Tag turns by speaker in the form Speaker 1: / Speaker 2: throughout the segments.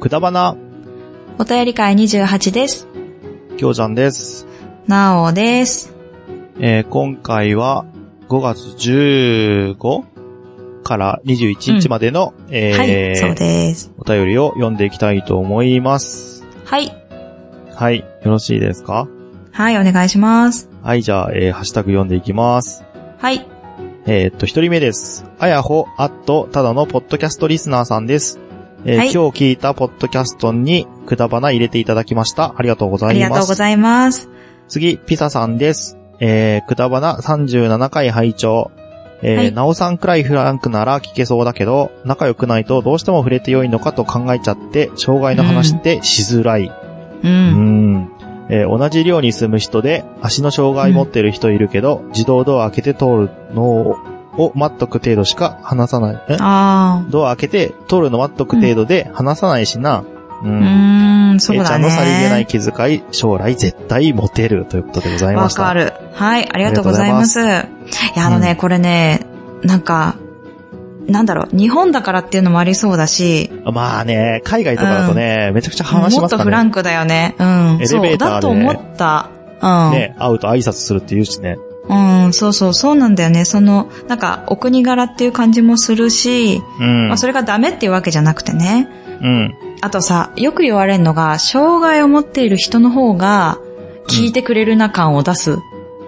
Speaker 1: くだばな、
Speaker 2: お便り会28です。
Speaker 1: きょうちゃんです。
Speaker 2: なおです。
Speaker 1: えー今回は5月 15? から21日までの、
Speaker 2: は
Speaker 1: えー
Speaker 2: い、そうです。
Speaker 1: お便りを読んでいきたいと思います。
Speaker 2: はい。
Speaker 1: はい。よろしいですか
Speaker 2: はい、お願いします。
Speaker 1: はい、じゃあ、えーハッシュタグ読んでいきます。
Speaker 2: はい。
Speaker 1: えーっと、一人目です。あやほ、あっと、ただのポッドキャストリスナーさんです。えー
Speaker 2: はい
Speaker 1: 今日聞いたポッドキャストに、くだばな入れていただきました。ありがとうござ
Speaker 2: あ
Speaker 1: い
Speaker 2: り
Speaker 1: ます。
Speaker 2: がとうございます。
Speaker 1: 次、ピサさんです。えー、くだばな37回拝聴えー
Speaker 2: はい
Speaker 1: なおさんくらいフランクなら聞けそうだけど、仲良くないとどうしても触れてよいのかと考えちゃって、障害の話ってしづらい。
Speaker 2: う。
Speaker 1: うんん。えー同じ寮に住む人で、足の障害持ってる人いるけど、自動ドア開けて通るのをを待っとく程度しか話さない。え
Speaker 2: あ
Speaker 1: ドア開けて通るの待っとく程度で話さないしな。う
Speaker 2: あ。
Speaker 1: ん。
Speaker 2: うーん、そう
Speaker 1: A ち
Speaker 2: だ
Speaker 1: ゃん
Speaker 2: ね。
Speaker 1: のさりげない気遣い、将来絶対モテるということでございま
Speaker 2: わ
Speaker 1: した。
Speaker 2: かる。はい、ありがとうございます。いや、あのね、
Speaker 1: う
Speaker 2: これね、なんか、なんだろう、日本だからっていうのもありそうだし、
Speaker 1: まあね、海外とかだとね、めちゃくちゃ話し
Speaker 2: も
Speaker 1: ま
Speaker 2: っ
Speaker 1: す
Speaker 2: と
Speaker 1: か
Speaker 2: フ
Speaker 1: ら
Speaker 2: ラ
Speaker 1: ね。
Speaker 2: ンクだよね。う
Speaker 1: エレ
Speaker 2: ん。
Speaker 1: ベーターで
Speaker 2: そう、だと思った。うん。
Speaker 1: ね、会うと挨拶するって言うしね。
Speaker 2: うん、そうそう、そうなんだよね。その、なんか、お国柄っていう感じもするし、
Speaker 1: うん。
Speaker 2: まあ、それがダメっていうわけじゃなくてね。
Speaker 1: うん。
Speaker 2: あとさ、よく言われるのが、障害を持っている人の方が、聞いてくれるな感を出す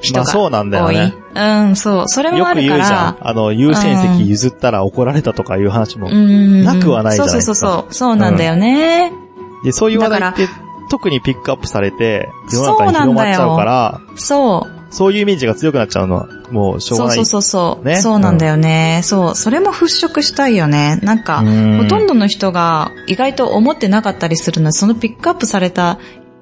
Speaker 2: 人
Speaker 1: ま
Speaker 2: が
Speaker 1: あそうなんだよ
Speaker 2: 多い。
Speaker 1: ね。
Speaker 2: うん、そう。それ
Speaker 1: よ
Speaker 2: もあ
Speaker 1: く
Speaker 2: る
Speaker 1: 言
Speaker 2: か
Speaker 1: うじゃ
Speaker 2: ら、
Speaker 1: ん。あの、優先席譲ったら怒られたとかいう話も。
Speaker 2: うん。
Speaker 1: なくはないじゃない
Speaker 2: そう
Speaker 1: です
Speaker 2: そ
Speaker 1: か
Speaker 2: うそうそう。そうなんだよね。
Speaker 1: で、そういう話題
Speaker 2: だ
Speaker 1: って特にピックアップされて、世の中に広まっちゃうから、
Speaker 2: そう。
Speaker 1: そういうイメージが強くなっちゃうのは、もうしょうが
Speaker 2: そう
Speaker 1: ない。
Speaker 2: そうそうそう。
Speaker 1: ね
Speaker 2: そうなんだよね。そう。それも払拭したいよね。なんか、
Speaker 1: うん
Speaker 2: ほとんどの人が意外と思ってなかったりするので、そのピックアップされた、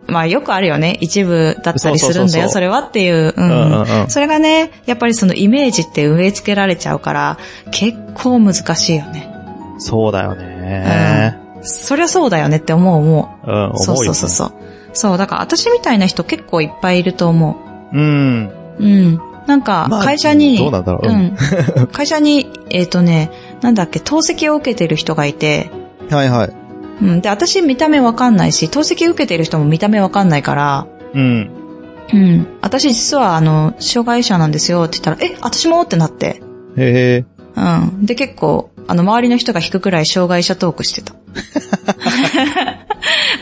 Speaker 2: まあよくあるよね。一部だったりす
Speaker 1: そうそ
Speaker 2: るん
Speaker 1: う
Speaker 2: だ
Speaker 1: そうそ
Speaker 2: よ、
Speaker 1: う
Speaker 2: それはっていう。う
Speaker 1: うん
Speaker 2: ん
Speaker 1: うんうん。
Speaker 2: それがね、やっぱりそのイメージって植え付けられちゃうから、結構難しいよね。
Speaker 1: そうだよね。
Speaker 2: そりゃそうだよねって思う思
Speaker 1: うん、思うよ
Speaker 2: う。。そうそうそうそう。そう、だから私みたいな人結構いっぱいいると思
Speaker 1: うん。
Speaker 2: う。うん。なんか
Speaker 1: まあ、
Speaker 2: 会社に、
Speaker 1: どうなんだろう。
Speaker 2: うん。会社に、えっ、とね、なんだっけ、透析を受けてる人がいて、
Speaker 1: はいはい。
Speaker 2: うん。で、私見た目わかんないし、透析受けてる人も見た目わかんないから、
Speaker 1: うん。
Speaker 2: うん。私実はあの、障害者なんですよって言ったら、え、私もってなって。
Speaker 1: へえ。
Speaker 2: うん。で、結構、あの、周りの人が引くくらい障害者トークしてた。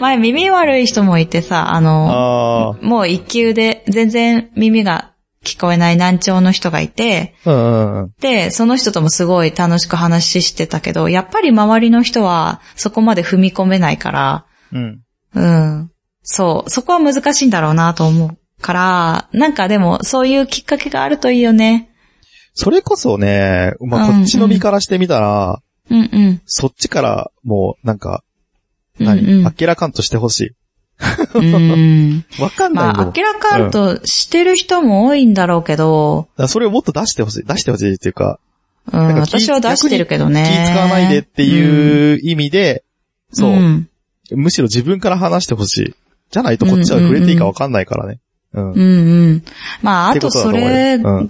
Speaker 2: 前、耳悪い人もいてさ、あの、
Speaker 1: あ
Speaker 2: もう一級で全然耳が聞こえない難聴の人がいて、
Speaker 1: あ。うんうんうん。
Speaker 2: で、その人ともすごい楽しく話してたけど、やっぱり周りの人はそこまで踏み込めないから、
Speaker 1: うん。
Speaker 2: うん。そう。そこは難しいんだろうなと思うから、なんかでも、そういうきっかけがあるといいよね。
Speaker 1: それこそね、まあ、
Speaker 2: うん
Speaker 1: こっちの身からしてみたら、
Speaker 2: うんうん。
Speaker 1: そっちから、もう、なんか、
Speaker 2: うん
Speaker 1: 何、
Speaker 2: うん
Speaker 1: あっけらかんとしてほし
Speaker 2: うん
Speaker 1: い。わかんないもん。
Speaker 2: まあ、
Speaker 1: だか
Speaker 2: 明らかんとしてる人も多いんだろうけど、
Speaker 1: らそれをもっと出してほしい。出してほしいっていうか、
Speaker 2: うん、
Speaker 1: なんか気
Speaker 2: 私は出してるけどね
Speaker 1: 気。使わないでっていう意味で、
Speaker 2: うん、
Speaker 1: そう、
Speaker 2: うん。
Speaker 1: むしろ自分から話してほしい。じゃないとこっちは触れていいかわかんないからね。うん。
Speaker 2: うんうん。まあ、
Speaker 1: っ
Speaker 2: あ
Speaker 1: てこととだと
Speaker 2: そ
Speaker 1: 思うよ
Speaker 2: れが、
Speaker 1: う
Speaker 2: うん、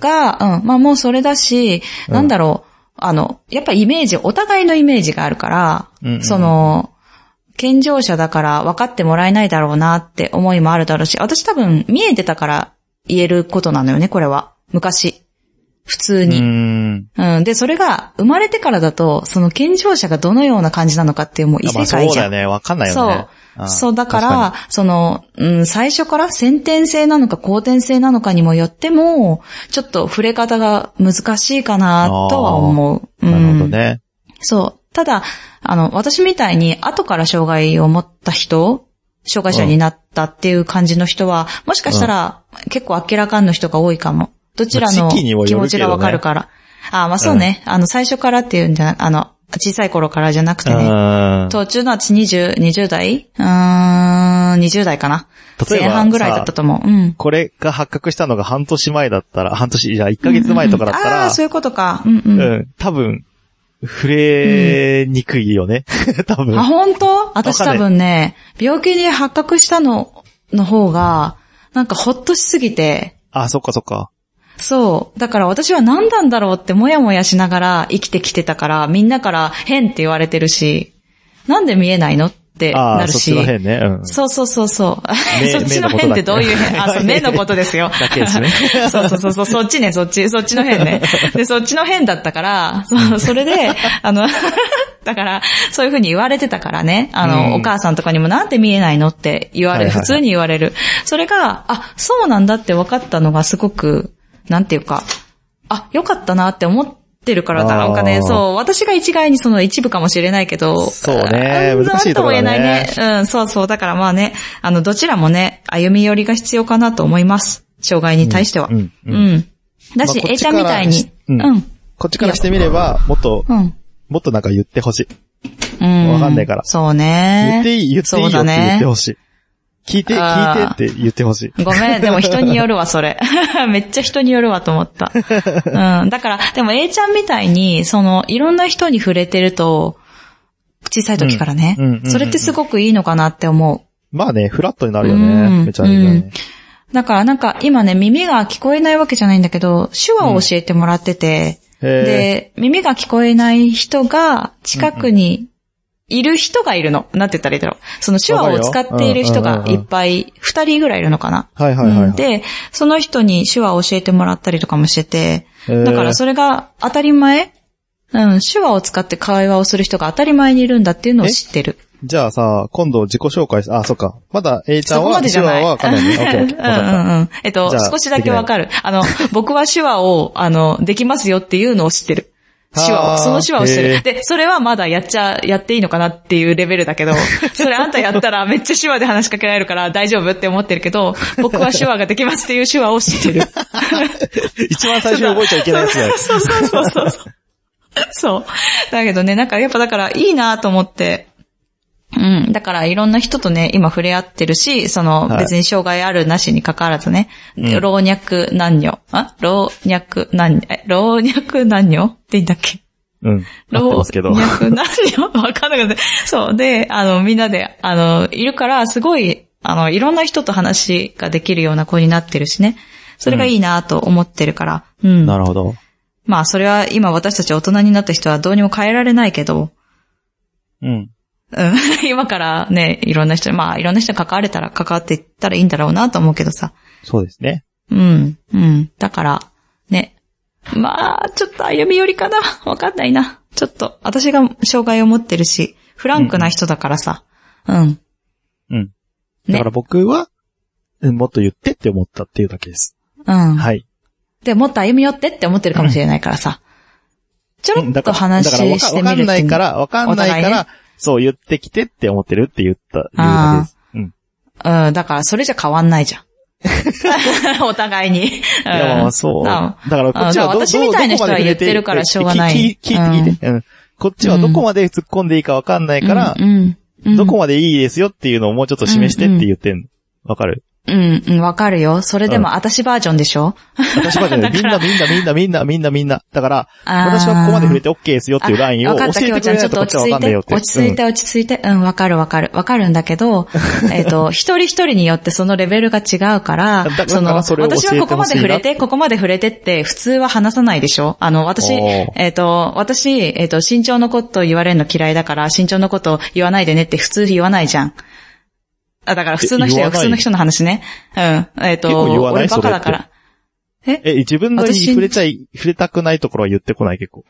Speaker 2: まあもうそれだし、
Speaker 1: うん
Speaker 2: なんだろう、あの、やっぱイメージ、お互いのイメージがあるから、
Speaker 1: うんうん
Speaker 2: そ、の、健常者だから分かってもらえないだろうなって思いもあるだろうし、私多分見えてたから言えることなのよね、これは。昔。普通
Speaker 1: う
Speaker 2: に。
Speaker 1: ん。
Speaker 2: うん。で、それが、生まれてからだと、その健常者がどのような感じなのかっていう、もう異
Speaker 1: あま
Speaker 2: 世
Speaker 1: あ、そ
Speaker 2: 界
Speaker 1: う
Speaker 2: じ
Speaker 1: だ
Speaker 2: ゃ
Speaker 1: よ
Speaker 2: ん。
Speaker 1: ね。わかんないよね。ん
Speaker 2: そう、だから、その、うん、最初から先天性なのか後天性なのかにもよっても、ちょっと触れ方が難しいかなとは思う。う
Speaker 1: 確かになるほど
Speaker 2: ん。
Speaker 1: ね。
Speaker 2: そう。ただ、あの、私みたいに後から障害を持った人、障害者になったっていう感じの人は、もしかしたら、結構明らかんの人が多いかも。どちら
Speaker 1: まあ
Speaker 2: の
Speaker 1: 時期にもよるけ
Speaker 2: 気
Speaker 1: どね
Speaker 2: 持ちがわかるから。ああ、まあそうね。あの、最初からっていうんじゃなあの、小さい頃からじゃなくてね。
Speaker 1: うん。
Speaker 2: 途中の私20、20代うーん、20代かな。
Speaker 1: 例
Speaker 2: 前
Speaker 1: えば
Speaker 2: 半ぐらいだったと思う。うん。
Speaker 1: これが発覚したのが半年前だったら、半年、いや、1ヶ月前とかだった
Speaker 2: うんうんあ
Speaker 1: ら
Speaker 2: あ、、そういうことか。うんうん。
Speaker 1: うん、多分、触れにくいよね。 多分
Speaker 2: あ、。本当私
Speaker 1: わかんな
Speaker 2: 多
Speaker 1: い
Speaker 2: 分ね、病気に発覚したの、の方が、なんかほっとしすぎて、
Speaker 1: あ、そっかそっか。
Speaker 2: そう。だから私は何なんだろうってもやもやしながら生きてきてたから、みんなから変って言われてるし、なんで見えないのっって
Speaker 1: あ
Speaker 2: な
Speaker 1: あ、
Speaker 2: る
Speaker 1: そっち
Speaker 2: し。
Speaker 1: の辺ね。うん。
Speaker 2: そうそうそうそう。
Speaker 1: 目
Speaker 2: そっちの辺ってどういう辺あ、そう、目のことですよ。
Speaker 1: だけですね
Speaker 2: そうそうそうそう、そっちね、そっち、そっちの 辺ね。で、そっちの辺だったから、そうそれで、あの、 だから、そういうふうに言われてたからね、あの、
Speaker 1: うん
Speaker 2: お母さんとかにもなんて見えないのって言わ
Speaker 1: はい
Speaker 2: れる、
Speaker 1: はいはい
Speaker 2: 普通に言われる。それが、あ、そうなんだって分かったのがすごく、なんていうか、あ、よかったなって思ってるからだろうか
Speaker 1: あ
Speaker 2: ね。
Speaker 1: ー
Speaker 2: そう。私が一概にその一部かもしれないけど。
Speaker 1: そうね
Speaker 2: うん
Speaker 1: 難しいとこだね
Speaker 2: なんとも言えないね。うん、そうそう。だからまあね、あの、どちらもね、歩み寄りが必要かなと思います。障害に対しては。
Speaker 1: う
Speaker 2: うんん。
Speaker 1: う
Speaker 2: うんんだし
Speaker 1: まあ、こっ
Speaker 2: A
Speaker 1: ち
Speaker 2: ち
Speaker 1: か
Speaker 2: ゃ
Speaker 1: ら
Speaker 2: んみたいに。
Speaker 1: う
Speaker 2: うんん。
Speaker 1: こっちからしてみれば、もっと、
Speaker 2: うん。
Speaker 1: もっとなんか言ってほしい。
Speaker 2: うん。
Speaker 1: わかんないから
Speaker 2: そうね。
Speaker 1: 言っていい、言っていいよって言ってほしい。聞いて、
Speaker 2: あ
Speaker 1: 聞
Speaker 2: ー
Speaker 1: いてって言ってほしい。
Speaker 2: ごめん、でも人によるわ、それ。 めっちゃ人によるわと思った。うん。だから、でも A ちゃんみたいに、その、いろんな人に触れてると、小さい時からね
Speaker 1: うんうんうんうん。
Speaker 2: それってすごくいいのかなって思
Speaker 1: まあね、フラットになるよ
Speaker 2: う
Speaker 1: ね。
Speaker 2: ん
Speaker 1: めちゃめちゃね。
Speaker 2: う。だからなんか、今ね、耳が聞こえないわけじゃないんだけど、手話を教えてもらってて、
Speaker 1: へー
Speaker 2: で、耳が聞こえない人が、近くに、いる人がいるの。なんて言ったらいいだろう。その手話を使っている人
Speaker 1: わ
Speaker 2: が
Speaker 1: かる
Speaker 2: い
Speaker 1: よ
Speaker 2: っぱい、二人ぐらいいるのかな。
Speaker 1: はいはいはい
Speaker 2: うん
Speaker 1: はい。
Speaker 2: で、その人に手話を教えてもらったりとかもしてて、だからそれが当たり前うん、手話を使って会話をする人が当たり前にいるんだっていうのを知ってる。
Speaker 1: じゃあさ、今度自己紹介し、あ、そっか。まだ A ちゃ
Speaker 2: そ
Speaker 1: ん
Speaker 2: こ
Speaker 1: は、
Speaker 2: までじ
Speaker 1: 手
Speaker 2: ゃな
Speaker 1: 話
Speaker 2: い。
Speaker 1: はか なりね。オッケーオッケー。
Speaker 2: う
Speaker 1: わかった
Speaker 2: んうんうん。えっと
Speaker 1: じゃあ、
Speaker 2: 少しだけわかる。あの、 僕は手話を、あの、できますよっていうのを知ってる。手話
Speaker 1: あ
Speaker 2: を、
Speaker 1: ー
Speaker 2: その手話を知って
Speaker 1: へ
Speaker 2: る。
Speaker 1: ー
Speaker 2: で、それはまだやっちゃ、やっていいのかなっていうレベルだ けど、それあんたやったらめっちゃ手話で話しかけられるから大丈夫って思ってるけど、僕は手話ができますっていう手話を知ってる。
Speaker 1: 一番最初に覚えちゃいけないやつだよ。
Speaker 2: そうそうそうそうそう。そう。だけどね、なんかやっぱだからいいなと思って。うん。だからいろんな人とね、今触れ合ってるし、その、
Speaker 1: はい
Speaker 2: 別に障害あるなしに関わらずね、
Speaker 1: うん
Speaker 2: 老若男女、あ老若男女、え老若男女って言うんだっけ
Speaker 1: うん。合って
Speaker 2: 老
Speaker 1: ま
Speaker 2: 若
Speaker 1: すけど。
Speaker 2: 男女 わかんなくなって。そう。で、あの、みんなで、あの、いるから、すごい、あの、いろんな人と話ができるような子になってるしね。それがいいなと思ってるから。うん。
Speaker 1: なるほど。
Speaker 2: まあそれは今私たち大人になった人はどうにも変えられないけど、
Speaker 1: うん。
Speaker 2: うん、 今からね、いろんな人に、まあいろんな人に関われたら関わっていったらいいんだろうなと思うけどさ。
Speaker 1: そうですね。
Speaker 2: うん、うん。だから、ね。まあ、ちょっと歩み寄りかな。わかんないな。ちょっと、私が障害を持ってるし、フランクな人だからさ。うん。
Speaker 1: うん。
Speaker 2: ね
Speaker 1: だから僕は、うんもっと言ってって思ったっていうだけです。
Speaker 2: うん。
Speaker 1: はい。
Speaker 2: で、もっと歩み寄ってって思ってるかもしれないからさ。ちょ
Speaker 1: うん
Speaker 2: ろっと話
Speaker 1: だからわか
Speaker 2: して
Speaker 1: わか
Speaker 2: みる
Speaker 1: ん
Speaker 2: っ
Speaker 1: な
Speaker 2: て
Speaker 1: い
Speaker 2: いう
Speaker 1: か
Speaker 2: の。
Speaker 1: ら、わかんないか
Speaker 2: お互
Speaker 1: ら、そう言ってきてって思ってるって言った、言うだけです。うん。
Speaker 2: うん、だからそれじゃ変わんないじゃ ん。お互いに。い
Speaker 1: いや、まあまあそう。だからこっちは
Speaker 2: あ
Speaker 1: ど、
Speaker 2: 私みたいな人は言ってるからしょうがない
Speaker 1: 聞いて、聞いて、うん。こっちはどこまで突っ込んでいいかわかんないから、
Speaker 2: うん、うん
Speaker 1: どこまでいいですよっていうのをもうちょっと示してって言ってんの。わかる
Speaker 2: うん、うん、わかるよ。それでも私バージョンでしょ
Speaker 1: 私はじゃない。みんなみんなみんなみんなみんなみんな。だから、私はここまで触れて OK ですよっていうラインを
Speaker 2: わ
Speaker 1: 教
Speaker 2: か
Speaker 1: え
Speaker 2: った、
Speaker 1: て
Speaker 2: きょ
Speaker 1: く
Speaker 2: うち
Speaker 1: れ
Speaker 2: ゃん。
Speaker 1: な
Speaker 2: ちょ
Speaker 1: い
Speaker 2: っと
Speaker 1: とこっち
Speaker 2: 落
Speaker 1: は
Speaker 2: ち
Speaker 1: わか
Speaker 2: 着い
Speaker 1: んない
Speaker 2: て、
Speaker 1: よって。
Speaker 2: 落ち着いて、落ち着いて。うん、わかるわかる。わかるんだ けど、えっと、一人一人によってそのレベルが違うから
Speaker 1: だから、
Speaker 2: その、
Speaker 1: それを教えてほし
Speaker 2: 私
Speaker 1: いな
Speaker 2: はここまで触れて、ここまで触れてって、普通は話さないでしょあの、私、
Speaker 1: おー
Speaker 2: えっと、私、えっと、身長のこと言われるの嫌いだから、身長のこと言わないでねって普通言わないじゃん。あ、だから普通の人
Speaker 1: え言わな
Speaker 2: よ、普
Speaker 1: い
Speaker 2: 通の人の話ね。うん。えっ
Speaker 1: 結構言
Speaker 2: と、
Speaker 1: わない
Speaker 2: 俺バカだから。
Speaker 1: うんえ、自分のに
Speaker 2: 私
Speaker 1: 触れちゃい、触れたくないところは言ってこない結構。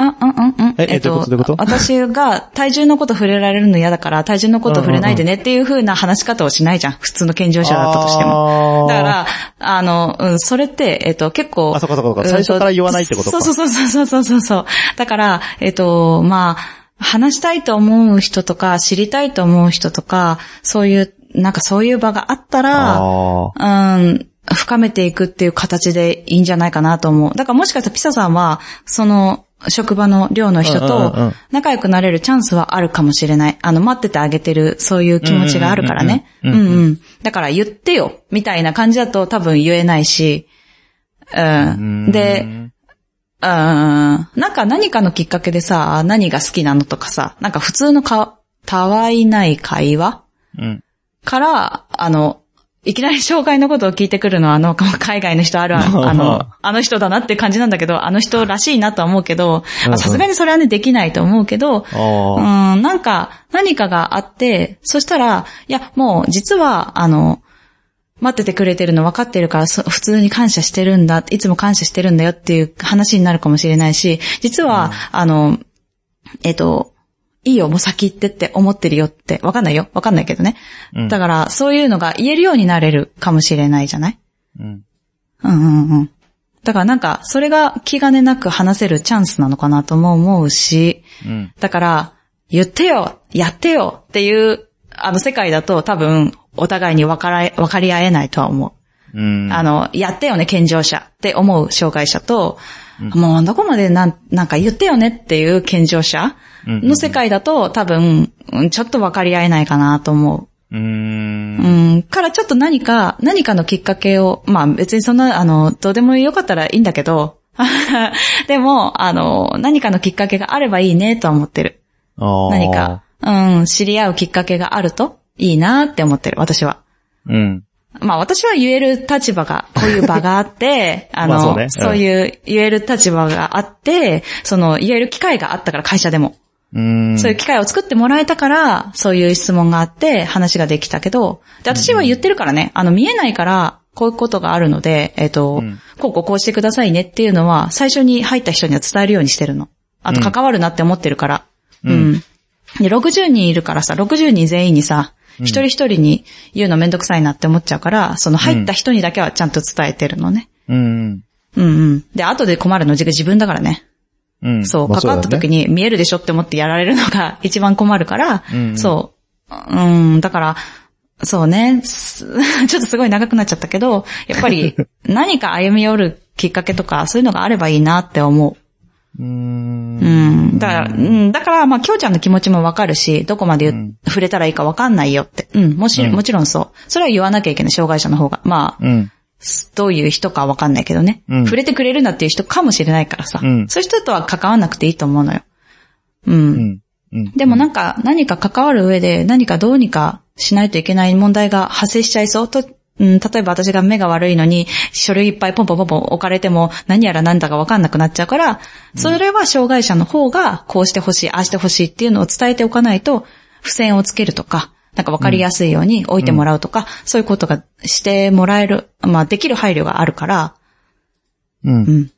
Speaker 2: うんうんうんうん。
Speaker 1: えどういうことどういうこと
Speaker 2: 私が体重のこと触れられるの嫌だから、体重のこと触れないでねっていう風な話し方をしないじゃん。普通の健常者だったとしても。
Speaker 1: も
Speaker 2: だから、あの、うん、それって、えっと、結構。
Speaker 1: あ、そっかそっかそっ
Speaker 2: う
Speaker 1: か。
Speaker 2: ん
Speaker 1: 最初から言わないってことか。
Speaker 2: そうそうそうそうそうそう。だから、えっと、まあ、話したいと思う人とか、知りたいと思う人とか、そういう、なんかそういう場があったら、
Speaker 1: あ
Speaker 2: うん、深めていくっていう形でいいんじゃないかなと思う。だからもしかしたらピサさんは、その、職場の寮の人
Speaker 1: うんうんうん
Speaker 2: と仲良くなれるチャンスはあるかもしれない。あの、待っててあげてる、そういう気持ちがあるからね。
Speaker 1: う
Speaker 2: うんん
Speaker 1: う
Speaker 2: うん
Speaker 1: うんうん
Speaker 2: ん。だから言ってよ、みたいな感じだと多分言えないし。う
Speaker 1: ー
Speaker 2: ん。で、うん、、なんか何かのきっかけでさ、何が好きなのとかさ、なんか普通のか、たわいない会話
Speaker 1: うん。
Speaker 2: から、あの、いきなり障害のことを聞いてくるのは、あの、海外の人 あるあ、あの、あの人だなって感じなんだけど、あの人らしいなとは思うけど、
Speaker 1: うんう
Speaker 2: あ
Speaker 1: ん
Speaker 2: さすがにそれはね、できないと思うけど、うん、
Speaker 1: ああ。
Speaker 2: なんか、何かがあって、そしたら、いや、もう、実は、あの、待っててくれてるの分かってるから、そ普通に感謝してるんだ、いつも感謝してるんだよっていう話になるかもしれないし、実は、あの、えっと、いいよ、もう先行ってって思ってるよって、わかんないよ、わかんないけどね。
Speaker 1: うん
Speaker 2: だから、そういうのが言えるようになれるかもしれないじゃない
Speaker 1: うん。
Speaker 2: うんうんうん。だからなんか、それが気兼ねなく話せるチャンスなのかなとも思うし、
Speaker 1: うん。
Speaker 2: だから、言ってよやってよっていう、あの世界だと多分、お互いに分からえ、分かり合えないとは思
Speaker 1: うん。
Speaker 2: う。あの、やってよね、健常者って思う障害者と、
Speaker 1: うん
Speaker 2: もうどこまでなん、なんか言ってよねっていう健常者
Speaker 1: うん
Speaker 2: の世界だと多分、うんちょっと分かり合えないかなと思う。
Speaker 1: うーん。
Speaker 2: うん、からちょっと何か、何かのきっかけを、まあ別にそんな、あの、どうでもよかったらいいんだけど、 でも、あの、何かのきっかけがあればいいねとは思ってる。
Speaker 1: ああ。
Speaker 2: 何か。、うん、知り合うきっかけがあるといいなって思ってる、私は。
Speaker 1: うん。
Speaker 2: まあ私は言える立場が、こういう場が あって、あの、
Speaker 1: まあそ
Speaker 2: そうう
Speaker 1: ねうん
Speaker 2: いう言える立場があって、その言える機会があったから会社でも。
Speaker 1: うん。
Speaker 2: そういう機会を作ってもらえたから、そういう質問があって話ができたけど、で、私は言ってるからね、あの、見えないから、こういうことがあるので、えっ、と、
Speaker 1: うん
Speaker 2: こうこうこうしてくださいねっていうのは、最初に入った人には伝えるようにしてるの。あと、
Speaker 1: うん
Speaker 2: 関わるなって思ってるから。
Speaker 1: うん
Speaker 2: で、60人いるからさ、60人全員にさ、
Speaker 1: うん
Speaker 2: 一人一人に言うのめんどくさいなって思っちゃうから、その入った人にだけはちゃんと伝えてるのね。
Speaker 1: うん。
Speaker 2: うんうん。で、後で困るの自分だからね。
Speaker 1: うん。
Speaker 2: そう、
Speaker 1: まあ
Speaker 2: 関わった時。に見えるでしょって思ってやられるのが 一番困るから、
Speaker 1: うんうん
Speaker 2: そう。うん、だから、そうね、す ちょっとすごい長くなっちゃったけど、やっぱ り何か歩み寄るきっかけとか、そういうのがあればいいなって思
Speaker 1: うーん
Speaker 2: う。う。ん、だから、うん、だから、まあ、きょうちゃんの気持ちもわかるし、どこまで言う
Speaker 1: うん
Speaker 2: 触れたらいいかわかんないよって。うん、もし、
Speaker 1: うん
Speaker 2: もちろんそう。それは言わなきゃいけない、障害者の方が。まあ、
Speaker 1: うん。
Speaker 2: どういう人かわかんないけどね。
Speaker 1: うん
Speaker 2: 触れてくれるなっていう人かもしれないからさ。
Speaker 1: うん
Speaker 2: そういう人とは関わんなくていいと思うのよ。う。
Speaker 1: うんん。うん。
Speaker 2: でもなんか、何か関わる上で何かどうにかしないといけない問題が発生しちゃいそうと、うん、例えば私が目が悪いのに、書類いっぱいポンポンポンポン置かれても何やら何だかわかんなくなっちゃうから、それは障害者の方がこうしてほしい、ああしてほしいっていうのを伝えておかないと、付箋をつけるとか、なんかわかりやすいように置いてもらうとか、そういうことがしてもらえる、まあできる配慮があるから、
Speaker 1: うん。
Speaker 2: うん。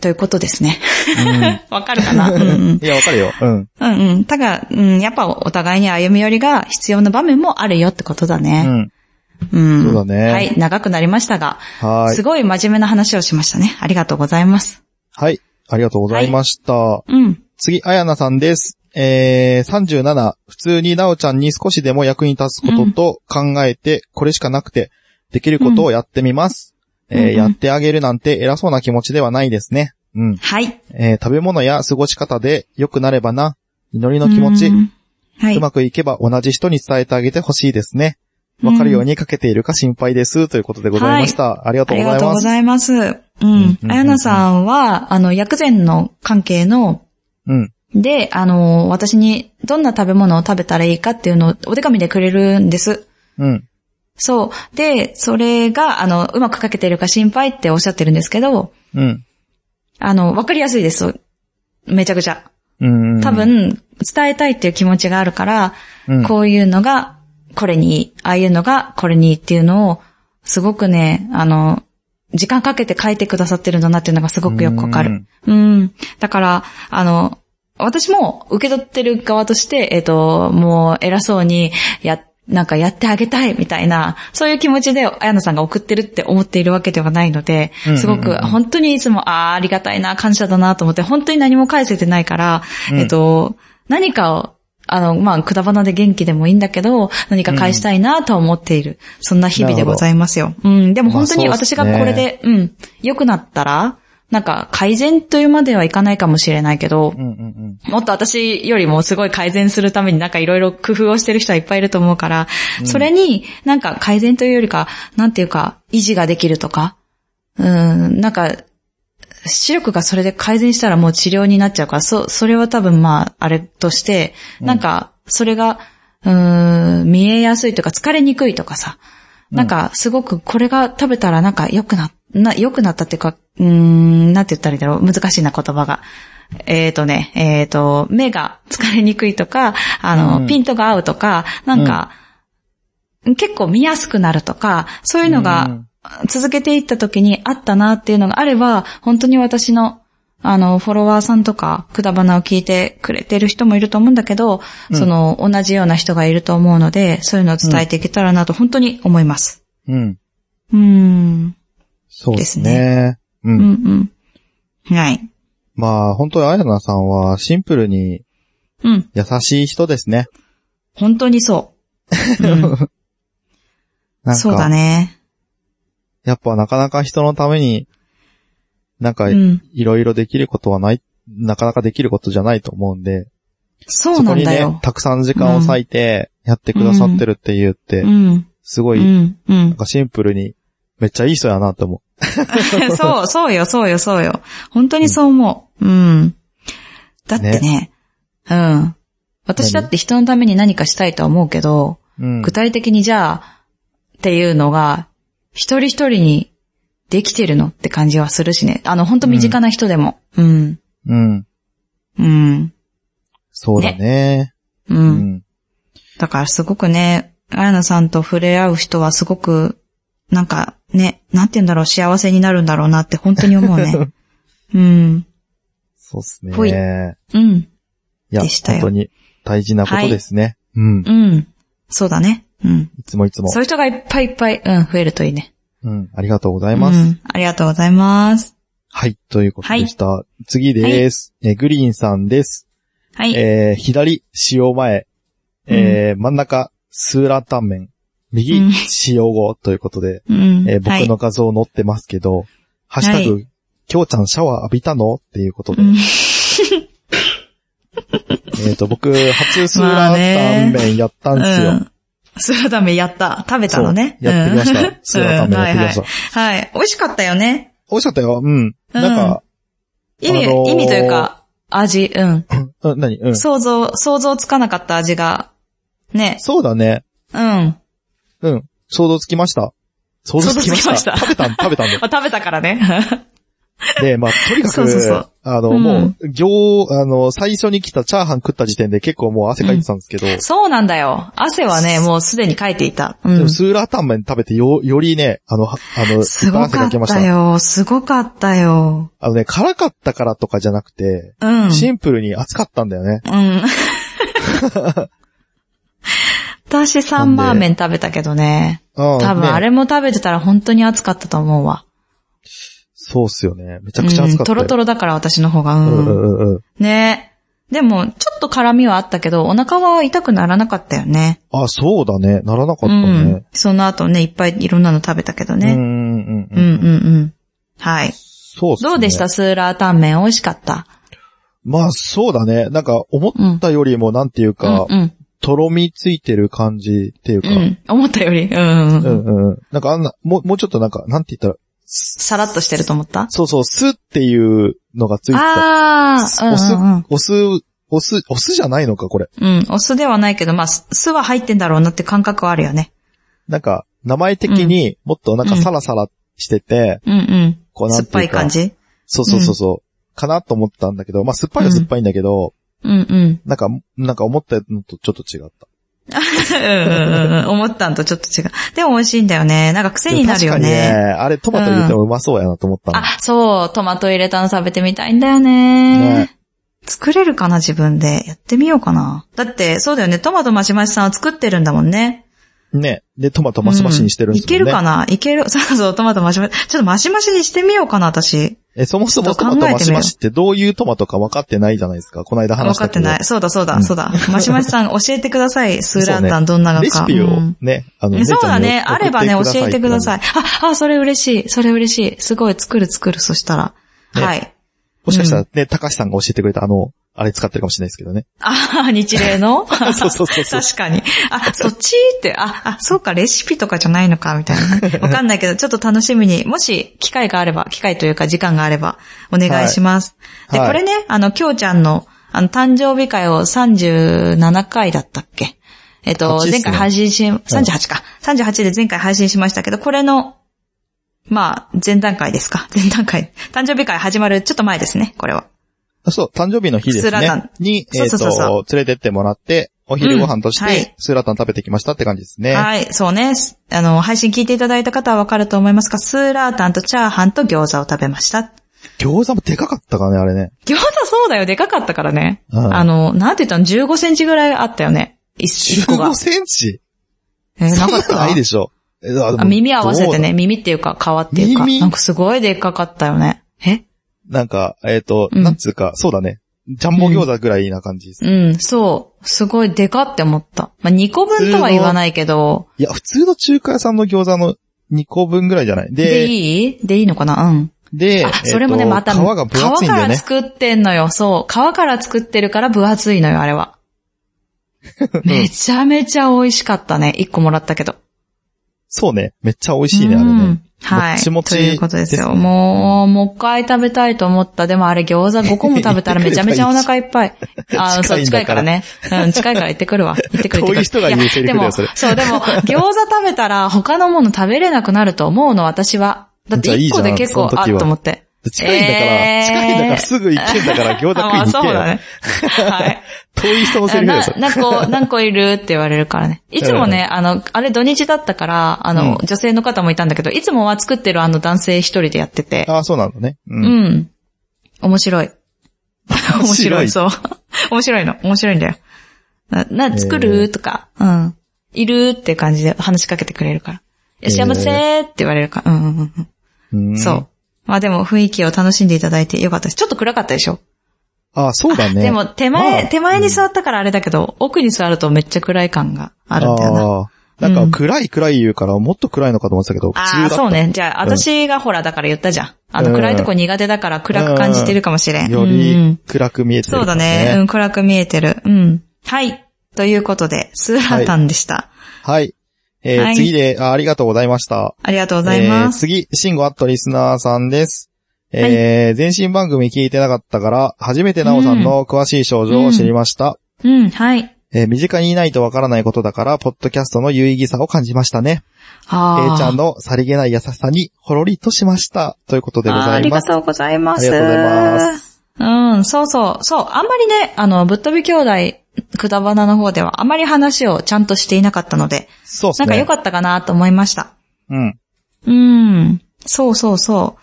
Speaker 2: ということですね。
Speaker 1: うん
Speaker 2: わかるかな、うんうん、
Speaker 1: いや、わかるよ。うん。
Speaker 2: うんうん。ただ、うん、やっぱお互いに歩み寄りが必要な場面もあるよってことだ
Speaker 1: う
Speaker 2: ね。
Speaker 1: ん。
Speaker 2: うん。
Speaker 1: そうだね
Speaker 2: はい、長くなりましたが、
Speaker 1: はー
Speaker 2: す
Speaker 1: い。
Speaker 2: ごい真面目な話をしましたね。ありがとうございます。
Speaker 1: はい。ありがとうございました。
Speaker 2: うん。
Speaker 1: 次、あやなさんです。えー、37、普通になおちゃんに少しでも役に立つことと考えて、これしかなくて、できることをやってみます。
Speaker 2: うん
Speaker 1: えー
Speaker 2: うん
Speaker 1: やってあげるなんて偉そうな気持ちではないですね。うん。
Speaker 2: はい。
Speaker 1: えー食べ物や過ごし方で良くなればな、祈りの気持ち、
Speaker 2: う
Speaker 1: うん。
Speaker 2: はいう
Speaker 1: まくいけば同じ人に伝えてあげてほしいですね。わかるようにかけているか心配です。ということでございました。ありが
Speaker 2: あ
Speaker 1: とう
Speaker 2: り
Speaker 1: ござ
Speaker 2: が
Speaker 1: い
Speaker 2: とう
Speaker 1: ま
Speaker 2: ご
Speaker 1: す。
Speaker 2: ざいます。う
Speaker 1: うんうん
Speaker 2: ん
Speaker 1: う。ん
Speaker 2: あやなさんは、あの、薬膳の関係の
Speaker 1: うん。
Speaker 2: で、あの、私にどんな食べ物を食べたらいいかっていうのをお手紙でくれるんです。
Speaker 1: うん。
Speaker 2: そう。で、それが、あの、うまく書けてるか心配っておっしゃってるんですけど、
Speaker 1: うん。
Speaker 2: あの、わかりやすいです。めちゃくちゃ。
Speaker 1: うん。
Speaker 2: 多、分、伝えたいっていう気持ちがあるから、
Speaker 1: うん、
Speaker 2: こういうのがこれにいい、ああいうのがこれにいいっていうのを、すごくね、あの、時間かけて書いてくださってるんだなっていうのがすごくよくわかる。うん。だから、あの、私も受け取ってる側として、えっ、と、もう偉そうに、や、なんかやってあげたいみたいな、そういう気持ちで、あやなさんが送ってるって思っているわけではないので
Speaker 1: うんうんうん、
Speaker 2: すごく本当にいつも、ああ、ありがたいな、感謝だなと思って、本当に何も返せてないから、
Speaker 1: うん
Speaker 2: えっ、と、何かを、あの、まあ、くだばなで元気でもいいんだけど、何か返したいなとは思っている。そんな日々でございますよ。うん。でも本当に
Speaker 1: まあそうっす
Speaker 2: 私
Speaker 1: ね
Speaker 2: がこれで、うん、良くなったら、なんか改善というまではいかないかもしれないけど
Speaker 1: う、んうん
Speaker 2: もっと私よりもすごい改善するためになんかいろいろ工夫をしてる人はいっぱいいると思うから、それになんか改善というよりか、なんていうか、維持ができるとか、うん、なんか、視力がそれで改善したらもう治療になっちゃうから、そ、それは多分まあ、あれとして、なんか、それが、うん、見えやすいとか疲れにくいとかさ、なんか、すごくこれが食べたらなんか良くな、な、良くなったっていうか、うーん、なんて言ったらいいんだろう。難しいな言葉が。えっ、とね、えっ、と、目が疲れにくいとか、あの、
Speaker 1: うん
Speaker 2: ピントが合うとか、なんか、結構見やすくなるとか、そういうのが、続けていった時にあったなっていうのがあれば、本当に私の、あの、フォロワーさんとか、くだばなを聞いてくれてる人もいると思うんだけど、
Speaker 1: うん
Speaker 2: その、同じような人がいると思うので、そういうのを伝えていけたらなと、本当に思います。
Speaker 1: うん。うん。
Speaker 2: うーん。
Speaker 1: そうですね。
Speaker 2: です
Speaker 1: う。
Speaker 2: うんんうん。はい。
Speaker 1: まあ、本当にあやなさんはシンプルに
Speaker 2: うん。
Speaker 1: 優しい人ですね。
Speaker 2: 本当に そう。うん
Speaker 1: なんか、
Speaker 2: そうだね。
Speaker 1: やっぱなかなか人のために、なんか
Speaker 2: う、ん。
Speaker 1: いろいろできることはない、なかなかできることじゃないと思うんで、
Speaker 2: そうなんだ
Speaker 1: そこにね
Speaker 2: よ、。
Speaker 1: たくさん時間を割いて、やってくださってるって言って、
Speaker 2: うん。
Speaker 1: すご
Speaker 2: う
Speaker 1: い、
Speaker 2: ん。う
Speaker 1: なん
Speaker 2: ん。
Speaker 1: かシンプルに、めっちゃいい人やなって思
Speaker 2: そう、そうよ、そうよ、そうよ。本当にそう思う。うん。だってね、うん。私だって人のために何かしたいとは思うけど、
Speaker 1: う。うん。
Speaker 2: 具体的にじゃあ、っていうのが、一人一人にできてるのって感じはするしね。あの、本当身近な人でも。うん。
Speaker 1: うん。
Speaker 2: うん。
Speaker 1: そうだね。
Speaker 2: う。
Speaker 1: うんん。
Speaker 2: だからすごくね、あやなさんと触れ合う人はすごく、なんかね、なんて言うんだろう、幸せになるんだろうなって本当に思 うね。うん。
Speaker 1: そうっす
Speaker 2: ほい
Speaker 1: ね。
Speaker 2: うん。
Speaker 1: いや、
Speaker 2: でしたよ
Speaker 1: 本当に大事なことですね。うん。
Speaker 2: うん。そうだね。うん。
Speaker 1: いつもいつも
Speaker 2: そう。いう人がいっぱいいっぱい、うん、増えるといいね。
Speaker 1: うん。ありがとうござ
Speaker 2: あ
Speaker 1: います。
Speaker 2: うん。ありがとうございます。
Speaker 1: はい。ということでした。次です。え、グリーンさんです。
Speaker 2: はい。
Speaker 1: えー、左、塩前。えー、真ん中、スーラータンメン。右、
Speaker 2: うん
Speaker 1: 塩後ということで、
Speaker 2: うん。
Speaker 1: えー
Speaker 2: は
Speaker 1: 僕
Speaker 2: い
Speaker 1: の画像載ってますけど、ハッシュタ
Speaker 2: は
Speaker 1: グ、きょうちゃんシャワー浴びたのっていうことで
Speaker 2: う。ん
Speaker 1: えっと、僕、初スーラータンメンやったんですよ。
Speaker 2: うん。スラダメやった。食べたのね。
Speaker 1: そうやってきました。スーラータンメンやってきました。
Speaker 2: た。はいはい。美味しかったよね。
Speaker 1: 美味しかったよ。うん。なんか、
Speaker 2: 意味、
Speaker 1: あのー
Speaker 2: 意味というか、味、うん。
Speaker 1: うん、何うん。
Speaker 2: 想像、想像つかなかった味が、ね。
Speaker 1: そうだね。
Speaker 2: うん。ま
Speaker 1: うん。想像つきました。想像つきました。
Speaker 2: 想像つきました
Speaker 1: 食べたん、食べたんで
Speaker 2: あ、食べたからね。
Speaker 1: で、まあ、とにかく、
Speaker 2: そうそうそう
Speaker 1: あの、
Speaker 2: うん
Speaker 1: もう、行、あの、最初に来たチャーハン食った時点で結構もう汗かいてたんですけど、
Speaker 2: そうなんだよ。汗はね、もうすでにかいていた。う
Speaker 1: で
Speaker 2: ん
Speaker 1: も。スーラータンメン食べてよ、よりね、あの、はあの、
Speaker 2: す
Speaker 1: いっぱい
Speaker 2: ご
Speaker 1: 汗
Speaker 2: か
Speaker 1: か
Speaker 2: っ
Speaker 1: けましたた。
Speaker 2: よ。すごかったよ。
Speaker 1: あのね、辛かったからとかじゃなくて、
Speaker 2: うん。
Speaker 1: シンプルに熱かったんだよね。
Speaker 2: うん。私サンマーメン食べたけどね。
Speaker 1: うん。
Speaker 2: 多分あ
Speaker 1: ね、
Speaker 2: れも食べてたら本当に暑かったと思うわ。
Speaker 1: そうっすよね。めちゃ
Speaker 2: うん
Speaker 1: くちゃ熱かった
Speaker 2: ト
Speaker 1: よ。
Speaker 2: ロトロだから私の方が。う
Speaker 1: うん
Speaker 2: ん。
Speaker 1: うんうんうん。
Speaker 2: ねでも、ちょっと辛みはあったけど、お腹は痛くならなかったよね。
Speaker 1: あ、そうだね。ならなかった
Speaker 2: うん
Speaker 1: ね。。
Speaker 2: その後ね、いっぱいいろんなの食べたけど
Speaker 1: うん。う
Speaker 2: ね。
Speaker 1: んうん
Speaker 2: うん
Speaker 1: う。
Speaker 2: うんんうん。はい。
Speaker 1: そうっすね。
Speaker 2: どうでしたスーラータンメン美味しかった。
Speaker 1: まあ、そうだね。なんか、思ったよりも、なんていう
Speaker 2: う
Speaker 1: か、
Speaker 2: んうん。
Speaker 1: とろみついてる感じっていう
Speaker 2: う
Speaker 1: か、
Speaker 2: ん。思ったより。うんうん
Speaker 1: う
Speaker 2: うん。
Speaker 1: んうんうん。なんかあんな、もう、もうちょっとなんか、なんて言ったら、
Speaker 2: さらっとしてると思った
Speaker 1: そうそう、酢っていうのがついてた。
Speaker 2: ああ、
Speaker 1: お酢
Speaker 2: うんうんうん、
Speaker 1: お酢、お酢、お酢じゃないのか、これ。
Speaker 2: うん、お酢ではないけど、まあ、す酢は入ってんだろうなって感覚はあるよね。
Speaker 1: なんか、名前的にもっとなんか
Speaker 2: うん
Speaker 1: サラサラしてて、
Speaker 2: うんうん。
Speaker 1: こうなん
Speaker 2: 酸ってぱ
Speaker 1: いう
Speaker 2: い
Speaker 1: か。
Speaker 2: 感じ
Speaker 1: そうそうそうそう。かなと思ったんだけど、まあ酸っぱいは酸っぱいんだけど、
Speaker 2: うん うん。
Speaker 1: なんか、なんか思ったのとちょっと違った。
Speaker 2: うんうんうんうん。思ったんとちょっと違う。でも美味しいんだよね。なんか癖になるよ
Speaker 1: でも確か
Speaker 2: ね。
Speaker 1: にね、あれトマト入れてもうまそうやなと思ったの。
Speaker 2: あ、そう、トマト入れたの食べてみたいんだよね。
Speaker 1: ね
Speaker 2: 作れるかな自分で。やってみようかな。だって、そうだよね。トマトマシマシさんは作ってるんだもんね。
Speaker 1: ね。で、トマトマシマシにしてるんです
Speaker 2: う
Speaker 1: も
Speaker 2: い
Speaker 1: んね。
Speaker 2: けるかないける。 そうそう、トマトマシマシ。ちょっとマシマシにしてみようかな、私。
Speaker 1: え、そもそも
Speaker 2: ち
Speaker 1: ト
Speaker 2: ょっ
Speaker 1: マ
Speaker 2: と考えて
Speaker 1: ト
Speaker 2: みよう
Speaker 1: マシマシってどういうトマトか分かってないじゃないですか。この間話
Speaker 2: 分
Speaker 1: し
Speaker 2: か
Speaker 1: た
Speaker 2: っ
Speaker 1: け
Speaker 2: て
Speaker 1: ど。
Speaker 2: ない。そうだそう
Speaker 1: う
Speaker 2: だ、
Speaker 1: ん
Speaker 2: そ うだ。マシマシさん教えてください。スーラータンどんなのか。
Speaker 1: レシピを
Speaker 2: うん
Speaker 1: ね、あの、
Speaker 2: そうだね。あればね、教えてくださ
Speaker 1: い。
Speaker 2: い。あ、あ、それ嬉しい。それ嬉しい。すごい、作る作る、そしたら。
Speaker 1: ね
Speaker 2: はい。
Speaker 1: もしかしたらね、高橋さんが教えてくれたあの、あれ使ってるかもしれないですけどね。
Speaker 2: あ、日例の
Speaker 1: そうそうそうそう。
Speaker 2: 確かに。あ、そっちって、あ、あ、そうか、レシピとかじゃないのか、みたい な。わかんないけど、ちょっと楽しみに、もし、機会があれば、機会というか、時間があれば、お願いします。
Speaker 1: はい
Speaker 2: で、
Speaker 1: はい
Speaker 2: これね、あの、きょうちゃんの、あの、誕生日会を37回だったっけえっ、と、
Speaker 1: 38っすね
Speaker 2: 前回配信し、38か。38で前回配信しましたけど、これの、まあ、前段階ですか。前段階。誕生日会始まるちょっと前ですね、これは。
Speaker 1: あそう、誕生日の日です
Speaker 2: スーラタ
Speaker 1: ね
Speaker 2: ン。
Speaker 1: に、え
Speaker 2: そう
Speaker 1: っ
Speaker 2: そうそうそ
Speaker 1: と、連れてってもらって、お昼ご飯とし
Speaker 2: うんはい
Speaker 1: て、スーラタン食べてきましたって感じですね。
Speaker 2: はい、そうね。すあの、配信聞いていただいた方はわかると思いますが、スーラータンとチャーハンと餃子を食べました。
Speaker 1: 餃子もでかかったからね、あれね。
Speaker 2: 餃子そうだよ、でかかったからね。
Speaker 1: うん
Speaker 2: あの、なんて言ったの ?15 センチぐらいあったよね。一一個が
Speaker 1: 15。センチ
Speaker 2: えー、
Speaker 1: そ
Speaker 2: なかっ
Speaker 1: んな
Speaker 2: た
Speaker 1: ないでしょ。えあでも
Speaker 2: あ耳合わせて
Speaker 1: どうだ
Speaker 2: ね、耳っていうか、皮っていうか。
Speaker 1: 耳
Speaker 2: なんかすごいでっかかったよね。え
Speaker 1: なんか、えっと、
Speaker 2: うん
Speaker 1: なんつうか、そうだね。ジャンボ餃子ぐらいな感じです。
Speaker 2: うん、そう。すごいでかって思った。まあ、2個分とは言わないけど、
Speaker 1: いや、普通の中華屋さんの餃子の2個分ぐらいじゃない
Speaker 2: で
Speaker 1: で、
Speaker 2: いいでいいのかなうん。
Speaker 1: で、
Speaker 2: あ、それもね、
Speaker 1: えっと
Speaker 2: また、
Speaker 1: 皮が分厚いんだよね
Speaker 2: 皮。から作ってんのよ。そう。皮から作ってるから分厚いのよ、あれは。めちゃめちゃ美味しかったね。1個もらったけど。
Speaker 1: そうね。めっちゃ美味しいね、あれ
Speaker 2: う
Speaker 1: ね
Speaker 2: ん。はい。
Speaker 1: もちもち
Speaker 2: ということですよ。
Speaker 1: ですね
Speaker 2: もう、もう一回食べたいと思った。でもあれ餃子5個も食べ たらめちゃめちゃお腹いっぱい。あそう、
Speaker 1: 近
Speaker 2: 近
Speaker 1: いんだ
Speaker 2: い
Speaker 1: か
Speaker 2: かららね。うん、近いから行ってくるわ。行ってくる行ってくる。
Speaker 1: 遠い人が言うセリフだよ
Speaker 2: いや
Speaker 1: それ
Speaker 2: でも、そう、でも、餃子食べたら他のもの食べれなくなると思うの、私は。だって
Speaker 1: じゃあいい
Speaker 2: 1
Speaker 1: じゃ
Speaker 2: 個
Speaker 1: ん
Speaker 2: で結構、
Speaker 1: その
Speaker 2: あ
Speaker 1: 時は
Speaker 2: と思って。
Speaker 1: 近いんだから、
Speaker 2: えー
Speaker 1: 近いんだからすぐ行けんだから餃子食
Speaker 2: あ
Speaker 1: い
Speaker 2: ま
Speaker 1: に
Speaker 2: あ
Speaker 1: 行
Speaker 2: そう
Speaker 1: けよ。
Speaker 2: だね。はい。
Speaker 1: 遠い人のセリフだよ、それ。
Speaker 2: な何個、何個いるって言われるから ね。いつもね、あの、あれ土日だったから、あの、
Speaker 1: う
Speaker 2: 女性の方もいたんだけど、いつもは作ってるあの男性一人でやってて。
Speaker 1: ああ、そうなんだね。う。
Speaker 2: うんん。面白い。面白い、
Speaker 1: そ
Speaker 2: そう。面白いの。面白いんだよ。な、な、作
Speaker 1: へ
Speaker 2: る
Speaker 1: ー
Speaker 2: とか、うん。いるって感じで話しかけてくれるから。いや
Speaker 1: へー
Speaker 2: 幸せーって言われるから。うんうんうんうん。
Speaker 1: うん。
Speaker 2: そう。まあでも雰囲気を楽しんでいただいてよかったです。ちょっと暗かったでしょ
Speaker 1: ああ、そうだね。
Speaker 2: でも、手
Speaker 1: ま
Speaker 2: 前、
Speaker 1: あ
Speaker 2: 手前に座ったからあれだけど、奥に座るとめっちゃ暗い感があるんだよな。
Speaker 1: ああ。なんか、暗い暗い言うから、もっと暗いのかと思ってたけど、普通
Speaker 2: あ
Speaker 1: だっ
Speaker 2: あー、
Speaker 1: た。
Speaker 2: そうね。じゃあ、
Speaker 1: うん
Speaker 2: 私がほら、だから言ったじゃん。あの、
Speaker 1: うん
Speaker 2: 暗いとこ苦手だから暗く感じてるかもしれん。
Speaker 1: よ
Speaker 2: うんうん
Speaker 1: り暗く見えてる、
Speaker 2: そうだね。うん、暗く見えてる。うん。はい。ということで、スーラータンでした。
Speaker 1: はい。えー
Speaker 2: はい
Speaker 1: 次であ、ありがとうございました。
Speaker 2: ありがとうございます。
Speaker 1: えー次、シンゴアットリスナーさんです。えー前身番組聞いてなかったから、初めてナオさんの詳しい症状を知りました。
Speaker 2: うん、はい。
Speaker 1: えー身近にいないとわからないことだから、ポッドキャストの有意義さを感じましたね。
Speaker 2: あー
Speaker 1: A ちゃんのさりげない優しさに、ほろりとしました。ということでご
Speaker 2: あー
Speaker 1: ざ
Speaker 2: あ
Speaker 1: い
Speaker 2: り
Speaker 1: ま
Speaker 2: が
Speaker 1: す。
Speaker 2: とうございます。。
Speaker 1: ありがとうございます
Speaker 2: うん、そうそう、そう、あんまりね、あの、ぶっ飛び兄弟、くだばなの方では、あまり話をちゃんとしていなかったので、
Speaker 1: そうです
Speaker 2: な
Speaker 1: ね。
Speaker 2: んか良かったかなと思いました。
Speaker 1: うん。
Speaker 2: うん。そうそうそう。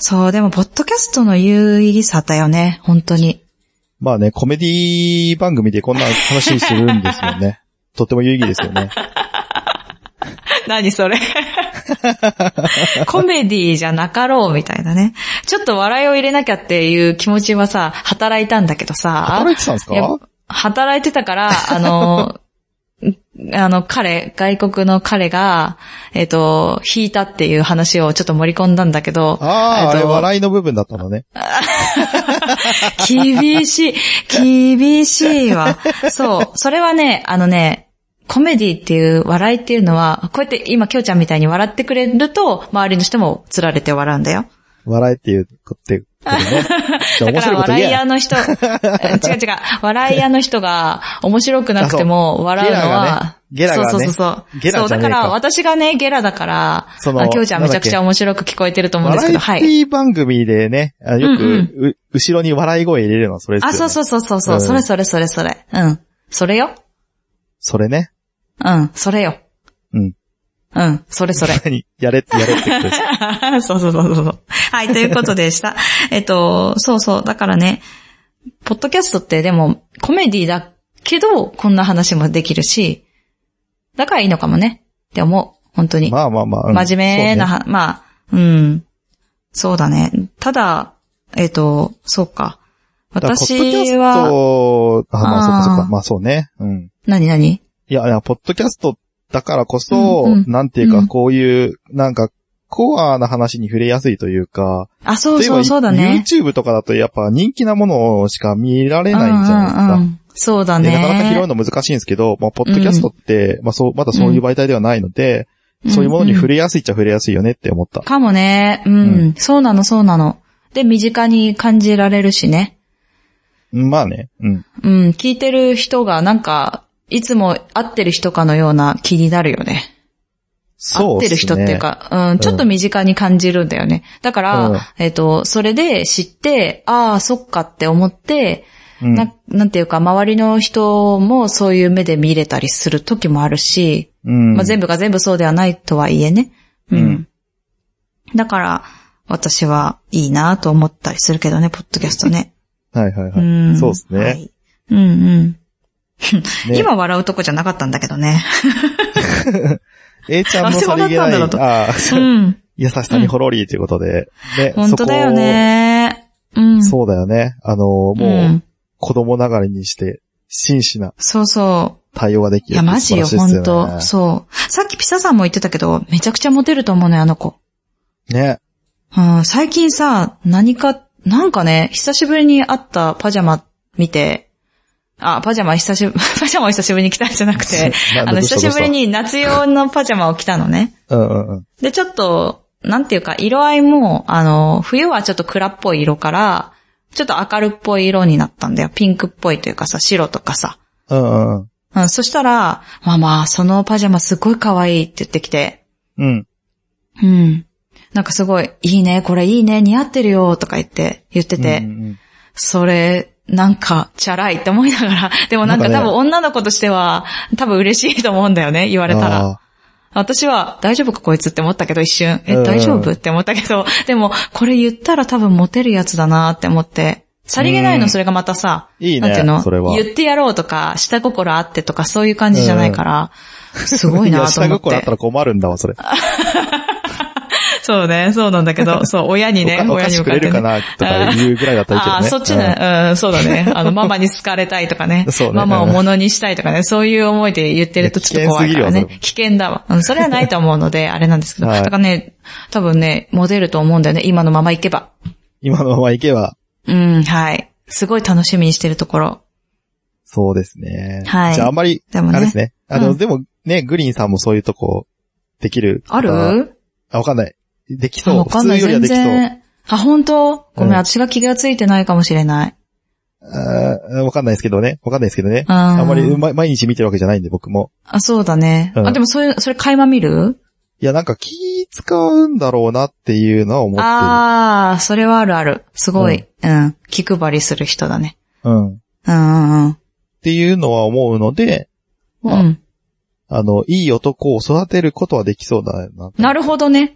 Speaker 2: そう、でも、ポッドキャストの有意義さだよね、本 当に。
Speaker 1: まあね、コメディ番組でこんな話するんですよ ね。とっても有意義ですよね。
Speaker 2: 何それコメディじゃなかろうみたいなね。ちょっと笑いを入れなきゃっていう気持ちはさ、働いたんだけどさ。
Speaker 1: 働いてたんです
Speaker 2: いや
Speaker 1: か
Speaker 2: 働いて たから、あの、あの、彼、外国の彼が、えっ、と、引いたっていう話をちょっと盛り込んだんだけど、
Speaker 1: ああ、あ
Speaker 2: えっ
Speaker 1: れ
Speaker 2: と
Speaker 1: 笑いの部分だったのね。
Speaker 2: 厳しい、厳しいわ。そう、それはね、あのね、コメディっていう笑いっていうのは、こうやって今、きょうちゃんみたいに笑ってくれると、周りの人もつられて笑うんだよ。
Speaker 1: 笑えっていうこと ね。じゃあ
Speaker 2: だ
Speaker 1: 面白い
Speaker 2: から
Speaker 1: こと言
Speaker 2: 笑い
Speaker 1: え
Speaker 2: 屋。の人、え違う違う、笑い屋の人が面白くなくても笑うのは、
Speaker 1: ゲラがね
Speaker 2: そうそうそう。
Speaker 1: ゲラ
Speaker 2: そう、
Speaker 1: じゃ
Speaker 2: だ
Speaker 1: ねえ
Speaker 2: か
Speaker 1: から
Speaker 2: 私がね、ゲラだから、
Speaker 1: その
Speaker 2: あきょうちゃんめちゃくちゃ面白く聞こえてると思うんですけど、は
Speaker 1: 笑
Speaker 2: い。
Speaker 1: い番組でね、あよく、
Speaker 2: うんうん
Speaker 1: う後ろに笑い声入れるのはそれですよ、
Speaker 2: あ、
Speaker 1: ね。
Speaker 2: そうそうそうそう、
Speaker 1: う
Speaker 2: うんそれそれそれそれ。うん。それよ。
Speaker 1: それね。
Speaker 2: うん、それよ。
Speaker 1: うん。
Speaker 2: うん、それそ れ。
Speaker 1: 何やれってやれって ことです。
Speaker 2: そうそうそうそう。はい、ということでした。 えっと、そうそう。だからね、ポッドキャストってでもコメディだけど、こんな話もできるし、だからいいのかもね。って思う。本当に。
Speaker 1: まあまあまあ。うん
Speaker 2: 真面目な
Speaker 1: そうね
Speaker 2: は、まあ、うん。そうだね。ただ、えっと、そうか。
Speaker 1: だから
Speaker 2: 私は、
Speaker 1: ポッドキャスト、あ、まあそっかそっ
Speaker 2: あ
Speaker 1: か。
Speaker 2: ー
Speaker 1: まあそうね。うん。
Speaker 2: 何何
Speaker 1: いや、いやポッドキャストだからこそ、
Speaker 2: うんうん
Speaker 1: なんていう
Speaker 2: う
Speaker 1: か、
Speaker 2: ん
Speaker 1: こういう、なんか、コアな話に触れやすいというか、
Speaker 2: あ、そう
Speaker 1: 例えば
Speaker 2: そうそうだね。
Speaker 1: YouTube とかだとやっぱ人気なものしか見られないんじゃないですか。
Speaker 2: うんうんうんそうだ
Speaker 1: で
Speaker 2: ね。
Speaker 1: なかなか拾うの難しいんですけど、まあ、ポッドキャストって、まあ、そう、まだそういう媒体ではないので、そういうものに
Speaker 2: んん
Speaker 1: 触れやすいっちゃ触れやすいよねって思った。
Speaker 2: かもね。うん。
Speaker 1: う
Speaker 2: そうなの、そうなの。で、身近に感じられるしね。
Speaker 1: まあね、うん。
Speaker 2: うん。聞いてる人がなんか、いつも会ってる人かのような気になるよね。
Speaker 1: そう
Speaker 2: 会って
Speaker 1: で
Speaker 2: る
Speaker 1: す
Speaker 2: 人
Speaker 1: ね。
Speaker 2: っていうか、うん、ちょっと身近に感じるんだよね。だから、
Speaker 1: うん
Speaker 2: えっ、と、それで知って、ああ、そっかって思って、
Speaker 1: うん、
Speaker 2: な、なんていうか、周りの人もそういう目で見れたりする時もあるし、
Speaker 1: うん。
Speaker 2: まあ、全部が全部そうではないとはいえね。うん。
Speaker 1: うん
Speaker 2: だから、私はいいなと思ったりするけどね、ポッドキャストね。
Speaker 1: はいはいは
Speaker 2: う
Speaker 1: い。
Speaker 2: ん。
Speaker 1: そうですね
Speaker 2: はいうんうん。
Speaker 1: ね、
Speaker 2: 今笑うとこじゃなかったんだけ どね。
Speaker 1: A ちゃんのさりげな
Speaker 2: あ
Speaker 1: い、
Speaker 2: そうだったん
Speaker 1: ああ
Speaker 2: うん。
Speaker 1: 優しさにほろりということで、ね、
Speaker 2: 本当だよね。うん。
Speaker 1: そこを。そうだよね。あのー、もう、
Speaker 2: ん
Speaker 1: 子供ながらにして、真摯な
Speaker 2: そうそう。
Speaker 1: 対応ができる。
Speaker 2: いや、マジよ、
Speaker 1: 素晴らしい
Speaker 2: 本
Speaker 1: ですよね
Speaker 2: 当そう。さっきピサさんも言ってたけど、めちゃくちゃモテると思うのよ、あの子。
Speaker 1: ね。
Speaker 2: うん、最近さ、何か、なんかね、久しぶりに会ったパジャマ見て、あ、パジャマ久しぶり、 パジャマを久しぶりに着たんじゃなくて、
Speaker 1: なんだ
Speaker 2: あの、
Speaker 1: どうした
Speaker 2: 久しぶり
Speaker 1: どうし
Speaker 2: に夏用のパジャマを着たのね。
Speaker 1: たうんうんうん。
Speaker 2: で、ちょっと、なんていうか、色合いも、あの、冬はちょっと暗っぽい色から、ちょっと明るっぽい色になったんだよ。ピンクっぽいというかさ、白とかさ。
Speaker 1: うんうんうん。
Speaker 2: うん、そしたら、ママ、そのパジャマすごい可愛いって言ってきて、
Speaker 1: うん。
Speaker 2: うん。なんかすごい、いいね、これいいね、似合ってるよ、とか言って、言ってて、
Speaker 1: うんうん
Speaker 2: それ、なんか、チャラいって思いながら、 でもなんか
Speaker 1: なんか
Speaker 2: 多
Speaker 1: ね
Speaker 2: 分女の子としては、多分嬉しいと思うんだよね、言われたら。
Speaker 1: あ
Speaker 2: 私は、大丈夫かこいつって思ったけど、一瞬、え、
Speaker 1: うん
Speaker 2: 大丈夫って思ったけど、でも、これ言ったら多分モテるやつだなって思って、さりげないうの、
Speaker 1: ん
Speaker 2: それがまたさ、
Speaker 1: ーいい
Speaker 2: なんていう
Speaker 1: ね
Speaker 2: の、
Speaker 1: それは。
Speaker 2: 言ってやろうとか、下心あってとか、そういう感じじゃないから、すご い
Speaker 1: い
Speaker 2: な
Speaker 1: や
Speaker 2: と思
Speaker 1: 下
Speaker 2: っ
Speaker 1: 心あってた。ら困るんだわ、そ れ。
Speaker 2: そうね、そうなんだ けど、そう、親にね、
Speaker 1: お
Speaker 2: 親
Speaker 1: 菓
Speaker 2: に
Speaker 1: 子
Speaker 2: 向
Speaker 1: く
Speaker 2: かっ
Speaker 1: れ
Speaker 2: て
Speaker 1: るか
Speaker 2: ね。
Speaker 1: な、とか言うぐらいだったらいいけど
Speaker 2: あ
Speaker 1: ね。。
Speaker 2: あ、そっちね、うん、そうだね。あの、ママに好かれたいとかね
Speaker 1: そうね
Speaker 2: ママを物にしたいとかね、そういう思いで言ってるとちょっと怖いから
Speaker 1: いや危
Speaker 2: ね
Speaker 1: 険すぎるわそれ。も
Speaker 2: 危険だわ。うん、それはないと思う ので、あれなんですけど。
Speaker 1: はい
Speaker 2: だからね、多分ね、モデルと思うんだよね、今のままいけば。
Speaker 1: 今のまま行けば、
Speaker 2: うん、はい。すごい楽しみにしてるところ。
Speaker 1: そうですね。
Speaker 2: はい
Speaker 1: じゃああんまり、
Speaker 2: でも
Speaker 1: あれで
Speaker 2: ね
Speaker 1: す。ね。あの、
Speaker 2: うん
Speaker 1: でもね、グリーンさんもそういうとこ、できる。
Speaker 2: ある
Speaker 1: あ、わかんない。でき
Speaker 2: あ
Speaker 1: そう。
Speaker 2: わかんない、
Speaker 1: 普通よ
Speaker 2: 全
Speaker 1: りはできそう。
Speaker 2: 然。あ、本当ごめん、
Speaker 1: うん
Speaker 2: 私が気がついてないかもしれない。
Speaker 1: あーわかんないですけどね。わかんないですけどね。
Speaker 2: あ
Speaker 1: あ
Speaker 2: ー
Speaker 1: んまり、ま毎日見てるわけじゃないんで、僕も。
Speaker 2: あ、そうだね。
Speaker 1: うん
Speaker 2: あ、でもそういう、それ垣間見る
Speaker 1: いや、なんか気使うんだろうなっていうのは思っ
Speaker 2: ああ、それはあるある。すごい、うん。気配りする人だね。
Speaker 1: てる。うん。っ
Speaker 2: うんうんうん。
Speaker 1: ていうのは思うので、まあ
Speaker 2: うん。
Speaker 1: あの、いい男を育てることはできそうだな。
Speaker 2: なるほどね。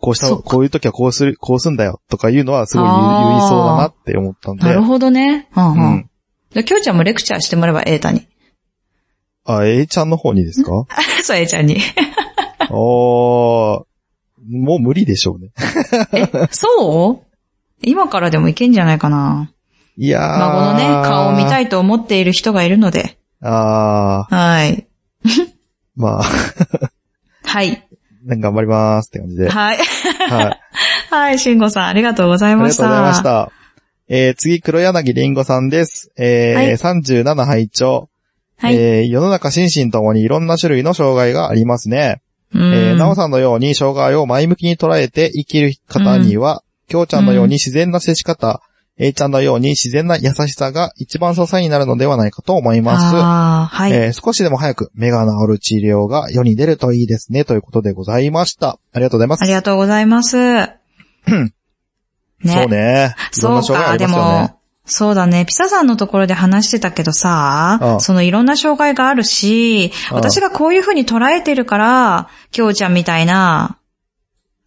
Speaker 1: こうした、
Speaker 2: そっか
Speaker 1: こういう時はこうする、こうすんだよとかいうのはすごい言う
Speaker 2: あー
Speaker 1: 言いそうだなって思ったんで。
Speaker 2: なるほどね。うん
Speaker 1: う
Speaker 2: うん
Speaker 1: ん。。
Speaker 2: で、きょうちゃんもレクチャーしてもらえば、エータに。
Speaker 1: あ、A ちゃんの方にですか
Speaker 2: そう、エーちゃんに。
Speaker 1: あー、もう無理でしょうね。
Speaker 2: そう今からでもいけんじゃないかな。
Speaker 1: いやー。
Speaker 2: 孫のね、顔を見た
Speaker 1: い。
Speaker 2: いと思っている人がいるので。
Speaker 1: あー、
Speaker 2: はい。
Speaker 1: まあ、
Speaker 2: はい。
Speaker 1: 頑張りますって感じ で。はい。
Speaker 2: はい。
Speaker 1: あ
Speaker 2: はい、慎吾さん、ありがとうござい
Speaker 1: り
Speaker 2: ま
Speaker 1: が
Speaker 2: し
Speaker 1: と
Speaker 2: た。
Speaker 1: うございました。えー、次、黒柳りんごさんです。えー
Speaker 2: はい
Speaker 1: 37拝聴、
Speaker 2: はい。
Speaker 1: えー、世の中心身ともにいろんな種類の障害がありますね。えーなおさんのように障害を前向きに捉えて生きる方には、きょうちゃんのように自然な接し方、えいちゃんのように自然な優しさが一番支えになるのではないかと思います。
Speaker 2: ああ、はい。
Speaker 1: えー少しでも早く目が治る治療が世に出るといいですね、ということでございました。ありがとうございます。
Speaker 2: ありがとうございます。ね。
Speaker 1: そうね。いろんな
Speaker 2: そう
Speaker 1: 障害あ
Speaker 2: か、
Speaker 1: り
Speaker 2: で
Speaker 1: ますよね。
Speaker 2: も、そうだね。ピサさんのところで話してたけどさ、
Speaker 1: うん
Speaker 2: そのいろんな障害があるし、
Speaker 1: うん
Speaker 2: 私がこういうふうに捉えてるから、きょうちゃんみたいな、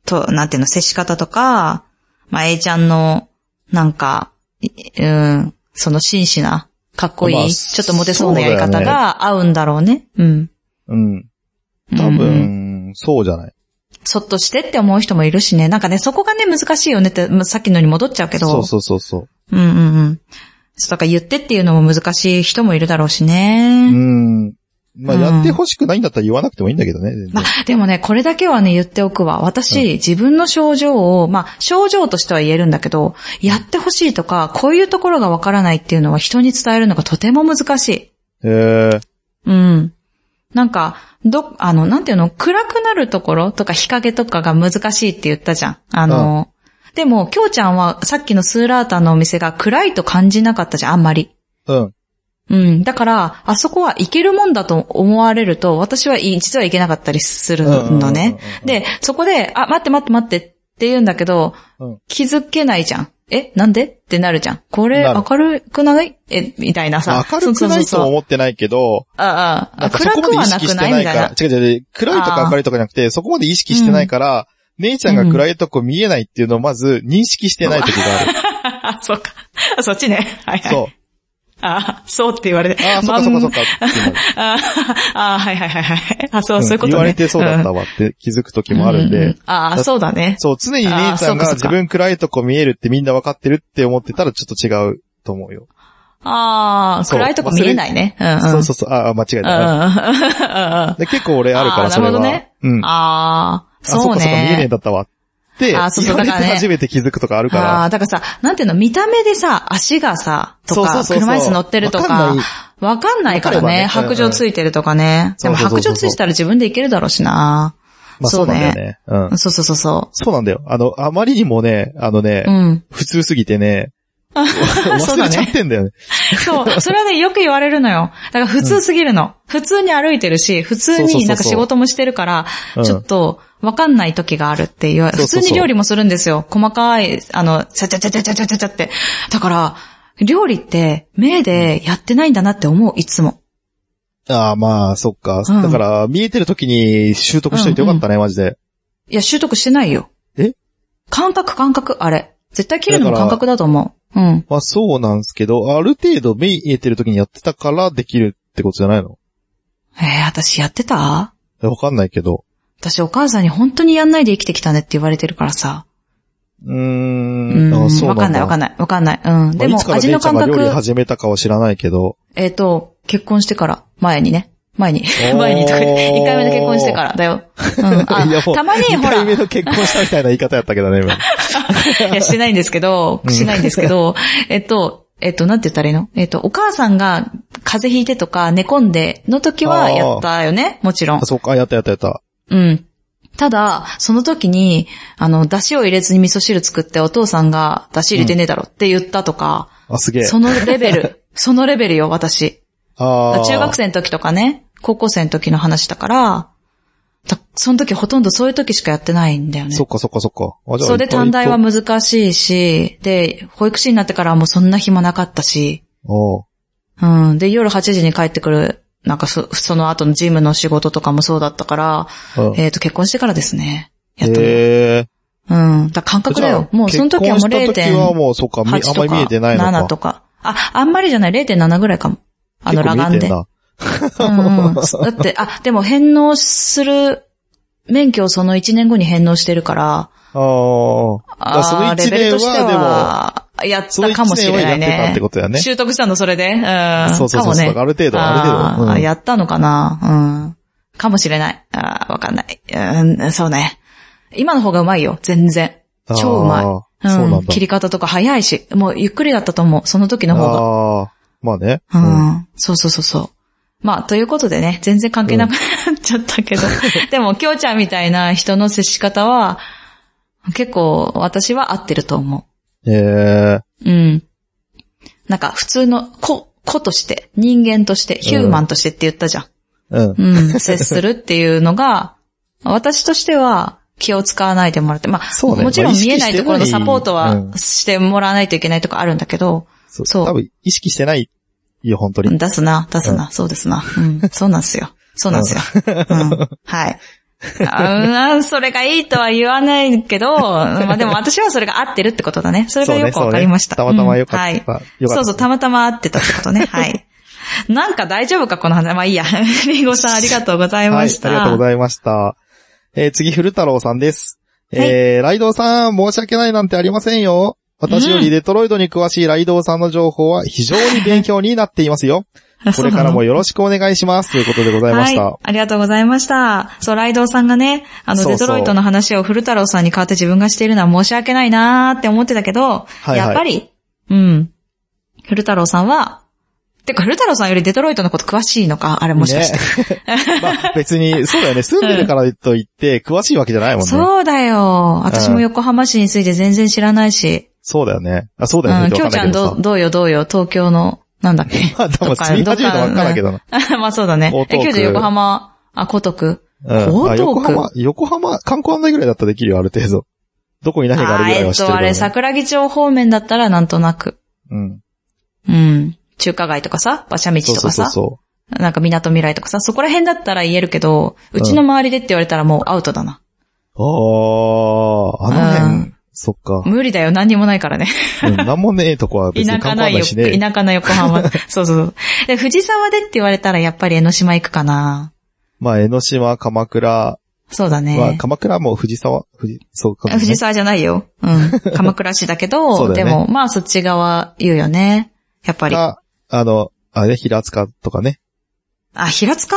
Speaker 2: と、なんていうの、接し方とか、まあ、A ちゃんの、なんか、いうん、その真摯な、かっこいい、
Speaker 1: まあ
Speaker 2: ちょっとモテそうなやり
Speaker 1: そうだ
Speaker 2: 方
Speaker 1: よね
Speaker 2: が合うんだろうね。うん。
Speaker 1: うん。多
Speaker 2: うん
Speaker 1: 分、そうじゃない。
Speaker 2: そっとしてって思う人もいるしね。なんかね、そこがね、難しいよねって、まあさっきのに戻っちゃうけど。
Speaker 1: そうそうそうそう。
Speaker 2: うんうんうん。そう、だから言ってっていうのも難しい人もいるだろうしね。
Speaker 1: うん。まあ、
Speaker 2: うん
Speaker 1: やってほしくないんだったら言わなくてもいいんだけどね、全
Speaker 2: ま
Speaker 1: 然。
Speaker 2: あ、でもね、これだけはね、言っておくわ。私、自分の症状を、まあ、症状としては言えるんだけど、やってほしいとか、こういうところがわからないっていうのは人に伝えるのがとても難しい。
Speaker 1: えー、
Speaker 2: うん。なんか、ど、あの、なんていうの、暗くなるところとか日陰とかが難しいって言ったじゃん。あの、でも、きょうちゃんはさっきのスーラータンのお店が暗いと感じなかったじゃん、あんまり。
Speaker 1: うん。
Speaker 2: うん。だから、あそこはいけるもんだと思われると、私はい実はいけなかったりするのね。
Speaker 1: うん
Speaker 2: で、そこで、あ、待って待って待ってって言うんだけど、
Speaker 1: うん
Speaker 2: 気づけないじゃん。え、なんでってなるじゃん。これ
Speaker 1: なる
Speaker 2: 明るくないえ、みたいなさ。
Speaker 1: 明るく
Speaker 2: そう
Speaker 1: な
Speaker 2: そう
Speaker 1: いとは
Speaker 2: そう。
Speaker 1: 思ってないけど、
Speaker 2: ああ
Speaker 1: な
Speaker 2: あ、
Speaker 1: んかそこ
Speaker 2: 暗
Speaker 1: まで
Speaker 2: く
Speaker 1: 意
Speaker 2: はな
Speaker 1: 識し
Speaker 2: く
Speaker 1: て
Speaker 2: ない
Speaker 1: な
Speaker 2: み
Speaker 1: い
Speaker 2: た
Speaker 1: か
Speaker 2: いな
Speaker 1: ら、。違う違う違う、暗いとか明るいとかじゃなくて、そこまで意識してないから、姉ちゃんが暗いとこ見えないっていうのをまず認識してない時がある。
Speaker 2: あ、そうか。あそっちね。はいはい。
Speaker 1: そう。
Speaker 2: ああ、そうって言われて。
Speaker 1: あ あ、そっかそっかそっかっていうの。
Speaker 2: ああ、はいはいはいはい。あ、そう、
Speaker 1: ん
Speaker 2: そういうことね。
Speaker 1: 言われてそうだった
Speaker 2: ん
Speaker 1: わって気づく時もあるん
Speaker 2: う
Speaker 1: で
Speaker 2: う、ああ、そうだね。
Speaker 1: そう、常に姉ちゃん
Speaker 2: あーそうか
Speaker 1: が
Speaker 2: そう
Speaker 1: 自
Speaker 2: か
Speaker 1: 分暗いとこ見えるってみんなわかってるって思ってたらちょっと違うと思うよ。
Speaker 2: ああ、
Speaker 1: そう
Speaker 2: 暗いとこ見えないね。うんうん。
Speaker 1: そうそうそう、ああ、間違え
Speaker 2: うんうん。
Speaker 1: た。
Speaker 2: あ
Speaker 1: で結構俺あるから、
Speaker 2: あー
Speaker 1: それ
Speaker 2: なるほど
Speaker 1: は
Speaker 2: ね。
Speaker 1: うん。あ、
Speaker 2: あー、
Speaker 1: そっかそ
Speaker 2: そう
Speaker 1: っか、見えねえ
Speaker 2: ね。
Speaker 1: だったわ。って、言
Speaker 2: あ
Speaker 1: わ
Speaker 2: ーそうそう
Speaker 1: れて
Speaker 2: だからね
Speaker 1: 初めて気づくとかある
Speaker 2: あ
Speaker 1: か
Speaker 2: あ、だからさ、なんていうの、見た目でさ、足がさ、
Speaker 1: ら。
Speaker 2: とか、車椅子乗ってると
Speaker 1: わか
Speaker 2: か
Speaker 1: んない、
Speaker 2: わかんないから
Speaker 1: わかれば
Speaker 2: ね
Speaker 1: ね。
Speaker 2: 白状ついてるとかね。
Speaker 1: う
Speaker 2: で
Speaker 1: んう
Speaker 2: も
Speaker 1: ん
Speaker 2: 白状ついてたら自分でいけるだろうしな。
Speaker 1: まあそうなんだよね。うん。
Speaker 2: そうそうそうそ
Speaker 1: そうなんだよ。あの、あまりにもね、あのね
Speaker 2: う。う、ん。
Speaker 1: 普通すぎてね、 忘れちゃってんだよね。
Speaker 2: そう、それはね、よく言われるのよ。だから普通すぎるの。普通に歩いてるし、普通になんか仕事もしてるから、
Speaker 1: うん
Speaker 2: ちょっと、わかんない時があるって言われ、
Speaker 1: そう
Speaker 2: 普
Speaker 1: そうそう
Speaker 2: 通に料理もするんですよ。細かい、あの、ちゃちゃちゃちゃちゃちゃちゃちゃって。だから、料理って、目でやってないんだなって思う、いつも。
Speaker 1: ああ、まあ、そっか。
Speaker 2: うん
Speaker 1: だから、見えてる時に習得しといてよかったね、マジで。
Speaker 2: いや、習得してないよ。
Speaker 1: え
Speaker 2: 感覚、感覚、あれ。絶対切るのも感覚だと思う。うん。
Speaker 1: まあそうなんですけど、ある程度見えてる時にやってたからできるってことじゃないの
Speaker 2: えー、私やってた
Speaker 1: わかんないけど。
Speaker 2: 私お母さんに本当にやんないで生きてきたねって言われてるからさ。
Speaker 1: うーん、あ
Speaker 2: うん。
Speaker 1: そう
Speaker 2: わかんないわかん
Speaker 1: ない。
Speaker 2: ない。わかんない。うん。
Speaker 1: まあ
Speaker 2: で
Speaker 1: い
Speaker 2: も
Speaker 1: つ、から
Speaker 2: 味
Speaker 1: 姉
Speaker 2: の
Speaker 1: ちゃん
Speaker 2: 感
Speaker 1: が料理
Speaker 2: 覚、
Speaker 1: 始めたかは知らないけど。
Speaker 2: えっ、と、結婚してから、前にね。前に。 前にとか言って、
Speaker 1: おー
Speaker 2: 1回目の結婚してからだよ。うん。あ
Speaker 1: いやもう、
Speaker 2: たまに
Speaker 1: 二
Speaker 2: ほら、
Speaker 1: 回目
Speaker 2: い
Speaker 1: の結婚したみたいな言い方やったけどね、今。
Speaker 2: や、してないんですけど、
Speaker 1: うん
Speaker 2: してないんです けど、えっと、えっと、なんて言ったらいいのえっと、お母さんが風邪ひいてとか寝込んでの時はやったよね、もちろん
Speaker 1: あ、。そっか、やったやったやった。
Speaker 2: うん。ただ、その時に、あの、出汁を入れずに味噌汁作ってお父さんが出汁入れてねえだろって言ったとか、
Speaker 1: あ、すげえ。
Speaker 2: そのレベル、そのレベルよ、私。
Speaker 1: ああ。
Speaker 2: 中学生の時とかね、高校生の時の話だから、だその時ほとんどそういう時しかやってないんだよね。
Speaker 1: そっかそっかそっか。あじゃあ
Speaker 2: それで短大は難しいし、で、保育士になってからはもうそんな暇なかったし、
Speaker 1: おう
Speaker 2: うん。で、夜8時に帰ってくる、なんかそ、その後のジムの仕事とかもそうだったから、
Speaker 1: うん
Speaker 2: えっ、と、結婚してからですね。やっと、
Speaker 1: へえ。
Speaker 2: うん。だから感覚だよ。もうその時はもう
Speaker 1: 結婚した時は
Speaker 2: 0.8
Speaker 1: もうそっか、みあんま
Speaker 2: と
Speaker 1: り見えてないの
Speaker 2: か、7
Speaker 1: か。
Speaker 2: とか。あ、あんまりじゃない、0.7ぐらいかも。あの、
Speaker 1: 結構
Speaker 2: 裸
Speaker 1: 見え
Speaker 2: 眼
Speaker 1: て
Speaker 2: で
Speaker 1: ん。な
Speaker 2: うんうん、だって、あ、でも返納する、免許をその1年後に返納してるから、
Speaker 1: ああ。
Speaker 2: あー
Speaker 1: その一年は
Speaker 2: レベルとしては、やっ
Speaker 1: その
Speaker 2: たかもしれない
Speaker 1: 一年はやってたっ
Speaker 2: ね
Speaker 1: て。ことだよね。
Speaker 2: 習得したの、それで。うん。
Speaker 1: そうそうそ
Speaker 2: か
Speaker 1: う
Speaker 2: も
Speaker 1: そう。
Speaker 2: ね。
Speaker 1: だからある程度、ある程
Speaker 2: あー
Speaker 1: 度。
Speaker 2: あ
Speaker 1: うん
Speaker 2: やったのかなうん。かもしれない。あーわかんない。うん、そうね。今の方がうまいよ、全然。超うまい
Speaker 1: あ
Speaker 2: う
Speaker 1: ーそうなん
Speaker 2: ん。
Speaker 1: だ
Speaker 2: 切。り方とか早いし、もうゆっくりだったと思う、その時の方が。
Speaker 1: ああ。まあね。
Speaker 2: う
Speaker 1: うん
Speaker 2: ん。そうそうそうそう。まあ、ということでね、全然関係なくなっちゃったけど。 でも、きょうちゃんみたいな人の接し方は、結構私は合ってると思
Speaker 1: ええ。
Speaker 2: う。うん。なんか、普通の子、子として、人間として、ヒューマンとしてって言ったじゃん。
Speaker 1: うん。
Speaker 2: うん、接するっていうのが、私としては気を使わないでもらって、まあ、
Speaker 1: そうね
Speaker 2: もちろ
Speaker 1: ま
Speaker 2: ん
Speaker 1: あ意識
Speaker 2: 見えないところのサポート
Speaker 1: してない
Speaker 2: はしてもらわないといけないとかあるんだけど、
Speaker 1: そう。
Speaker 2: そう
Speaker 1: 多分、意識してないよ、本当に。
Speaker 2: 出すな、出すな、そうですな。うん、そうなんですよ。そうなんですよ。うん、はい。あうん、それがいいとは言わないけど、まあでも私はそれが合ってるってことだね。それがよくわかりました。
Speaker 1: そうねそうねたまたまよか
Speaker 2: うんはい
Speaker 1: った。よか
Speaker 2: そ
Speaker 1: っ
Speaker 2: うそう、
Speaker 1: た。
Speaker 2: たまたま会ってたっ てことね。はい。なんか大丈夫かこの話。まあいいや。リンゴさんありがとうござい
Speaker 1: は
Speaker 2: ま
Speaker 1: い、
Speaker 2: し
Speaker 1: あ
Speaker 2: た。
Speaker 1: りがとうございました。えー次、古太郎さんです。えーライドウさん、申し訳ないなんてありませんよ。私よりデトロイドに詳しいライドウさんの情報は非常に勉強になっていますよ。
Speaker 2: あ
Speaker 1: こ
Speaker 2: そう
Speaker 1: れ
Speaker 2: な
Speaker 1: から
Speaker 2: の
Speaker 1: もよろしくお願いします。ということでございました。
Speaker 2: はい。ありがとうございました。そう、ライドウさんがね、あの、
Speaker 1: そうそう
Speaker 2: デトロイトの話を古太郎さんに代わって自分がしているのは申し訳ないなーって思ってたけど、
Speaker 1: いはい
Speaker 2: やっぱり、うん。古太郎さんは、てか、古太郎さんよりデトロイトのこと詳しいのかあれもしかして。
Speaker 1: ね まあ別に、そうだ よね。住んでるからといって、詳しいわけじゃないもんね。そう
Speaker 2: そうだよ。私も横浜市について全然知らないし。
Speaker 1: だよね。あ、そう
Speaker 2: う
Speaker 1: だよね。
Speaker 2: ん、
Speaker 1: って
Speaker 2: きょ
Speaker 1: わ
Speaker 2: うち
Speaker 1: か
Speaker 2: ゃ
Speaker 1: ない
Speaker 2: ん
Speaker 1: けど
Speaker 2: ど
Speaker 1: さ
Speaker 2: う、どうよどうよ、東京のなんだっけ
Speaker 1: まあ、多分住み始めたばっかだけどな。
Speaker 2: まあそうだね
Speaker 1: 江。
Speaker 2: え、
Speaker 1: 東区
Speaker 2: 九州横浜、あ、古徳。
Speaker 1: うん。あ
Speaker 2: 江東区
Speaker 1: 横浜、横浜、観光案内ぐらいだったらできるよ、ある程度。どこに何がある
Speaker 2: あ
Speaker 1: ぐ
Speaker 2: ー
Speaker 1: らい
Speaker 2: え
Speaker 1: は
Speaker 2: っ
Speaker 1: 知って
Speaker 2: と、
Speaker 1: る
Speaker 2: あ
Speaker 1: から、
Speaker 2: れ、
Speaker 1: ね。
Speaker 2: 桜木町方面だったらなんとなく。
Speaker 1: うん。
Speaker 2: うん。中華街とかさ、馬車道
Speaker 1: そう
Speaker 2: と
Speaker 1: そう
Speaker 2: か
Speaker 1: そう
Speaker 2: さ、
Speaker 1: そ
Speaker 2: なんか港未来とかさ、そこら辺だったら言えるけど、うちの周りでって言われたらもうアウトだな。
Speaker 1: う。ああ、あの
Speaker 2: う
Speaker 1: 辺
Speaker 2: ん、
Speaker 1: そっか。
Speaker 2: 無理だよ、何にもないからね。
Speaker 1: うん、なんもねえとこは別に
Speaker 2: 田
Speaker 1: 観
Speaker 2: 舎
Speaker 1: 光
Speaker 2: な
Speaker 1: 案内しねえ。
Speaker 2: 田舎な 横浜。そうそうそう。で、藤沢でって言われたらやっぱり江ノ島行くかな。
Speaker 1: まあ、江ノ島、鎌倉、
Speaker 2: そうだね。
Speaker 1: まあ、鎌倉も藤沢、藤、そうかもね、
Speaker 2: 藤沢じゃないよ。 うん。鎌倉市だけど、
Speaker 1: そうだ
Speaker 2: で
Speaker 1: よね
Speaker 2: も、まあそっち側言うよね。やっぱり。あ、
Speaker 1: か、あの、あれ、平塚とかね。
Speaker 2: 平塚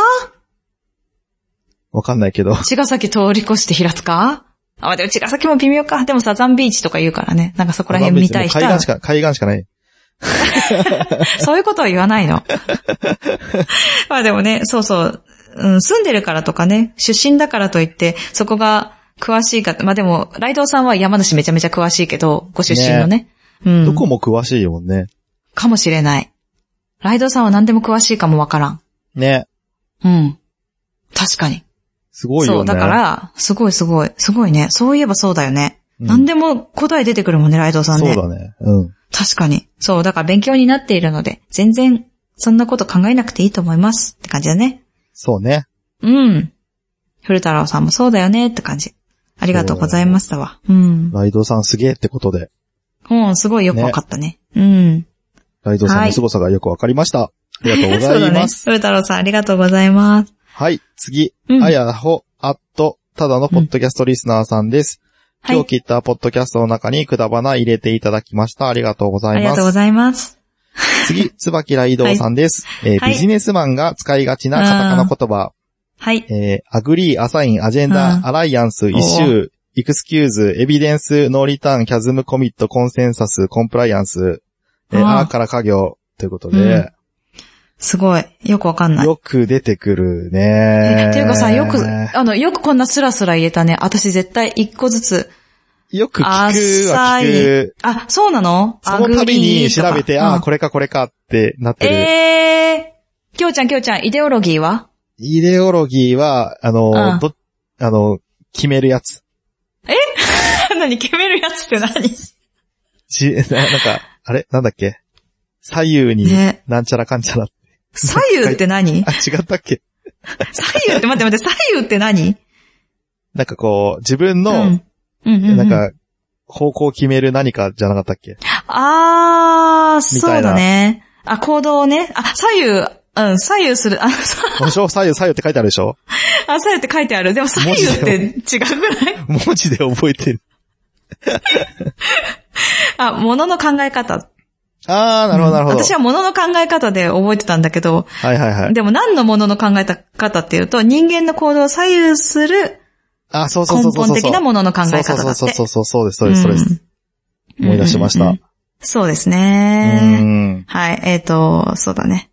Speaker 1: わかんないけど。
Speaker 2: 茅ヶ崎通り越して平塚あ、まあでも茅ヶ崎も微妙か。でもサザンビーチとか言うからね。なんかそこら辺見たい人
Speaker 1: もう海
Speaker 2: は
Speaker 1: 岸し。か、海岸しかない。
Speaker 2: そういうことは言わ ないの。まあでもね、そうそう、うん、住んでるからとかね、出身だからといって、そこが詳しいか、まあでも、ライドウさんは山梨めちゃめちゃ詳しいけど、ご出身のね。うん。
Speaker 1: どこも詳しいもんね。
Speaker 2: かもしれない。ライドウさんは何でも詳しいかもわからん。
Speaker 1: ね。
Speaker 2: うん。確かに。
Speaker 1: すごい
Speaker 2: そ
Speaker 1: よ
Speaker 2: う、
Speaker 1: ね。
Speaker 2: だか、ら、すごいすごい、すごいね。そういえばそうだよね。
Speaker 1: うん
Speaker 2: 何でも答え出てくるもんね、ライドウさんね。
Speaker 1: そうだね。うん。
Speaker 2: 確かに。そう、だから勉強になっているので、全然、そんなこと考えなくていいと思いますって感じだね。
Speaker 1: そうね。
Speaker 2: うん。古太郎さんもそうだよねって感じ。ありがとうございましたわ。うん。
Speaker 1: ライドさんすげえってことで、
Speaker 2: うん、すごいよくわかったね。うん。
Speaker 1: ライドさん
Speaker 2: は
Speaker 1: の
Speaker 2: い
Speaker 1: 凄さがよくわかりました。ありがとうご
Speaker 2: そ
Speaker 1: ざ
Speaker 2: うだ
Speaker 1: い
Speaker 2: ね
Speaker 1: ま。す。
Speaker 2: 古太郎さんありがとうございます。
Speaker 1: はい、次。
Speaker 2: うん。
Speaker 1: あ
Speaker 2: はい。
Speaker 1: やほ、あっと、ただのポッドキャストリスナーさんです。今日切ったポッドキャストの中にくだばな入れていただきました。ありがとうござ
Speaker 2: あ
Speaker 1: い
Speaker 2: りが
Speaker 1: ま
Speaker 2: とうご
Speaker 1: す。
Speaker 2: ざいます。
Speaker 1: 次、つばきらいどうさんです。えー
Speaker 2: はい
Speaker 1: ビジネスマンが使いがちなカタカナ言葉、
Speaker 2: はい。
Speaker 1: えーアグリー、アサイン、アジェン
Speaker 2: う
Speaker 1: ダ
Speaker 2: ん
Speaker 1: ー、アライアンス、
Speaker 2: ー
Speaker 1: イシュー、エクスキューズ、エビデンス、ノーリターン、キャズム、コミット、コンセンサス、コンプライアンス、えー
Speaker 2: あー
Speaker 1: あーから家業ということ
Speaker 2: うん
Speaker 1: で、
Speaker 2: すごい。よくわかんない。
Speaker 1: よく出てくる
Speaker 2: え
Speaker 1: ね。
Speaker 2: っていうかさ、よく、あの、よくこんなスラスラ言えたね。私絶対一個ずつ。
Speaker 1: よく聞くは
Speaker 2: あ
Speaker 1: 聞く。
Speaker 2: あ、そうなの
Speaker 1: その度に調べて、ああー、
Speaker 2: こ
Speaker 1: これかこれかってなってる。
Speaker 2: えー。きょうちゃん、きょうちゃん、イデオロギーは
Speaker 1: イデオロギーは、あの
Speaker 2: うん
Speaker 1: ー、ど、あのー、決めるやつ。
Speaker 2: 何決めるやつって何
Speaker 1: し、 ななんか、あれなんだっけ左右に
Speaker 2: ね、
Speaker 1: なんちゃらかんちゃら。
Speaker 2: 左右って何
Speaker 1: あ、違ったっけ
Speaker 2: 左右って待って待って、左右って何
Speaker 1: なんかこう、自分
Speaker 2: う
Speaker 1: の
Speaker 2: ん、、うんうんうん
Speaker 1: なんか、方向を決める何かじゃなかったっけ
Speaker 2: あー、
Speaker 1: みた
Speaker 2: そ
Speaker 1: いうな
Speaker 2: だね。あ、行動をね。あ、左右、うん、左右する。あ、さ
Speaker 1: あそう左右左右って書いてあるでしょ
Speaker 2: あ左右って書いてある。でも左右って違くない
Speaker 1: 文字で覚えてる。
Speaker 2: あ、物の考え方。
Speaker 1: あー、なるほど、なるほど。
Speaker 2: 私は物の考え方で覚えてたんだけど、
Speaker 1: はいはいはい。
Speaker 2: でも何の物の考え方っていうと、人間の行動を左右する
Speaker 1: あ、そうそう
Speaker 2: 根
Speaker 1: そうそうそう。
Speaker 2: 本的な物の考え方だって。
Speaker 1: そうそうそうそう、そうです、そうです、そうです。
Speaker 2: うん
Speaker 1: 思い出しまし
Speaker 2: うんう
Speaker 1: た
Speaker 2: んうん。そうです
Speaker 1: う
Speaker 2: ね。
Speaker 1: ん。
Speaker 2: はい、えっ、と、そうだね。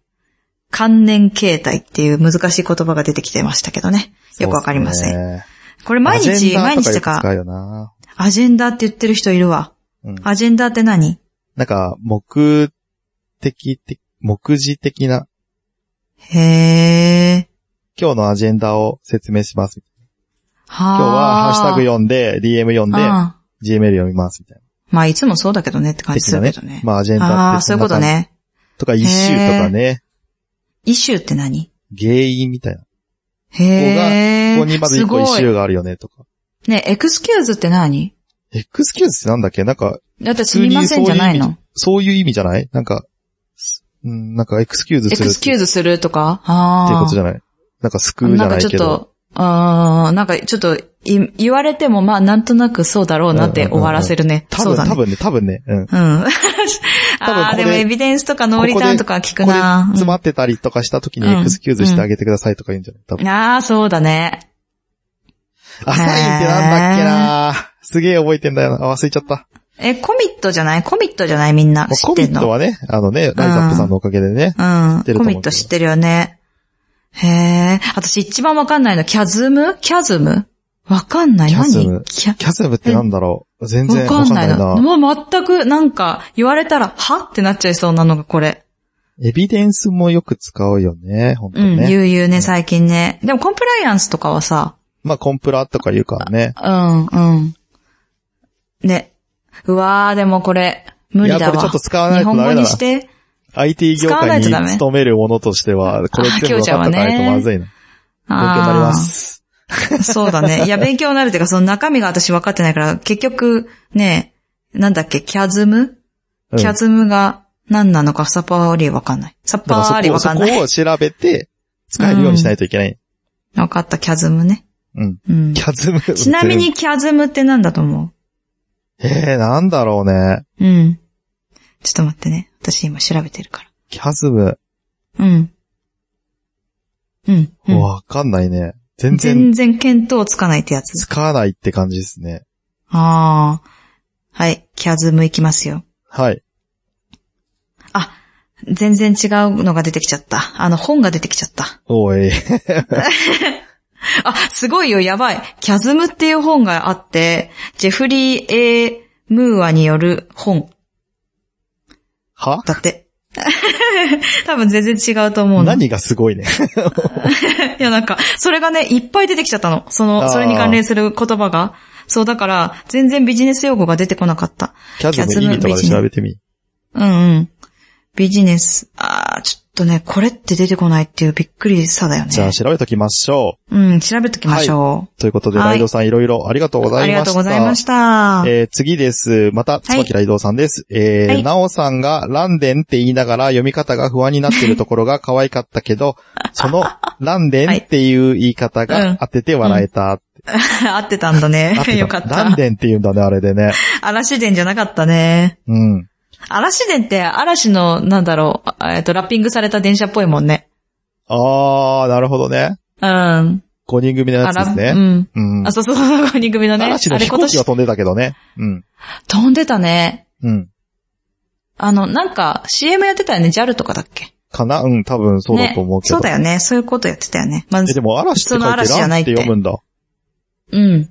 Speaker 2: 関連形態っていう難しい言葉が出てきてましたけどね。よくわかりません。
Speaker 1: ん。
Speaker 2: これ毎
Speaker 1: アジェ
Speaker 2: 日、
Speaker 1: ンダー
Speaker 2: 毎日と
Speaker 1: とかよく使
Speaker 2: か、
Speaker 1: うよな。
Speaker 2: アジェンダって言ってる人いるわ。
Speaker 1: うん
Speaker 2: アジェンダって何
Speaker 1: なんか、目的的、目次的な、
Speaker 2: へー。
Speaker 1: 今日のアジェンダを説明します。
Speaker 2: は
Speaker 1: 今日はハッシュタグ読んで、DM 読んで、
Speaker 2: あ
Speaker 1: Gmail 読みます、みたい
Speaker 2: ーまあ、いつもそうだけどねって感じするけど
Speaker 1: な
Speaker 2: ね。。
Speaker 1: まあ、アジェンダ
Speaker 2: あ
Speaker 1: っ
Speaker 2: あー、
Speaker 1: てそ
Speaker 2: そうい
Speaker 1: ん
Speaker 2: う
Speaker 1: な
Speaker 2: こと
Speaker 1: 感じ。
Speaker 2: ね。
Speaker 1: とか、一周とかね、
Speaker 2: イシューって何
Speaker 1: 原因みたいな。
Speaker 2: へー。
Speaker 1: ここにまず一個一
Speaker 2: すご
Speaker 1: 周
Speaker 2: い
Speaker 1: があるよね、とか。
Speaker 2: ね、エクスキューズって何
Speaker 1: エクスキューズってなんだっけなんか、
Speaker 2: だってすみませんじゃないの。
Speaker 1: そういう意味じゃないなんか、すうん、なんかエクスキューズ
Speaker 2: エ
Speaker 1: する
Speaker 2: ク
Speaker 1: っ
Speaker 2: スキ
Speaker 1: てっ
Speaker 2: ューズするとかああ。
Speaker 1: ていうことじゃないなんか救うじゃないけ
Speaker 2: な
Speaker 1: ど。
Speaker 2: んかちょっと、あーなんかちょっとい、言われてもまあなんとなくそうだろうなって終わらせるね。
Speaker 1: 多
Speaker 2: そう
Speaker 1: 分、
Speaker 2: だ
Speaker 1: 多
Speaker 2: ね。
Speaker 1: 分ね、多分ね。うん。
Speaker 2: うん。あ
Speaker 1: 分
Speaker 2: あ
Speaker 1: こ
Speaker 2: ー、
Speaker 1: れ
Speaker 2: でもエビデンスとかノーリターンとかは聞く
Speaker 1: ここ
Speaker 2: な
Speaker 1: で詰まってたりとかした時にエクスキューズしてあげてくださいとか言うんじゃない多分。
Speaker 2: ああ、そうだね。
Speaker 1: アサインってなんだっけなすげえ覚えてんだよな。あ忘れちゃった。
Speaker 2: え、コミットじゃないコミットじゃないみんな。
Speaker 1: まあ
Speaker 2: 知
Speaker 1: コ
Speaker 2: っ
Speaker 1: ミ
Speaker 2: てん
Speaker 1: ット
Speaker 2: の
Speaker 1: はね、あのね、ライザップさんのおかげでね。
Speaker 2: うん
Speaker 1: てる。と思うけど
Speaker 2: コミット知ってるよね。へえ。私一番わかんないの、キャズムキャズムわかんない。
Speaker 1: キャズム
Speaker 2: 何キャ
Speaker 1: キャズムってなんだろう全然
Speaker 2: わ
Speaker 1: わ
Speaker 2: か
Speaker 1: か
Speaker 2: ん
Speaker 1: ん
Speaker 2: な
Speaker 1: ないい
Speaker 2: な。
Speaker 1: な。
Speaker 2: もう全く、なんか、言われたら、はってなっちゃいそうなのがこれ。
Speaker 1: エビデンスもよく使うよね、本当
Speaker 2: うん、
Speaker 1: ね。
Speaker 2: 言う言うね、最近ね。でもコンプライアンスとかはさ、
Speaker 1: まあ、コンプラとか言うからね。
Speaker 2: うん、うん。ね。うわー、でもこれ、無理
Speaker 1: い
Speaker 2: だ
Speaker 1: や、これちょっ
Speaker 2: わ
Speaker 1: と。使わな
Speaker 2: 日
Speaker 1: いと
Speaker 2: 本
Speaker 1: ダ
Speaker 2: 語
Speaker 1: メだ
Speaker 2: に
Speaker 1: な。
Speaker 2: して。
Speaker 1: IT 業
Speaker 2: 使わな
Speaker 1: 界
Speaker 2: い
Speaker 1: に
Speaker 2: とダメ
Speaker 1: 勤めるものとしては、これ
Speaker 2: あー
Speaker 1: 全部分かっとかないとまずいな。勉強になり
Speaker 2: あ
Speaker 1: ます。
Speaker 2: ーそうだね。いや、勉強になるっていうか、その中身が私分かってないから、結局、ね、なんだっけ、キャズム
Speaker 1: うん
Speaker 2: キャズムが何なのかさっぱりわかんない。さっ
Speaker 1: だ
Speaker 2: ぱ
Speaker 1: から
Speaker 2: りわ
Speaker 1: そ
Speaker 2: かん
Speaker 1: こ
Speaker 2: ない。
Speaker 1: をそこを調べて、使えるようにしないといけない。
Speaker 2: わかった、キャズムね。
Speaker 1: うん。
Speaker 2: うん
Speaker 1: キ。ャズム。
Speaker 2: ちなみ。にキャズムって何だと思
Speaker 1: えー、なんだろうね。
Speaker 2: ううん。ちょっと待ってね。私今調べてるか
Speaker 1: キャズム。
Speaker 2: ら。うん。うん。うん
Speaker 1: わかんないね。全然
Speaker 2: 全然見当つかないってやつ。
Speaker 1: 使わないって感じですね。
Speaker 2: ああ。はい。キャズムいきますよ。
Speaker 1: はい。
Speaker 2: あ、全然違うのが出てきちゃった。あの、本が出てきちゃった。
Speaker 1: おい。
Speaker 2: あ、すごいよ、やばい。キャズムっていう本があって、ジェフリー・ A ・ムーアによる本
Speaker 1: は
Speaker 2: だって。 多分全然違うと思うの
Speaker 1: 何がすごいね。
Speaker 2: いや、なんか、それがね、いっぱい出てきちゃったの。そ
Speaker 1: あー
Speaker 2: の、それに関連する言葉が。そう、だから、全然ビジネス用語が出てこなかった。
Speaker 1: キャズ
Speaker 2: キャズ
Speaker 1: ム
Speaker 2: ム
Speaker 1: 意味とかで調べてみ。
Speaker 2: うんうん。ビジネス。あー、ちょっとね、これって出てこないっていうびっくりさだよね。
Speaker 1: じゃあ調べときましょ
Speaker 2: うん、調べときましょ
Speaker 1: う。ということで、
Speaker 2: はい
Speaker 1: ライドさんいろいろありがとうご
Speaker 2: う。
Speaker 1: ざ
Speaker 2: あ
Speaker 1: い
Speaker 2: りが
Speaker 1: ま
Speaker 2: とう
Speaker 1: し
Speaker 2: ござい
Speaker 1: た
Speaker 2: ま。した。
Speaker 1: えー次です。また、つばきらいどうさんです。えー
Speaker 2: はい
Speaker 1: なおさんが、ランデンって言いながら読み方が不安になってるところが 可愛かったけど、そ の、ランデンっていう言い方
Speaker 2: う
Speaker 1: が
Speaker 2: ん
Speaker 1: 当てて笑えた。
Speaker 2: 合ってたんだね
Speaker 1: 合。て
Speaker 2: よかっ
Speaker 1: ラン
Speaker 2: た。
Speaker 1: デンって言うんだね、あれでね。
Speaker 2: 嵐伝じゃなかったね。
Speaker 1: うん。
Speaker 2: 嵐伝って、嵐の、なんだろう、あえっと、ラッピングされた電車っぽいもんね。
Speaker 1: あー、なるほどね。
Speaker 2: うん。
Speaker 1: 5人組のやつです
Speaker 2: あらう
Speaker 1: ね。
Speaker 2: ん。
Speaker 1: うん
Speaker 2: あ、。そうそう、5人組のね。
Speaker 1: 嵐の
Speaker 2: あれ
Speaker 1: 飛
Speaker 2: 今
Speaker 1: 行機
Speaker 2: 年
Speaker 1: は飛んでたけどね。うん。
Speaker 2: 飛んでたね。
Speaker 1: うん。
Speaker 2: あの、なんか、CM やってたよね。JAL とかだっけ
Speaker 1: かなうん、多分そうだと思うけど。
Speaker 2: ねそうだよね。そういうことやってたよね。ま
Speaker 1: え、
Speaker 2: ず、
Speaker 1: でも嵐って書いて
Speaker 2: 普通の嵐じ
Speaker 1: ラ
Speaker 2: ゃ
Speaker 1: ン
Speaker 2: ない
Speaker 1: っ
Speaker 2: って
Speaker 1: て読むんだ。
Speaker 2: うん。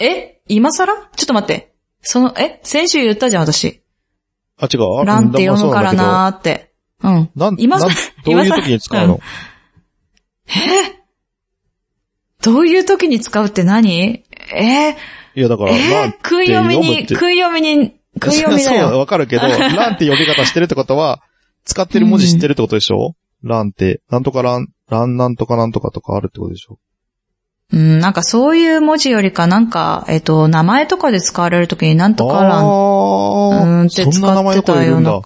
Speaker 2: え今更ちょっと待って。その、え先週言ったじゃん、私。
Speaker 1: あ、違う。あ
Speaker 2: ランって
Speaker 1: うん
Speaker 2: 読むから
Speaker 1: まあ
Speaker 2: なーって。うん。
Speaker 1: そうなんだけど
Speaker 2: 今
Speaker 1: なん、
Speaker 2: さ
Speaker 1: なん、どういう
Speaker 2: 今さ
Speaker 1: 時に使うの
Speaker 2: どういう時に使うって何え
Speaker 1: いや、だか
Speaker 2: ー、
Speaker 1: ら、ラ
Speaker 2: え
Speaker 1: ン
Speaker 2: ー、食い読みに、
Speaker 1: って
Speaker 2: 食い読みに、食い読み だ
Speaker 1: そう、
Speaker 2: よ。
Speaker 1: わかるけ ど、ランって呼び方してるってことは、使ってる文字知ってるってことでしょ、ランって、なんとかラン、ランなんとかなんとかとかあるってことでしょ
Speaker 2: うん、なんかそういう文字よりか、なんか、えっ、と、名前とかで使われる時になんとかランっ
Speaker 1: あ
Speaker 2: う
Speaker 1: ー
Speaker 2: んって使って
Speaker 1: そん
Speaker 2: たような
Speaker 1: な名前の子いるんだ。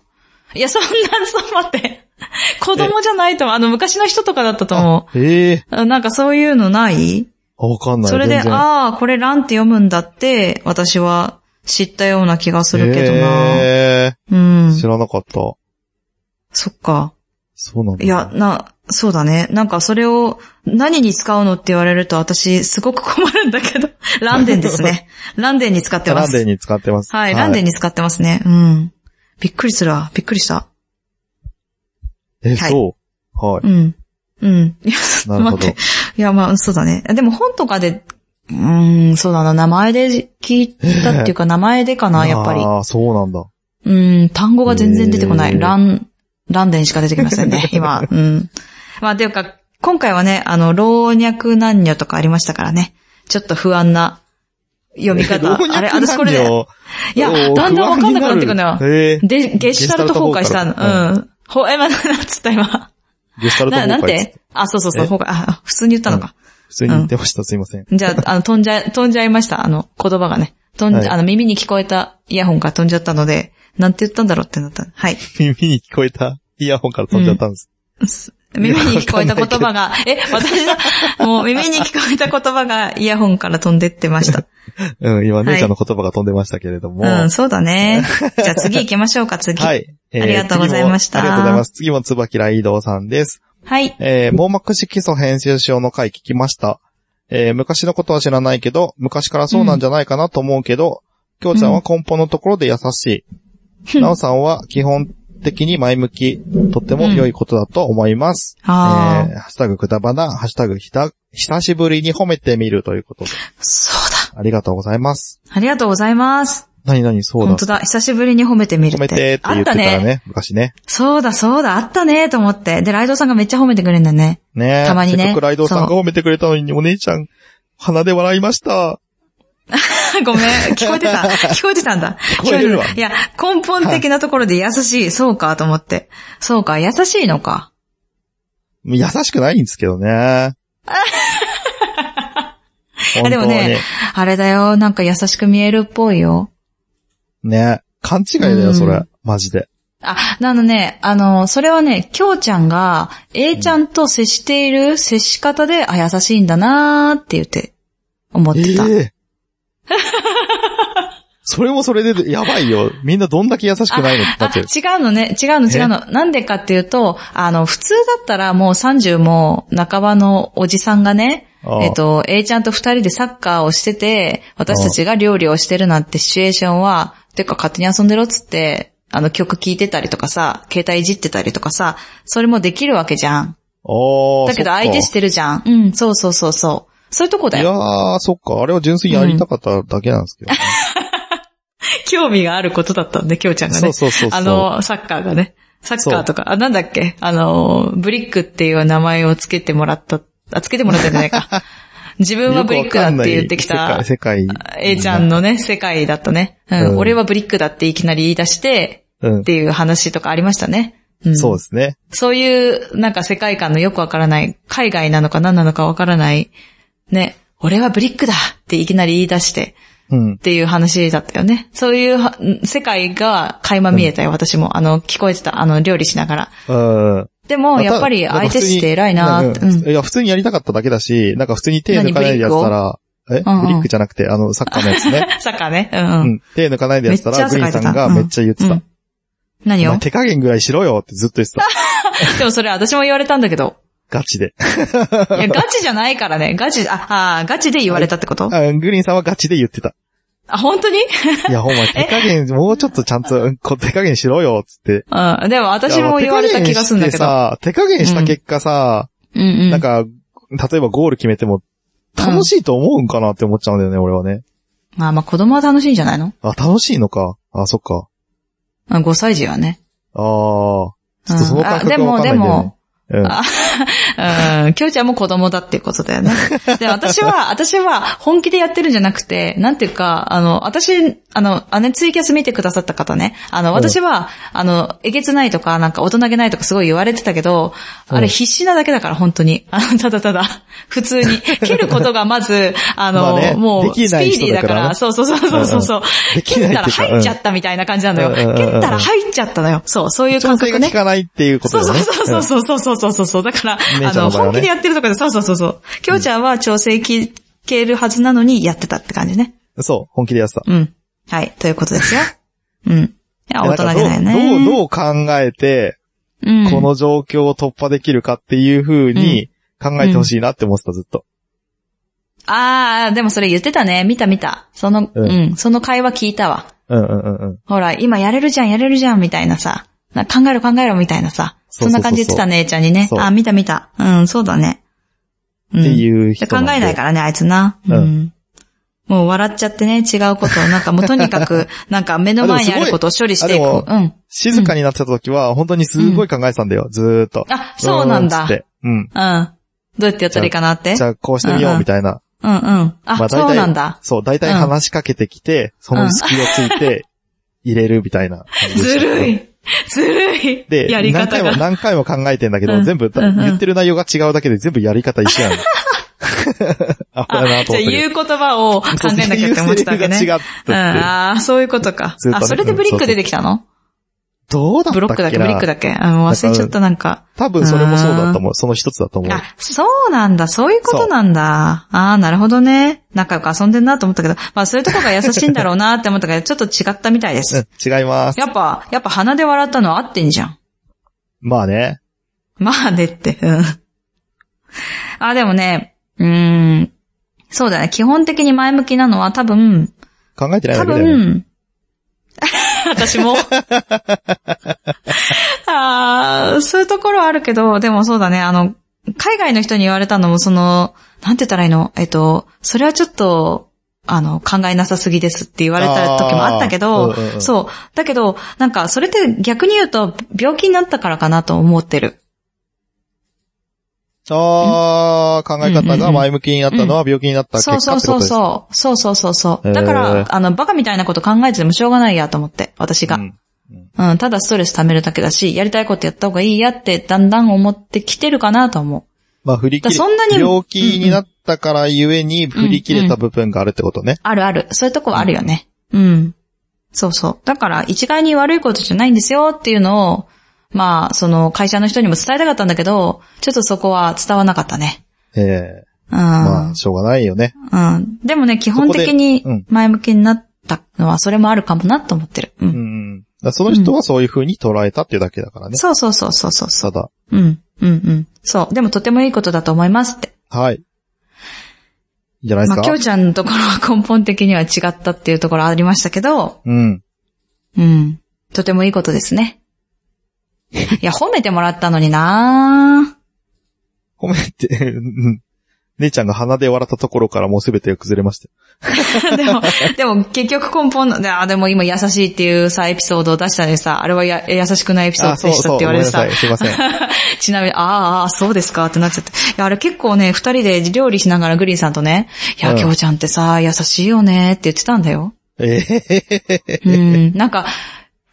Speaker 2: いや、そんな、そう、待って。 子供じゃないと思う。あの、昔の人とかだったと思
Speaker 1: ええ
Speaker 2: う。なんかそういうのない
Speaker 1: あわかんない。
Speaker 2: それで、
Speaker 1: 全然
Speaker 2: ああ、これランって読むんだって、私は知ったような気がするけどな。
Speaker 1: え
Speaker 2: う
Speaker 1: え
Speaker 2: ん
Speaker 1: 知。らなかった。
Speaker 2: そっか。
Speaker 1: そうなんだ。
Speaker 2: いや、な、そうだね。なんかそれを何に使うのって言われると私すごく困るん だけど。ランデンですね。ランデンに使ってま
Speaker 1: ランデ
Speaker 2: す。
Speaker 1: ンに使ってます。
Speaker 2: はい、ランデンに使ってますね。うん。びっくりするわ。びっくりした。
Speaker 1: え、
Speaker 2: はい
Speaker 1: そう。はい。
Speaker 2: うん。うん。いや、ちょっと
Speaker 1: なるほ
Speaker 2: 待
Speaker 1: ど
Speaker 2: って。。いや、まあ、そうだね。でも本とかで、うーん、そうだな、名前で聞いたっていうか、名前でかな、やっぱり。
Speaker 1: ああ、そうなんだ。
Speaker 2: うん、単語が全然出てこな
Speaker 1: へ
Speaker 2: い。
Speaker 1: ー
Speaker 2: ラン、ランデンしか出てきませ んね、今。うん。まあ、ていうか、今回はね、あの、老若男女とかありましたからね。ちょっと不安な読み 方。あれ、私これで、いや、だんだんわかんなくなってくるのよ。
Speaker 1: ええ
Speaker 2: で、ゲシュタルト崩壊した
Speaker 1: ゲシュタルト崩壊
Speaker 2: の。うん。ほ、え、ま、なんつった今。
Speaker 1: ゲスタルト
Speaker 2: な、
Speaker 1: 崩
Speaker 2: なん
Speaker 1: 壊です
Speaker 2: てあ、そうそうそう、
Speaker 1: え
Speaker 2: 崩壊。あ、普通に言ったのか。
Speaker 1: 普通に言ってました。すいません。
Speaker 2: じゃあ、あの、飛んじゃ、飛んじゃいました。あの、言葉がね。飛んじゃ、
Speaker 1: はい
Speaker 2: あの、耳に聞こえたイヤホンが飛んじゃったので、なんて言ったんだろうってなった。はい。
Speaker 1: 耳に聞こえたイヤホンから飛んじゃったんです。
Speaker 2: 耳に聞こえた言葉が、え、私の、もう耳に聞こえた言葉がイヤホンから飛んでってました。
Speaker 1: うん、今、姉ちゃんの言葉が飛んでましたけれど も。
Speaker 2: うん、そう だね。じゃあ次行きましょうか、次。
Speaker 1: は
Speaker 2: はい。
Speaker 1: い。えー
Speaker 2: ありがとうございました
Speaker 1: 次もありがとうございます。次も、つばきらいどうさんです。えー、網膜色素変性症の回聞きました。えー、昔のことは知らないけど、昔からそうなんじゃないかなと思うけど、きょうちゃんは根本のところで優しい。なおさんは基本的に前向き、とっても良いことだと思います。
Speaker 2: ああ、
Speaker 1: えー、ハッシュタグくだばな、ハッシュタグひた、久しぶりに褒めてみるということで、
Speaker 2: そうだ。
Speaker 1: ありがとうございます。
Speaker 2: ありがとうございます。
Speaker 1: 何々そうだ
Speaker 2: 本。当だ。久しぶりに褒めてみる
Speaker 1: 止
Speaker 2: って。
Speaker 1: めてって
Speaker 2: あ
Speaker 1: 言って
Speaker 2: ったた
Speaker 1: らね、
Speaker 2: ね。
Speaker 1: 昔ね。
Speaker 2: そうだ、そうだ、あったね、と思って。で、ライドさんがめっちゃ褒めてくれるんだね。
Speaker 1: ね
Speaker 2: たまにね
Speaker 1: せっかくライドウさんが褒めてくれたのに、お姉ちゃん、鼻で笑いました。
Speaker 2: ごめん、聞こえて た。聞こえてたんだ。
Speaker 1: 聞こえるわ
Speaker 2: 聞 いや、根本的なところで優しい。そうか、と思って。そうか、優しいのか。
Speaker 1: 優しくないんですけ どね。本
Speaker 2: で
Speaker 1: 当
Speaker 2: も
Speaker 1: に。
Speaker 2: ね
Speaker 1: ね
Speaker 2: あれだよ、なんか優しく見えるっぽいよ。
Speaker 1: 勘違いだ
Speaker 2: う
Speaker 1: よ、
Speaker 2: ん
Speaker 1: それ。マジで。
Speaker 2: あ、なのね、あの、それはね、きょうちゃんが、A ちゃんと接している接し方で、あ、優しいんだなーって言って、思っ
Speaker 1: ええ
Speaker 2: てた。
Speaker 1: それもそれで、やばいよ。みんなどんだけ優しくないのってな
Speaker 2: あ
Speaker 1: っ、てる。
Speaker 2: 違うのね、違うの
Speaker 1: え
Speaker 2: 違うの。なんでかっていうと、あの、普通だったらもう30も半ばのおじさんがね、
Speaker 1: ああ
Speaker 2: えっと、A ちゃんと2人でサッカーをしてて、私たちが料理をしてるなんてシチュエーションは、てか勝手に遊んでろっつって、あの曲聴いてたりとかさ、携帯いじってたりとかさ、それもできるわけじゃん。
Speaker 1: おー
Speaker 2: だけど
Speaker 1: そっか
Speaker 2: 相手してるじゃん。うん、そうそうそうそう。そういうとこだ
Speaker 1: い
Speaker 2: よ。
Speaker 1: やー、そっか。あれは純粋にやりたかっただけなんですけどね。
Speaker 2: 興味があることだったんで、きょうちゃんが
Speaker 1: そ
Speaker 2: ね
Speaker 1: う。そうそうそう。
Speaker 2: あの、サッカーがね。サッカーとか、あ、なんだっけあの、ブリックっていう名前をつけてもらった、あ、つけてもらったんじゃな いか。自分はブリックだって言ってきた、
Speaker 1: 世界、世界
Speaker 2: A ちゃん。のね、世界だったね。うん。
Speaker 1: うん
Speaker 2: 俺はブリックだっていきなり言い出して、
Speaker 1: うん
Speaker 2: っ。ていう話とかありましたね。うん、
Speaker 1: そうですね。
Speaker 2: そういう、なんか世界観のよくわからない、海外なのか何なのかわからない、ね、俺はブリックだっていきなり言い出して、
Speaker 1: うん
Speaker 2: っ。ていう話だったよね。そういうは世界が垣間見えたよ、私も。あの、聞こえてた、あの、料理しながら。
Speaker 1: うん。
Speaker 2: でも、やっぱり
Speaker 1: ただ
Speaker 2: 相手して偉いなーって。う
Speaker 1: なんか普通に
Speaker 2: ん。
Speaker 1: いや、普通にやりたかっただけだし、なんか普通に手抜かないでやってたら、え
Speaker 2: クをうんうん
Speaker 1: ブリックじゃなくて、あの、サッカーのやつ ね。
Speaker 2: サッカーね。う
Speaker 1: うんん。手抜かないでやってた
Speaker 2: めっちゃ
Speaker 1: ら、グ
Speaker 2: 汗
Speaker 1: リー
Speaker 2: か
Speaker 1: ン
Speaker 2: いて
Speaker 1: さ
Speaker 2: た
Speaker 1: んがめっちゃ言って
Speaker 2: うん。う
Speaker 1: た
Speaker 2: ん。。何
Speaker 1: お
Speaker 2: を
Speaker 1: 前手加減ぐらいしろよってずっと言っ てた。
Speaker 2: でもそれ私も言われたんだけど。
Speaker 1: ガチで。
Speaker 2: い や、ガチじゃないからね。ガチ、あ、あーガチで言われたってこと
Speaker 1: あグリーンさんはガチで言ってた。
Speaker 2: あ、本当に
Speaker 1: いや、ほ んま、手加減、もうちょっとちゃんと、うんこう手加減しろよ、つって。
Speaker 2: うん。でも私も言われた気がするんだけど。
Speaker 1: ど。手加減した結果さ、
Speaker 2: うんうん。
Speaker 1: なんか、例えばゴール決めても、楽しいと思うんかなって思っちゃうんだよね、俺はね。
Speaker 2: まあまあ子供は楽しいんじゃないの
Speaker 1: あ、楽しいのか。あ、そっか。
Speaker 2: うん ?5 歳児はね。
Speaker 1: あー。ちょっとその感
Speaker 2: うんあで
Speaker 1: 覚がわ
Speaker 2: も、
Speaker 1: かん
Speaker 2: で
Speaker 1: ないんだよね
Speaker 2: も、。
Speaker 1: うん
Speaker 2: あうん、きょうちゃんも子供だっていうことだよね。で、私 は、私は本気でやってるんじゃなくて、なんていうか、あの、私、あの、あのね、ツイキャス見てくださった方ね、あ
Speaker 1: ん
Speaker 2: の、私は、あの、えげつないとか、なんか大人げないとかすごい言われてたけど、あ
Speaker 1: うん
Speaker 2: れ必死なだけだから、本当に。あのただただ、普通に。蹴ることがまず、あの、
Speaker 1: まあね
Speaker 2: もう、
Speaker 1: でき
Speaker 2: スピ
Speaker 1: な
Speaker 2: ー
Speaker 1: い
Speaker 2: ディ
Speaker 1: 人
Speaker 2: ー
Speaker 1: だ
Speaker 2: だか
Speaker 1: から
Speaker 2: ら、
Speaker 1: ね
Speaker 2: そうそうそうそうそう。
Speaker 1: できな
Speaker 2: 蹴っ
Speaker 1: い
Speaker 2: た
Speaker 1: って
Speaker 2: ら
Speaker 1: いうか
Speaker 2: 入っちゃったみたいな感じなのよ。
Speaker 1: うんうんうんうん
Speaker 2: 蹴ったら入っちゃったのよ。そう、そういう感
Speaker 1: 調整
Speaker 2: 覚
Speaker 1: が
Speaker 2: ね
Speaker 1: 効。かないっていうこと
Speaker 2: そう
Speaker 1: だよね。
Speaker 2: そうそうそうそうそうそうそう。だから、
Speaker 1: 姉
Speaker 2: あ
Speaker 1: ちゃんの
Speaker 2: の、
Speaker 1: 場合はね
Speaker 2: 本気でやってるとかで、そうそうそうそう。きょうちゃんは調整き、けるはずなのにやってたって感じね。
Speaker 1: うんそう、本気でやってた。
Speaker 2: うん。はい。ということですよ。うん。いや、
Speaker 1: いや
Speaker 2: 大人げないよね。
Speaker 1: んかどう、どう、どう考えて、
Speaker 2: うん、
Speaker 1: この状況を突破できるかっていう風に考えてほしいなって思ってた、ずっと。
Speaker 2: ああ、でもそれ言ってたね。見た見た。その、
Speaker 1: う
Speaker 2: うんん、その会話聞いたわ。
Speaker 1: うんうんうんうん。
Speaker 2: ほら、今やれるじゃん、やれるじゃん、みたいなさ。な考えろ考えろ、みたいなさ。
Speaker 1: そ
Speaker 2: そう
Speaker 1: そ
Speaker 2: ん
Speaker 1: うそうそう
Speaker 2: な感じ言ってたね、えちゃんにね。
Speaker 1: そう
Speaker 2: あ、見た見た。うん、そうだね。うん、
Speaker 1: っていう
Speaker 2: で
Speaker 1: 人
Speaker 2: 考え
Speaker 1: んで
Speaker 2: ないからね、あいつな。
Speaker 1: うん
Speaker 2: うん。もう笑っちゃってね、違うことを、なんかもうとにか く、なんか目の前にあることを処理していく。
Speaker 1: あでも
Speaker 2: うん。
Speaker 1: 静かになってた時は、本当にすごい考えてたんだよ、ずーっと。
Speaker 2: あ、そうなん
Speaker 1: うー
Speaker 2: だ。
Speaker 1: っ
Speaker 2: う
Speaker 1: つって。うん。
Speaker 2: ん。どうやってやったらいいかなって
Speaker 1: じゃあ、こうしてみよ
Speaker 2: うんう
Speaker 1: う、
Speaker 2: ん
Speaker 1: みたいな。
Speaker 2: うんうん。あ、
Speaker 1: まあ大体
Speaker 2: そうなんだ。
Speaker 1: そう、大体話しかけてきて、その隙をついて、入れる、みたいな感じでした。
Speaker 2: ずるい。ずるい。
Speaker 1: で、
Speaker 2: やり
Speaker 1: 何
Speaker 2: 方
Speaker 1: 回も
Speaker 2: が。
Speaker 1: 何回も考えてんだけど、
Speaker 2: うん
Speaker 1: 全部、
Speaker 2: うんうん
Speaker 1: 言ってる内容が違うだけで全部やり方一緒やん。 あ、これ
Speaker 2: あ、
Speaker 1: だなと思ったけ
Speaker 2: じゃあ言う言葉を考
Speaker 1: ど。そう
Speaker 2: えなきゃって思ってたわけね。
Speaker 1: 言うセリフが違っ
Speaker 2: うん、
Speaker 1: たって。
Speaker 2: ああ、そういうことか
Speaker 1: ずっ。と
Speaker 2: あ、
Speaker 1: ね
Speaker 2: それでブリック出てきたの
Speaker 1: どうだったっけな
Speaker 2: ブロックだっけ、ブリックだっけ。あもう忘れちゃった、なんか。
Speaker 1: 多分それもそうだと思う。その一つだと思う。
Speaker 2: あ、そうなんだ。そういうことなんだ。ああ、なるほどね。仲良く遊んでんなと思ったけど、まあそういうとこが優しいんだろうなって思ったけど、ちょっと違ったみたいです。
Speaker 1: うん、違います。
Speaker 2: やっぱ、やっぱ鼻で笑ったのは合ってんじゃん。
Speaker 1: まあね。
Speaker 2: まあねって。うん。あ、でもね、うーん。そうだね。基本的に前向きなのは多分、
Speaker 1: 考えてない
Speaker 2: 多
Speaker 1: だけだよね。
Speaker 2: 分、私も。 ああ、そういうところはあるけど、でもそうだね、あの、海外の人に言われたのも、その、なんて言ったらいいのえっと、それはちょっと、あの、考えなさすぎですって言われた時もあったけど
Speaker 1: あーうんうんう、ん
Speaker 2: そう。だけど、なんか、それって逆に言うと、病気になったからかなと思ってる。
Speaker 1: ああ、考え方が前向きになったのは病気になった結
Speaker 2: そう
Speaker 1: 果
Speaker 2: そ
Speaker 1: っ
Speaker 2: う
Speaker 1: てこと
Speaker 2: そう
Speaker 1: ですう
Speaker 2: そう。そうそうそうそう。
Speaker 1: へー
Speaker 2: だから、あの、バカみたいなこと考えててもしょうがないやと思って、私が。
Speaker 1: ん
Speaker 2: うん、ただストレス溜めるだけだし、やりたいことやった方がいいやって、だんだん思ってきてるかなと思う。
Speaker 1: まあ振り切れ、
Speaker 2: だからそんなに
Speaker 1: 病気になったからゆえに振り切れた部分があるってことね。
Speaker 2: あるある。そういうとこはあるよね。うん。そうそう。だから、一概に悪いことじゃないんですよっていうのを、まあ、その会社の人にも伝えたかったんだけど、ちょっとそこは伝わなかったね。
Speaker 1: ええ
Speaker 2: うん。
Speaker 1: まあ、しょうがないよね。
Speaker 2: うん。でもね、基本的
Speaker 1: そこでうん
Speaker 2: に前向きになったのは、それもあるかもなと思ってる。う。
Speaker 1: うんん。だからその人はそういう風に捉えたっていうだけだからね。
Speaker 2: そうそうそうそうそうそ
Speaker 1: ただ、
Speaker 2: う。うん。うんうん。そう。でもとてもいいことだと思いますって。
Speaker 1: はい。いいんじゃないです
Speaker 2: まあ、
Speaker 1: か
Speaker 2: きょうちゃんのところは根本的には違ったっていうところありましたけど、
Speaker 1: うん。
Speaker 2: うん。とてもいいことで すね。いや、褒めてもらったのにな
Speaker 1: 褒めて、 うん姉ちゃんが鼻で笑ったところからもうすべてが崩れました。
Speaker 2: ぁ でも、でも結局根本の、であでも今優しいっていうさ、エピソードを出したのにさ、あれはや優しくないエピソードでしたって言われて
Speaker 1: ご
Speaker 2: さ
Speaker 1: めんなさい。、すいません。
Speaker 2: ちなみに、ああ、ああ、そうですかってなっちゃって。いや、あれ結構ね、二人で料理しながらグリーンさんとね、いや、
Speaker 1: うん
Speaker 2: きょうちゃんってさ、優しいよねって言ってたんだよ。
Speaker 1: え え
Speaker 2: うん。なんか、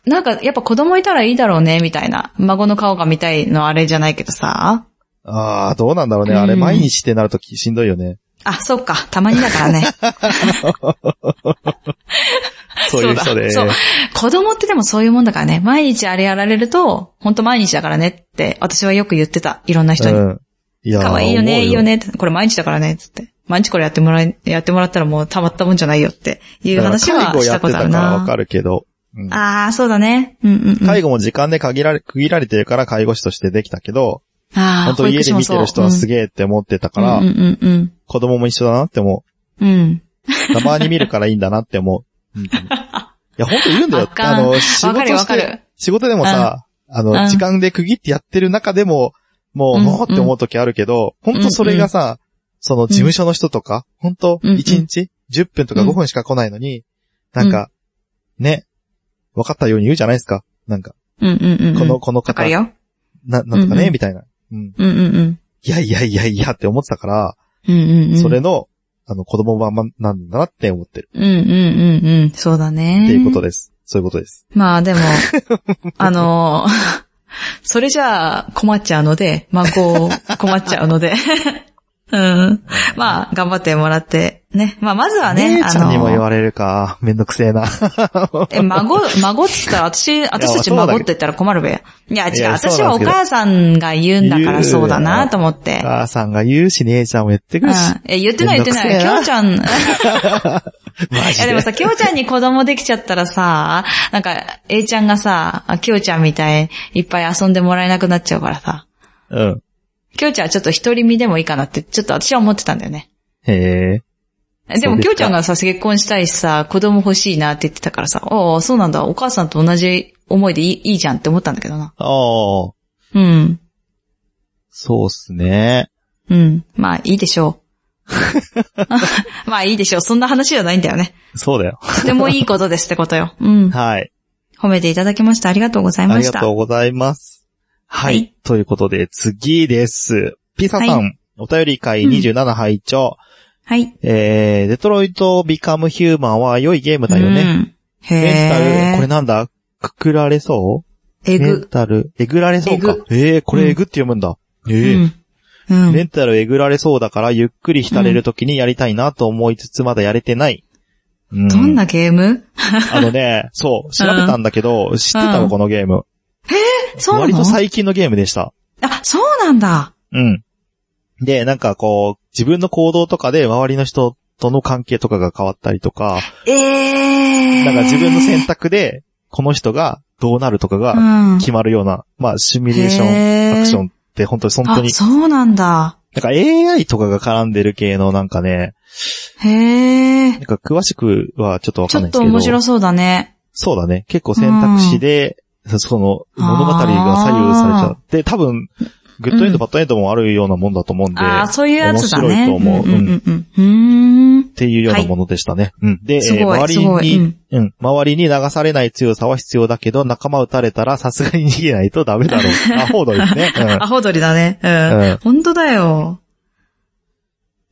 Speaker 2: なんか、やっぱ子供いたらいいだろうね、みたいな。孫の顔が見たいのあれじゃないけどさ。
Speaker 1: ああ、どうなんだろうね。あれ、
Speaker 2: うん
Speaker 1: 毎日ってなるときしんどいよね。
Speaker 2: あ、そうか。たまにだからね。
Speaker 1: そういう人で。
Speaker 2: そうだ。そう。子供ってでもそういうもんだからね。毎日あれやられると、本当毎日だからねって、私はよく言ってた。いろんな人に。
Speaker 1: うん。いやー
Speaker 2: 可愛い
Speaker 1: 思
Speaker 2: よ
Speaker 1: う
Speaker 2: ね、いいよねって。これ毎日だからね、つって。毎日これやってもらえ、やってもらったらもうたまったもんじゃないよっていう話
Speaker 1: だ
Speaker 2: は
Speaker 1: から介護
Speaker 2: し
Speaker 1: やっ
Speaker 2: た
Speaker 1: て
Speaker 2: こ
Speaker 1: た
Speaker 2: とあ
Speaker 1: か
Speaker 2: る
Speaker 1: らわ
Speaker 2: な。
Speaker 1: かるけど。うん
Speaker 2: ああ、そうだね。うんうん、うん。
Speaker 1: 介護も時間で限られ、区切られてるから介護士としてできたけど、
Speaker 2: ああ、
Speaker 1: 本当家で見てる人はすげえって思ってたか
Speaker 2: うん
Speaker 1: ら、
Speaker 2: うんうんうん
Speaker 1: 子供も一緒だなって思
Speaker 2: うん。うん。
Speaker 1: う。たまに見るからいいんだなって思う。うんいや、本当いるんだ
Speaker 2: わ
Speaker 1: よ。
Speaker 2: かん
Speaker 1: あの、仕
Speaker 2: わか
Speaker 1: 事
Speaker 2: るわ
Speaker 1: し
Speaker 2: か
Speaker 1: て
Speaker 2: る、
Speaker 1: 仕事でもさ、あ
Speaker 2: う
Speaker 1: の、
Speaker 2: ん
Speaker 1: 時間で区切ってやってる中でも、もう、
Speaker 2: うん
Speaker 1: もうって思う時あるけど、本当それがさ、その事務所の人とか、本当
Speaker 2: うんうん
Speaker 1: 1日10分とか
Speaker 2: うん
Speaker 1: 5分しか来ないのに、なんか、ね、分かったように言うじゃないですか。なんか、
Speaker 2: うんうんうん。
Speaker 1: この、、この
Speaker 2: わ
Speaker 1: 方
Speaker 2: かる、よ。
Speaker 1: な、なんとか
Speaker 2: うん
Speaker 1: ね、
Speaker 2: うん
Speaker 1: みたいな。うん。
Speaker 2: うんうんうん。
Speaker 1: いやいやいやいやって思ってたから、
Speaker 2: うんうんうん。
Speaker 1: それの、あの、子供版なんだなって思ってる。
Speaker 2: うんうんうんうん。そうだね。
Speaker 1: っていうことです。そういうことです。
Speaker 2: まあでも、あの、それじゃあ困っちゃうので、孫を困っちゃうので。 うん。まあ、頑張ってもらって、ね。まあ、まずはね、
Speaker 1: 姉ちゃんにも
Speaker 2: あ
Speaker 1: 言
Speaker 2: の、
Speaker 1: われるか。めんどくせえ な。
Speaker 2: え、孫、孫って言ったら、私、私た
Speaker 1: そうだ
Speaker 2: ち
Speaker 1: けど
Speaker 2: 孫って言ったら困るべや。いや、
Speaker 1: い
Speaker 2: 違う。
Speaker 1: やそう
Speaker 2: 私
Speaker 1: な
Speaker 2: は
Speaker 1: ん
Speaker 2: お
Speaker 1: ですけど
Speaker 2: 母さんが言うんだか
Speaker 1: 言
Speaker 2: ら
Speaker 1: う
Speaker 2: そうだなと思って。
Speaker 1: 母さんが言うし、姉ちゃんも言ってくるし。
Speaker 2: うんえ、言ってない言ってな
Speaker 1: めん
Speaker 2: い。
Speaker 1: どくせえ
Speaker 2: き
Speaker 1: な
Speaker 2: ょうちゃん、
Speaker 1: マ
Speaker 2: い
Speaker 1: ジ
Speaker 2: やでも
Speaker 1: で。
Speaker 2: さ、きょうちゃんに子供できちゃったらさ、なんか、A ちゃんがさ、あきょうちゃんみたいいっぱい遊んでもらえなくなっちゃうからさ、
Speaker 1: うん。
Speaker 2: きょうちゃんはちょっと独り身でもいいかなって、ちょっと私は思ってたんだよね。
Speaker 1: へえ。
Speaker 2: で
Speaker 1: そう
Speaker 2: も
Speaker 1: ですか
Speaker 2: きょうちゃんがさ、結婚したいしさ、子供欲しいなって言ってたからさ、おおそうなんだ、お母さんと同じ思いでいいいいじゃんって思ったんだけどな。
Speaker 1: ああ、
Speaker 2: うん。
Speaker 1: そうっすね。
Speaker 2: うん。まあ、いいでしょう。 まあ、いいでしょう。そんな話じゃないんだよね。
Speaker 1: そうだよ。
Speaker 2: とてもいいことですってことよ。うん。
Speaker 1: はい。
Speaker 2: 褒めていただきました。ありがとうござい
Speaker 1: あ
Speaker 2: ま
Speaker 1: り
Speaker 2: し
Speaker 1: が
Speaker 2: た。
Speaker 1: とうございます。はい。
Speaker 2: はい
Speaker 1: ということで、次です。ピサさん、
Speaker 2: は
Speaker 1: お便り会27拝聴、
Speaker 2: はい。
Speaker 1: えー、デトロイトビカムヒューマンは良いゲームだよね。
Speaker 2: うん。
Speaker 1: メンタル、
Speaker 2: へ
Speaker 1: これ
Speaker 2: ー
Speaker 1: なんだくくられそう
Speaker 2: え
Speaker 1: メン
Speaker 2: ぐ。
Speaker 1: タル、えぐられそうか
Speaker 2: え。
Speaker 1: えー、これえぐって読むんだ。え
Speaker 2: う
Speaker 1: ー
Speaker 2: ん。うん
Speaker 1: メンタルえぐられそうだから、ゆっくり浸れるときにやりたいなと思いつつまだやれてない。うん
Speaker 2: どんなゲーム
Speaker 1: あのね、そう、調べたんだけど、知ってた
Speaker 2: う
Speaker 1: の
Speaker 2: ん
Speaker 1: このゲーム。
Speaker 2: そうな
Speaker 1: 割
Speaker 2: の
Speaker 1: と最近のゲームでした。
Speaker 2: あ、そうなんだ。
Speaker 1: うん。で、なんかこう、自分の行動とかで周りの人との関係とかが変わったりとか、
Speaker 2: ええー。
Speaker 1: なんか自分の選択で、この人がどうなるとかが
Speaker 2: が
Speaker 1: 決まるような、まあ、シミュレーション、アクションって本当に本当
Speaker 2: あ、
Speaker 1: に、
Speaker 2: そうなんだ。
Speaker 1: なんか AI とかが絡んでる系のなんかね、
Speaker 2: へえ
Speaker 1: な。んか詳しくはちょっとわ
Speaker 2: ち
Speaker 1: かん
Speaker 2: ょ
Speaker 1: ない
Speaker 2: っ
Speaker 1: です
Speaker 2: と
Speaker 1: けど。
Speaker 2: 面白そうだね。
Speaker 1: そうだね。結構選択肢で、その、物語が左右されちゃう。で、多分、グッドエンド、
Speaker 2: うん
Speaker 1: バッドエンドもあるようなもんだと思うんで。
Speaker 2: ああ、そういうやつだ
Speaker 1: 面白い
Speaker 2: ね。
Speaker 1: と思う。
Speaker 2: うん
Speaker 1: うん
Speaker 2: うんうん。うーん。
Speaker 1: っていうようなものでしたね。うん。で、えー
Speaker 2: すごい
Speaker 1: 周
Speaker 2: すご
Speaker 1: り
Speaker 2: い
Speaker 1: に、うん、周りに流されない強さは必要だけど、仲間撃たれたらさすがに逃げないとダメだろ う。アホードですね。うん。
Speaker 2: アホ鳥だね。う
Speaker 1: うん
Speaker 2: ん。本当だよ。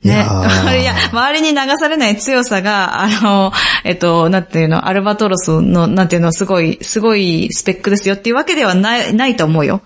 Speaker 2: ね。いや
Speaker 1: ー、
Speaker 2: 周りに流されない強さが、あの、えっと、なんていうの、アルバトロスの、なんていうの、すごい、すごいスペックですよっていうわけではない、ないと思うよ。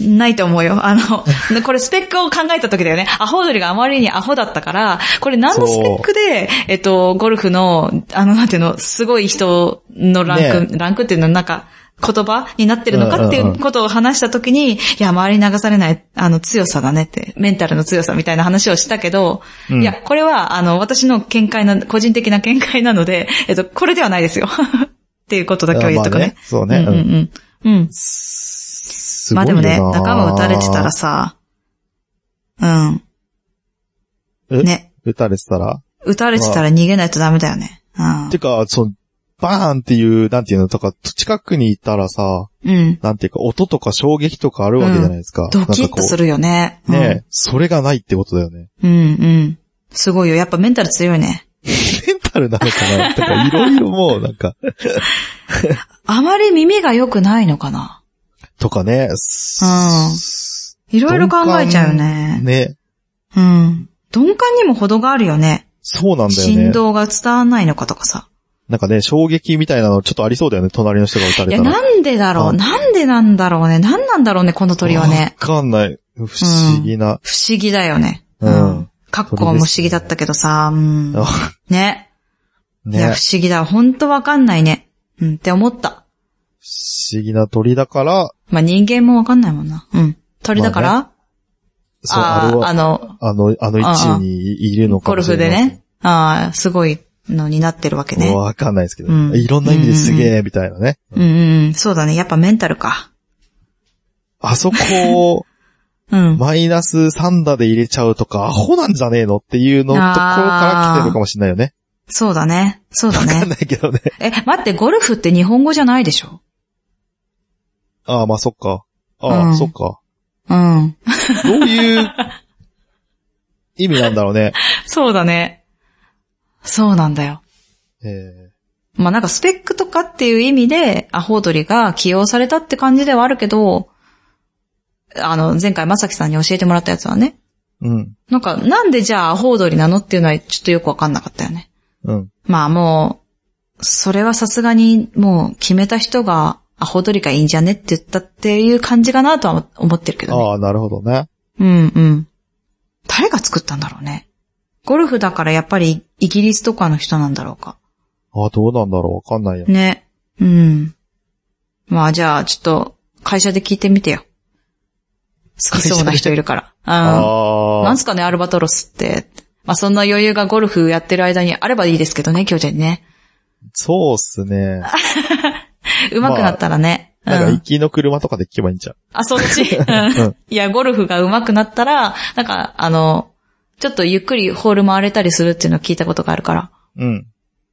Speaker 2: ないと思うよ。あ の、これスペックを考えた時だよね。アホ鳥があまりにアホだったから、これ何のスペックで、えっと、ゴルフの、あの、なんていうの、すごい人のランク、ランクっていうのはなんか、言葉になってるのかってい
Speaker 1: うんうんうん
Speaker 2: うことを話したときに、いや、周りに流されない、あの、強さだねって、メンタルの強さみたいな話をしたけど、
Speaker 1: うん
Speaker 2: いや、これは、あの、私の見解な、個人的な見解なので、えっと、これではないですよ。 っていうことだけは言っとく
Speaker 1: ま
Speaker 2: ね。
Speaker 1: あねそうね。
Speaker 2: うん
Speaker 1: うん
Speaker 2: うんうん。うん。
Speaker 1: すご
Speaker 2: まあ
Speaker 1: い
Speaker 2: で
Speaker 1: よな
Speaker 2: もね、仲間打たれてたらさ、うん。
Speaker 1: え
Speaker 2: ね。
Speaker 1: 撃たれてたら
Speaker 2: 打たれてたら逃げないとダメだよね。うん
Speaker 1: て。か、そう、バーンっていう、なんていうの、とか、近くにいたらさ、
Speaker 2: うん。
Speaker 1: なんていうか、音とか衝撃とかあるわけじゃないですか。
Speaker 2: ドキッとするよね。
Speaker 1: なんかこう。ねえ、それがないってことだよね。
Speaker 2: うん。うんうん。すごいよ。やっぱメンタル強いね。
Speaker 1: メンタルなのかなと か、いろいろもう、なんか、
Speaker 2: あまり耳が良くないのかな。
Speaker 1: とかね。
Speaker 2: いろいろ考えちゃうよね。
Speaker 1: ね。
Speaker 2: うん。鈍感にも程があるよね。
Speaker 1: そうなんだよ
Speaker 2: 振
Speaker 1: ね。
Speaker 2: 動が伝わんないのかとかさ。
Speaker 1: なんかね、衝撃みたいなのちょっとありそうだよね。隣の人が撃た
Speaker 2: い
Speaker 1: れ
Speaker 2: や、
Speaker 1: たら。
Speaker 2: なんでだろ
Speaker 1: う
Speaker 2: う。
Speaker 1: ん
Speaker 2: なんでなんだろうね。なんなんだろうね、この鳥はね。
Speaker 1: わかんない。不思議な。
Speaker 2: 不思議だよね。
Speaker 1: うん。
Speaker 2: かっこも不思議だったけどさ、うん。ね。いや、
Speaker 1: ね
Speaker 2: 不。思議だ。ほんとわかんないね。うん、って思った。
Speaker 1: 不思議な鳥だから、
Speaker 2: まあ、人間もわかんないもんな。うん。鳥だから、
Speaker 1: そう、
Speaker 2: あ
Speaker 1: あれ
Speaker 2: ー
Speaker 1: は
Speaker 2: あ、の、
Speaker 1: あの、あの位置にいるのか
Speaker 2: ゴ
Speaker 1: も
Speaker 2: ル
Speaker 1: しれ
Speaker 2: フ
Speaker 1: な
Speaker 2: で
Speaker 1: い。
Speaker 2: ね。ああ、すごいのになってるわけね。
Speaker 1: わかんないですけど、
Speaker 2: うん
Speaker 1: いろんな意味ですげえ、みたいなね。
Speaker 2: うんうんうん。そうだね。やっぱメンタルか。
Speaker 1: あそこを
Speaker 2: うん。
Speaker 1: マイナス3打で入れちゃうとか、アホなんじゃねえのっていうのところから来てるかもしれないよね。
Speaker 2: そうだね。そうだ
Speaker 1: わかんな
Speaker 2: ね。
Speaker 1: いけどね。
Speaker 2: え、待って、ゴルフって日本語じゃないでしょ
Speaker 1: ああ、まあそっか。ああ、
Speaker 2: うん
Speaker 1: そっか。
Speaker 2: うん。
Speaker 1: どういう意味なんだろうね。
Speaker 2: そうだね。そうなんだよ。
Speaker 1: え
Speaker 2: まあなんかスペックとかっていう意味で、アホ鳥が起用されたって感じではあるけど、あの、前回まさきさんに教えてもらったやつはね。
Speaker 1: ーうん。
Speaker 2: なんか、なんでじゃあアホ鳥なのっていうのはちょっとよくわかんなかったよね。
Speaker 1: うん。
Speaker 2: まあもう、それはさすがにもう決めた人がアホ鳥がいいんじゃねって言ったっていう感じかなとは思ってるけどね。
Speaker 1: ああ、なるほどね。
Speaker 2: うんうん。誰が作ったんだろうね。ゴルフだからやっぱりイギリスとかの人なんだろうか。
Speaker 1: ああ、どうなんだろう。わかんないよ。
Speaker 2: ね。うん。まあじゃあ、ちょっと、会社で聞いてみてよ。好きそうな人いるから。うん。
Speaker 1: あ
Speaker 2: な
Speaker 1: あ
Speaker 2: ん。すかね、アルバトロスって。まあそんな余裕がゴルフやってる間にあればいいですけどね、今日ちゃんにね。
Speaker 1: そうっすね。
Speaker 2: 上手くなったらね。
Speaker 1: なんか、
Speaker 2: う
Speaker 1: 行
Speaker 2: ん。
Speaker 1: きの車とかで聞けばいいんちゃう
Speaker 2: あ、そっち。 うんいや、ゴルフが上手くなったら、なんか、あの、ちょっとゆっくりホール回れたりするっていうのを聞いたことがあるから。
Speaker 1: うん。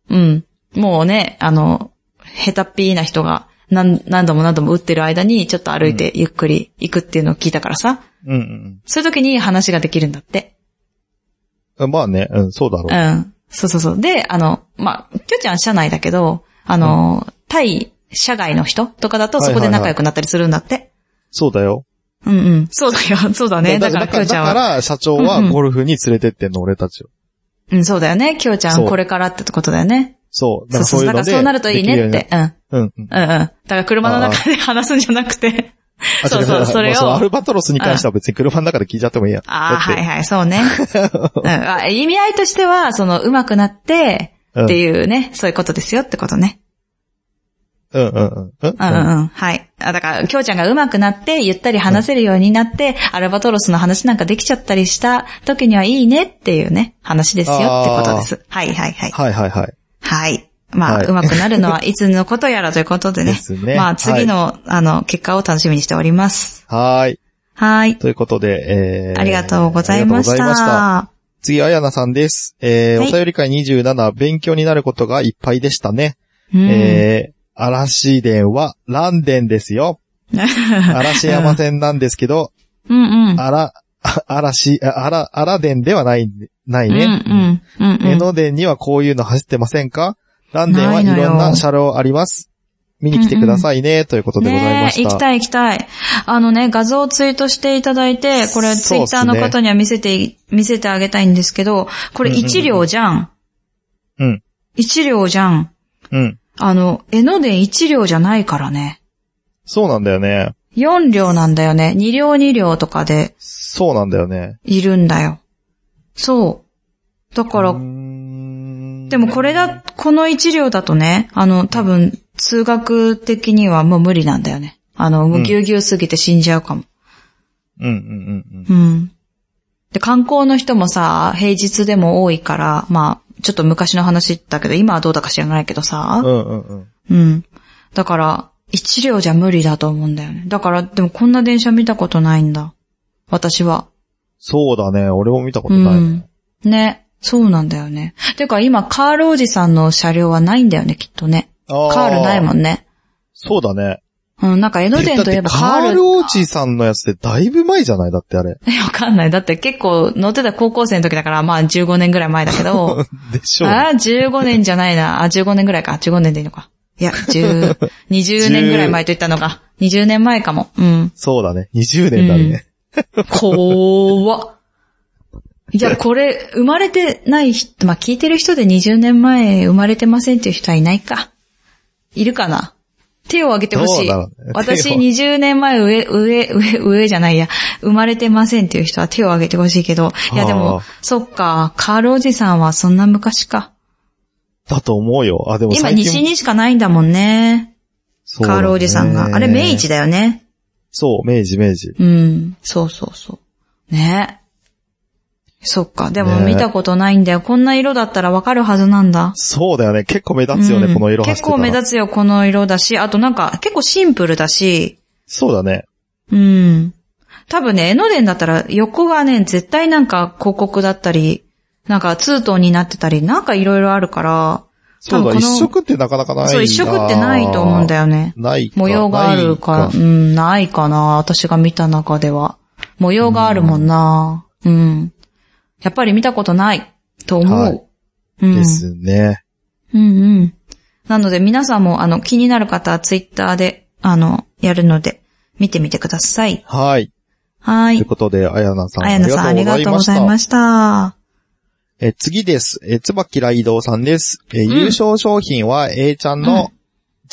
Speaker 2: うん。もうね、あの、下手っぴーな人が何何度も何度も打ってる間にちょっと歩いてゆっくり行くっていうのを聞いたからさ。
Speaker 1: うんうん
Speaker 2: そういう時に話ができるんだって。
Speaker 1: うん。まあね、うん、そうだろう
Speaker 2: う。ん。そうそうそう。で、あの、まあ、きょちゃん社内だけど、あの、対社外の人とかだと
Speaker 1: はい
Speaker 2: そ
Speaker 1: はいは
Speaker 2: こ
Speaker 1: い
Speaker 2: で仲良くなったりするんだって。
Speaker 1: そうだよ。
Speaker 2: うんうん。そうだよ。そうだね。だから、きょちゃん
Speaker 1: だか
Speaker 2: は。
Speaker 1: ら社長はゴルフに連れてってんの、俺たちを。
Speaker 2: うん、そうだよね。きょちゃ
Speaker 1: そ
Speaker 2: ん
Speaker 1: う
Speaker 2: これからってことだよね。
Speaker 1: そう。
Speaker 2: そうそう。だからそうなるといいねっ。て。うん。
Speaker 1: うん。うん
Speaker 2: うんうん。だから車の中で話すんじゃなく て。
Speaker 1: あ
Speaker 2: そうそう
Speaker 1: 違違
Speaker 2: それを
Speaker 1: まあアルバトロスに関しては別に車の中で聞いちゃってもいいや。
Speaker 2: ああ、
Speaker 1: だっ
Speaker 2: は
Speaker 1: て
Speaker 2: いはい、そう ね。うんあ意味合いとしては、その、上手くなって、
Speaker 1: うん
Speaker 2: っていうね、そういうことですよってことね。
Speaker 1: うんうんうん。うん
Speaker 2: うんうんうん。はい。あだから、きょうちゃんが上手くなって、ゆったり話せるようになって、アルバトロスの話なんかできちゃったりした時にはいいねっていうね、話ですよってことです。はいはいはい。
Speaker 1: はいはいはい。
Speaker 2: はい。まあ、
Speaker 1: はい
Speaker 2: 上手くなるのはいつのことやらということで ね。
Speaker 1: ですね
Speaker 2: まあ、次の、あの、結果を楽しみにしております。
Speaker 1: はーい。
Speaker 2: はい。
Speaker 1: ということで、えー、
Speaker 2: ありがとうございま
Speaker 1: あ
Speaker 2: し。
Speaker 1: りがとうございました次、あやなさんです。えー、
Speaker 2: はい
Speaker 1: お便り会27、勉強になることがいっぱいでしたね。
Speaker 2: うん
Speaker 1: えー、嵐殿は、 蘭殿ですよ。嵐山線なんですけど、
Speaker 2: うんうん。
Speaker 1: あら、あ嵐、ああら、あらでんではない、ない
Speaker 2: うんう
Speaker 1: ね。
Speaker 2: ん。うんうん
Speaker 1: 江ノ電にはこういうの走ってませんかランデンはい
Speaker 2: ないのよ
Speaker 1: ろんな車両あります。見に来てくださいね、ということでございまし
Speaker 2: ねえ、
Speaker 1: た。
Speaker 2: 行きたい行きたい。あのね、画像をツイートしていただいて、これツ
Speaker 1: そ
Speaker 2: イ
Speaker 1: う
Speaker 2: ッ
Speaker 1: っす
Speaker 2: タ
Speaker 1: ね
Speaker 2: ーの方には見せてい、見せてあげたいんですけど、これ
Speaker 1: うんうんうん
Speaker 2: 1両じゃん。
Speaker 1: うん。
Speaker 2: 1両じゃん。
Speaker 1: うん。
Speaker 2: あの、江ノ電1両じゃないからね。
Speaker 1: そうなんだよね。
Speaker 2: 4両なんだよね。2両2両とかで
Speaker 1: そうなんだよね。
Speaker 2: いるんだよ。そう。だから、
Speaker 1: うーん
Speaker 2: でもこれだ、この1両だとね、あの、多分、通学的にはもう無理なんだよね。あの、もううんぎゅうぎゅうすぎて死んじゃうかも。
Speaker 1: うんうんうんうん。
Speaker 2: うん。で、観光の人もさ、平日でも多いから、まあ、ちょっと昔の話だけど、今はどうだか知らないけど
Speaker 1: う
Speaker 2: さ、
Speaker 1: んうんうん。
Speaker 2: うん。だから、一両じゃ無理だと思うんだよね。だから、でもこんな電車見たことないんだ。私は。
Speaker 1: そうだね。俺も見たこと
Speaker 2: う
Speaker 1: ない。
Speaker 2: ん。ね。そうなんだよね。てか今、カールおじさんの車両はないんだよね、きっとね。
Speaker 1: あ
Speaker 2: カールないも
Speaker 1: ん。
Speaker 2: んね。
Speaker 1: そうだね。
Speaker 2: うん、なんか江ノ電といえば
Speaker 1: だってカ
Speaker 2: カー
Speaker 1: ー
Speaker 2: ル。
Speaker 1: ルおじさんのやつってだいぶ前じゃないだってあれ。
Speaker 2: えわかんない。だって結構乗ってた高校生の時だから、まあ15年ぐらい前だ けど。
Speaker 1: でしょうね。
Speaker 2: ああ、15年じゃないな。あ、15年ぐらいか。15年でいいのか。いや、10、20年 ぐらい前と言ったのが、20年前かも。うん。
Speaker 1: そうだね。20年だね。
Speaker 2: 怖っ。いや、これ、生まれてない人、まあ、聞いてる人で20年前生まれてませんっていう人はいないか。いるかな手を挙げてほし
Speaker 1: ど
Speaker 2: い。
Speaker 1: うだろうね
Speaker 2: 私
Speaker 1: 手を
Speaker 2: 20年前上、上、上、上じゃないや、生まれてませんっていう人は手を挙げてほしいけど、いやで
Speaker 1: あ
Speaker 2: も
Speaker 1: ー、
Speaker 2: そっか、カールおじさんはそんな昔か。
Speaker 1: だと思うよ。あ、でも
Speaker 2: 今
Speaker 1: 最近
Speaker 2: 西にしかないんだもんね。
Speaker 1: そうだね
Speaker 2: カールおじさんが。あれ、明治だよね。
Speaker 1: そう、明治、明治。
Speaker 2: うん。そうそうそう。ねそっか。でも
Speaker 1: ね
Speaker 2: 見たことないんだよ。こんな色だったらわかるはずなんだ。
Speaker 1: そうだよね。結構目立つよね、
Speaker 2: うん
Speaker 1: この色走って
Speaker 2: 結
Speaker 1: たら
Speaker 2: 構目立つよ、この色だし。あとなんか、結構シンプルだし。
Speaker 1: そうだね。
Speaker 2: うん。多分ね、江ノ電だったら横がね、絶対なんか広告だったり、なんかツートンになってたり、なんかいろいろあるから、
Speaker 1: そう
Speaker 2: 多
Speaker 1: だ、
Speaker 2: 分こ
Speaker 1: 一
Speaker 2: の
Speaker 1: 色ってなかなかないな
Speaker 2: そう、一色ってないと思うんだ
Speaker 1: よ。
Speaker 2: よね。
Speaker 1: ないか。
Speaker 2: 模様があるから、。
Speaker 1: ないう
Speaker 2: ん、ないかな。私が見た中では。模様があるもんな。うん。やっぱり見たことないと思う。
Speaker 1: はい
Speaker 2: うん。
Speaker 1: ですね。
Speaker 2: うんうん。なので皆さんも、あの、気になる方はツイッターで、あの、やるので、見てみてください。
Speaker 1: はい。
Speaker 2: は
Speaker 1: という
Speaker 2: い。
Speaker 1: ことで、あやなさん、
Speaker 2: あやなさん、ありがとうございました。
Speaker 1: えー、次です。えー、つばきらいどうさんです。えー
Speaker 2: うん
Speaker 1: 優勝商品は A ちゃんの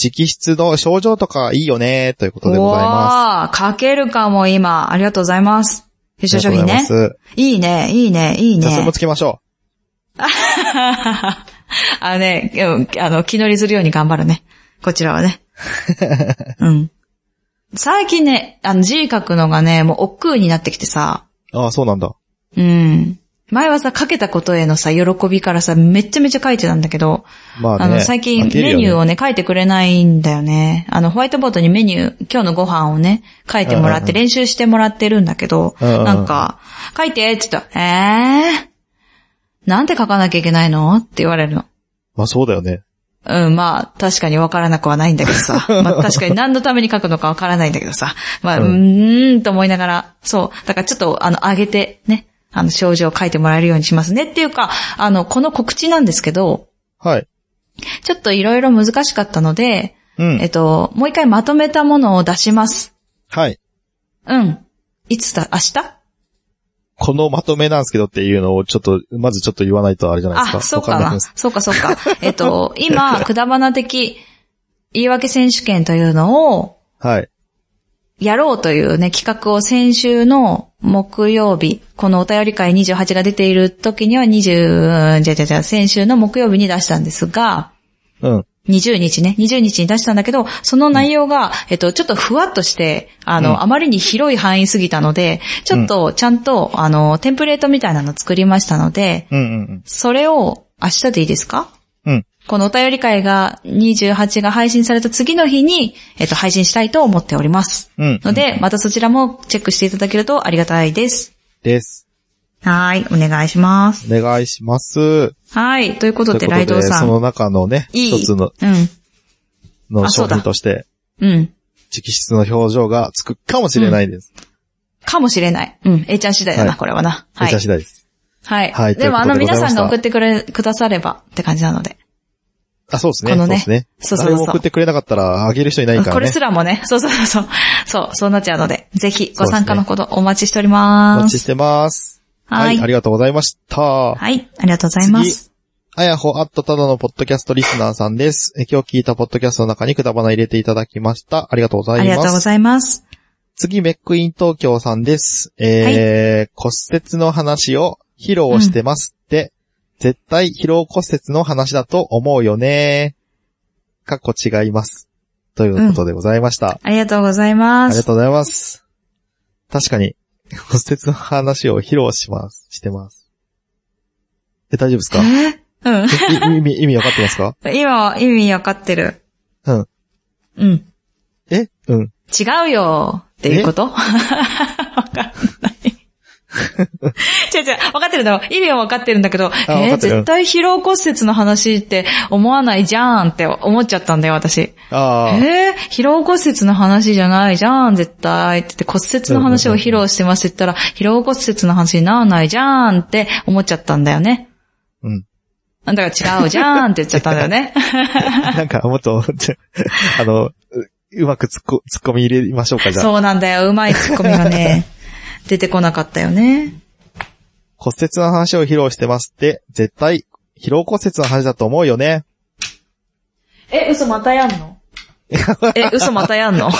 Speaker 1: 直筆の症状とかいいよね、ということでございま
Speaker 2: わー、書けるかも今。ありがとうございます。優
Speaker 1: す。
Speaker 2: 勝商品
Speaker 1: あり
Speaker 2: ね
Speaker 1: が。とうございます
Speaker 2: いいね、いいね、いい
Speaker 1: じゃあ、それ
Speaker 2: ね
Speaker 1: も。つけましょ
Speaker 2: あのね、うんあの、気乗りするように頑張るね。こちら はね。うん。最近ね、あの、字書くのがね、もう億劫になってきてさ、
Speaker 1: う。ああ、そうなんだ。
Speaker 2: うん。前はさ、書けたことへのさ、喜びからさ、めっちゃめちゃ書いてたんだけど、
Speaker 1: まあね。
Speaker 2: あの、最近
Speaker 1: 負ける
Speaker 2: メ
Speaker 1: よね
Speaker 2: ニューをね、書いてくれないんだよね。あの、ホワイトボードにメニュー、今日のご飯をね、書いてもらっ
Speaker 1: うんうんう
Speaker 2: て、練習してもらってるんだけど、
Speaker 1: うんうんうん
Speaker 2: なんか、書いてって言ったら、えー、なんて書かなきゃいけないのって言われるの。
Speaker 1: まあそうだよね。
Speaker 2: うん、まあ、確かに分からなくはないんだけ どさ。まあ、確かに何のために書くのか分からないんだけどさ。まあ、う
Speaker 1: うん
Speaker 2: ーんと思いながら、そう。だからちょっと、あの、上げて、ね、あの、症状を書いてもらえるようにしますね。っていうか、あの、この告知なんですけど、
Speaker 1: はい。
Speaker 2: ちょっといろいろ難しかったので、
Speaker 1: う
Speaker 2: え
Speaker 1: ん
Speaker 2: っ。と、もう一回まとめたものを出します。
Speaker 1: はい。
Speaker 2: うん。いつだ、明日
Speaker 1: このまとめなんですけどっていうのをちょっと、まずちょっと言わないとあれじゃないですか。
Speaker 2: あ、そう
Speaker 1: わ
Speaker 2: か
Speaker 1: んい
Speaker 2: な
Speaker 1: で。す
Speaker 2: そうか、そ うか。えっと、今、くだばな的言い訳選手権というのを、
Speaker 1: はい。
Speaker 2: やろうというね、企画を先週の木曜日、このお便り会28が出ている時には20、じゃじゃじゃ、先週の木曜日に出したんですが、
Speaker 1: うん。
Speaker 2: 20日ね、20日に出したんだけど、その内容が、えっと、ちょっとふわっとして、あの、
Speaker 1: うん
Speaker 2: あまりに広い範囲すぎたので、ちょっとちゃんと、あの、テンプレートみたいなの作りましたので、
Speaker 1: うんうんうん。
Speaker 2: それを明日でいいですか
Speaker 1: うん。
Speaker 2: このお便り会が28が配信された次の日に、えっと、配信したいと思っております。
Speaker 1: うん。
Speaker 2: ので、またそちらもチェックしていただけるとありがたいです。
Speaker 1: です。
Speaker 2: はい、お願いします。
Speaker 1: お願いします。
Speaker 2: はい、ということ
Speaker 1: と
Speaker 2: で、
Speaker 1: いうこ
Speaker 2: ライ
Speaker 1: と
Speaker 2: ドウ
Speaker 1: で、
Speaker 2: さ
Speaker 1: そ
Speaker 2: ん。
Speaker 1: の中のね、
Speaker 2: いい。
Speaker 1: 一つの
Speaker 2: う
Speaker 1: の
Speaker 2: あそ
Speaker 1: 商
Speaker 2: うだ
Speaker 1: 品として、
Speaker 2: ん。うん。
Speaker 1: 直筆の表情がつくかもしれないです。
Speaker 2: かもしれない。うん。A ちゃん次第だ
Speaker 1: は
Speaker 2: な、
Speaker 1: い
Speaker 2: これはな。は
Speaker 1: めちゃ
Speaker 2: い。
Speaker 1: 次第です。
Speaker 2: はい。
Speaker 1: はい
Speaker 2: でも、あ
Speaker 1: ということ
Speaker 2: の、
Speaker 1: でござ
Speaker 2: 皆
Speaker 1: いま
Speaker 2: さ
Speaker 1: し
Speaker 2: ん
Speaker 1: た
Speaker 2: が送ってくれ、くださればって感じなので。
Speaker 1: あ、そうですね。
Speaker 2: こ
Speaker 1: そう
Speaker 2: の
Speaker 1: で
Speaker 2: ね
Speaker 1: すね。
Speaker 2: そうそうそう
Speaker 1: 誰も送ってくれなかったら、あげる人いないから
Speaker 2: これ
Speaker 1: ね。
Speaker 2: すらもね、そうそうそうそう。そう、そうなっちゃうので、ぜひご参加の
Speaker 1: そ
Speaker 2: ほどお待ちしており
Speaker 1: お
Speaker 2: ま
Speaker 1: 待ちし
Speaker 2: す。
Speaker 1: てます。
Speaker 2: はい
Speaker 1: ありがとうございました。
Speaker 2: はい、ありがとうございます。あ
Speaker 1: ます。
Speaker 2: りがとうございます。
Speaker 1: 次、メックイン東京さんです。えー骨折の話を披露してますって、絶対疲労骨折の話だと思うよね。かっこ違います。ということでございました。
Speaker 2: ありがとうござい
Speaker 1: あ
Speaker 2: ま
Speaker 1: りが
Speaker 2: す。
Speaker 1: とうございます。確かに、骨折の話を披露します、してます。え、大丈夫ですか
Speaker 2: えー
Speaker 1: い意味、意味わかってますか
Speaker 2: うん。今、意味わかってる。
Speaker 1: うん。
Speaker 2: うん。
Speaker 1: えうん。
Speaker 2: 違うよっていうことわかんない。違う違う、わかってるだろ。意味はわかってるんだけど、え
Speaker 1: わか
Speaker 2: ー
Speaker 1: ってる
Speaker 2: 絶対疲労骨折の話って思わないじゃんって思っちゃったんだよ、私。
Speaker 1: ああ、
Speaker 2: えー、疲労骨折の話じゃないじゃん、絶対。って言って骨折の話を披露してますって言ったら、疲労骨折の話にならないじゃんって思っちゃったんだよね。
Speaker 1: うん。
Speaker 2: だから違うじゃんって言っちゃったんだ よね。
Speaker 1: なんかもっと、ちょ あの、ううまく突っこ突っ込み入れましょうか、じゃあ。
Speaker 2: そうなんだよ。うまいツッコミがね、出てこなかったよね。
Speaker 1: 骨折の話を披露してますって、絶対、疲労骨折の話だと思うよね。
Speaker 2: え、嘘またやんのえ、嘘またや んの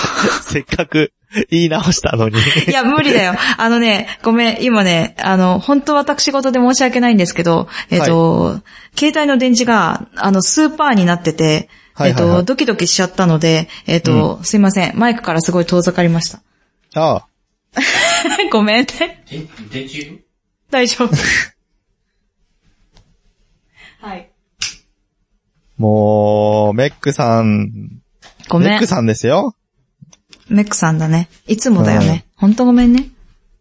Speaker 1: せっかく言い直したのに。
Speaker 2: いや、無理だよ。あのね、ごめん、今ね、あの、本当私事で申し訳ないんですけど、えっ、と、携帯の電池が、あの、スーパーになってて、
Speaker 1: はいはいはい
Speaker 2: えっと、ドキドキしちゃったので、えっ、と、すいません。マイクからすごい遠ざかりました。
Speaker 1: ああ。
Speaker 2: ごめんね。
Speaker 3: 電電池いる
Speaker 2: 大 丈夫。はい。
Speaker 1: もう、メックさん、
Speaker 2: ご
Speaker 1: メ
Speaker 2: め
Speaker 1: ッ
Speaker 2: ん
Speaker 1: ク。さんですよ。
Speaker 2: メックさんだね。いつもだよね。本当ごめんね。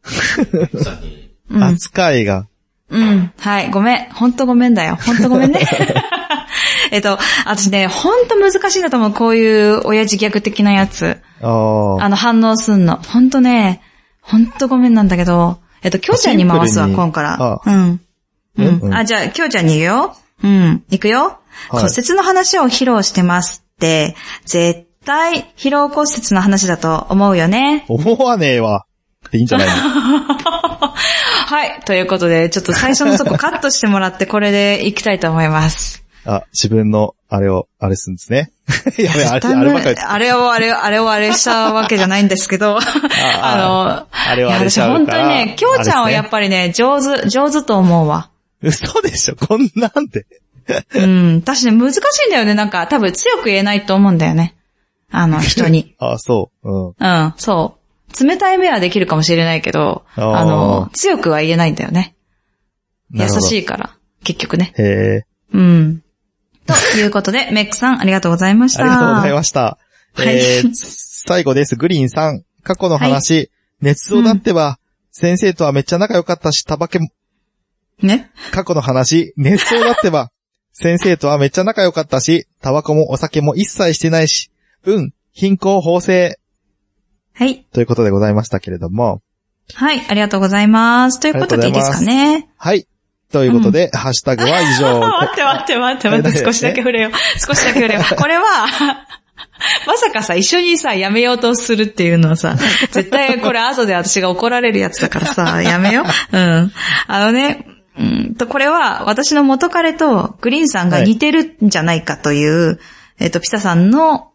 Speaker 3: さっき
Speaker 2: うん。
Speaker 1: 扱いが。
Speaker 2: うん。はい。ごめん。本当ごめんだよ。本当ごめんね。 えっと、私ね、本当難しいんだと思う。こういう親父ギャグ的なやつ。
Speaker 1: ああ。
Speaker 2: あの、反応すんの。本当ね、本当ごめんなんだけど、えっと、きょうちゃんに回す
Speaker 1: シ
Speaker 2: わ、
Speaker 1: ンプルに
Speaker 2: 今から。
Speaker 1: あ
Speaker 2: うん。う。
Speaker 1: うんん
Speaker 2: あ、じゃあ、きょうちゃんに言うよ。うん。いくよ。
Speaker 1: はい
Speaker 2: 骨折の話を披露してますって、絶対、疲労骨折の話だと思う よね。
Speaker 1: 思わねえわ。っていいんじゃない の
Speaker 2: はい。ということで、ちょっと最初のとこカットしてもらって、これでいきたいと思います。
Speaker 1: あ、自分の、あれを、あれするんですね。 やべえ、あれ、
Speaker 2: 絶対
Speaker 1: あればっかり。
Speaker 2: あれをあれ、あれをあれしたわけじゃないんです けど、あの、
Speaker 1: あれはあれし
Speaker 2: い
Speaker 1: ち
Speaker 2: や
Speaker 1: ゃ
Speaker 2: 私
Speaker 1: う
Speaker 2: 本
Speaker 1: か
Speaker 2: 当
Speaker 1: ら
Speaker 2: にね、きょうちゃんはやっぱりね、上手、上手と思うわ。
Speaker 1: 嘘でしょこんなんで。。
Speaker 2: うん。私ね、難しいんだよね。なんか、多分強く言えないと思うんだよね。あの、人に
Speaker 1: あそう。うん。
Speaker 2: うん、そう。冷たい目はできるかもしれないけど、
Speaker 1: あー
Speaker 2: あの、強くは言えないんだよね。優
Speaker 1: なるほど
Speaker 2: しいから、結局ね。
Speaker 1: へえ。
Speaker 2: うん。ということで、 メックさん、ありがとうございました。
Speaker 1: ありがとうございました。
Speaker 2: はい
Speaker 1: えー、最後です。グリーンさん。過去の話、熱をだってば、先生とはめっちゃ仲良かったし、たばけも、
Speaker 2: ね。
Speaker 1: 過去の話、熱をだってば、 先生とはめっちゃ仲良かったし、タバコもお酒も一切してないし、うん、貧困法制、
Speaker 2: はい。
Speaker 1: ということでございましたけれども、
Speaker 2: はい、ありがとうございます。ということでいいですかね。
Speaker 1: はい。ということで、ハッシュタグは以 上。
Speaker 2: あ待って待って待って待って、少しだけ触れよう。少しだけ触れよ う。これは、 まさかさ、一緒にさ、やめようとするっていうの はさ、絶対これ後で私が怒られるやつだからさ、やめよう。うん。あのね、うんと、これは私の元彼とグリーンさんが似てるんじゃないかという、えっと、ピサさんの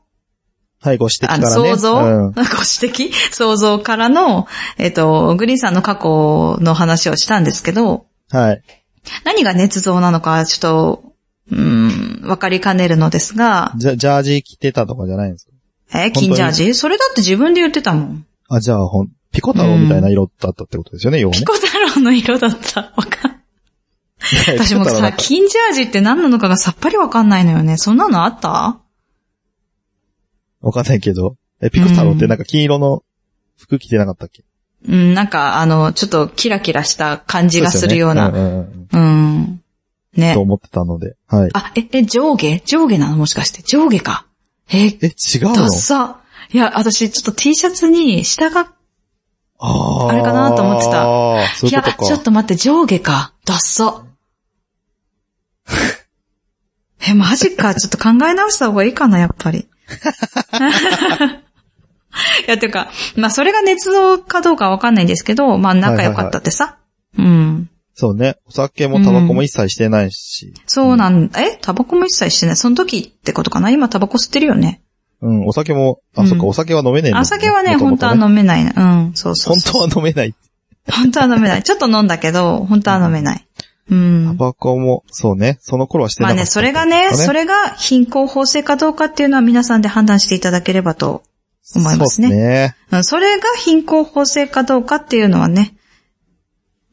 Speaker 1: はい、ご指摘から
Speaker 2: あ
Speaker 1: ね。
Speaker 2: の、想像、
Speaker 1: うん
Speaker 2: ご指摘想像からの、えっと、グリーンさんの過去の話をしたんですけど、
Speaker 1: はい。
Speaker 2: 何が捏造なのか、ちょっと、うーん、わかりかねるのですが、
Speaker 1: じゃ、ジャージ着てたとかじゃないんですか本
Speaker 2: え、
Speaker 1: 当に
Speaker 2: 金ジャージそれだって自分で言ってたもん。
Speaker 1: あ、じゃあ、ほん、ピコ太郎みたいな色だったってことですよね、要はね
Speaker 2: ピ。コ太郎の色だった。わかん
Speaker 1: い や
Speaker 2: 私も
Speaker 1: ピコ太郎だ
Speaker 2: さ、
Speaker 1: った
Speaker 2: 金ジャージって何なのかがさっぱりわかんないのよね。そんなのあった
Speaker 1: わかんないけど。え、ピコ太郎ってなんか金色の服着てなかったっけ、
Speaker 2: うん、なんか、あの、ちょっとキラキラした感じがするような。う
Speaker 1: そうですよねんんうん
Speaker 2: ん。ね
Speaker 1: と。思ってたので。はい。
Speaker 2: あ、え、え、上下上下なのもしかして。上下か。
Speaker 1: え、
Speaker 2: え、
Speaker 1: 違う
Speaker 2: ダ
Speaker 1: の
Speaker 2: ッサ。いや、私、ちょっと T シャツに下が
Speaker 1: あー
Speaker 2: あれかなと思ってた
Speaker 1: そういうこ
Speaker 2: や、ち
Speaker 1: と
Speaker 2: ょっ
Speaker 1: か。
Speaker 2: と待って、上下か。ダッサ。 え、マジか。ちょっと考え直した方がいいかな、やっぱり。 いや、てか、まあ、それが捏造かどうかはわかんないんですけど、まあ、仲良かったってさ。うん。
Speaker 1: そうね。お酒もタバコも一切してないし。
Speaker 2: そうなんだ。えタバコも一切してない。その時ってことかな今タバコ吸ってるよね。
Speaker 1: うん、お酒も、
Speaker 2: う
Speaker 1: あ、
Speaker 2: ん
Speaker 1: そっか、お酒は飲めないんだ
Speaker 2: あ、酒はね、
Speaker 1: 元々
Speaker 2: 本当は飲めないな。うん、そうそう
Speaker 1: 本
Speaker 2: そう
Speaker 1: 当は飲めない。
Speaker 2: 本当は飲めない。ちょっと飲んだけど、本当は飲めない。う
Speaker 1: タ
Speaker 2: ん。
Speaker 1: バコも、そうね。その頃はしてな
Speaker 2: ま
Speaker 1: か
Speaker 2: あ
Speaker 1: った。
Speaker 2: ね、それがね、それが貧困法制かどうかっていうのは皆さんで判断していただければと思います
Speaker 1: そう
Speaker 2: ね。
Speaker 1: ね。
Speaker 2: うんそれが貧困法制かどうかっていうのはね、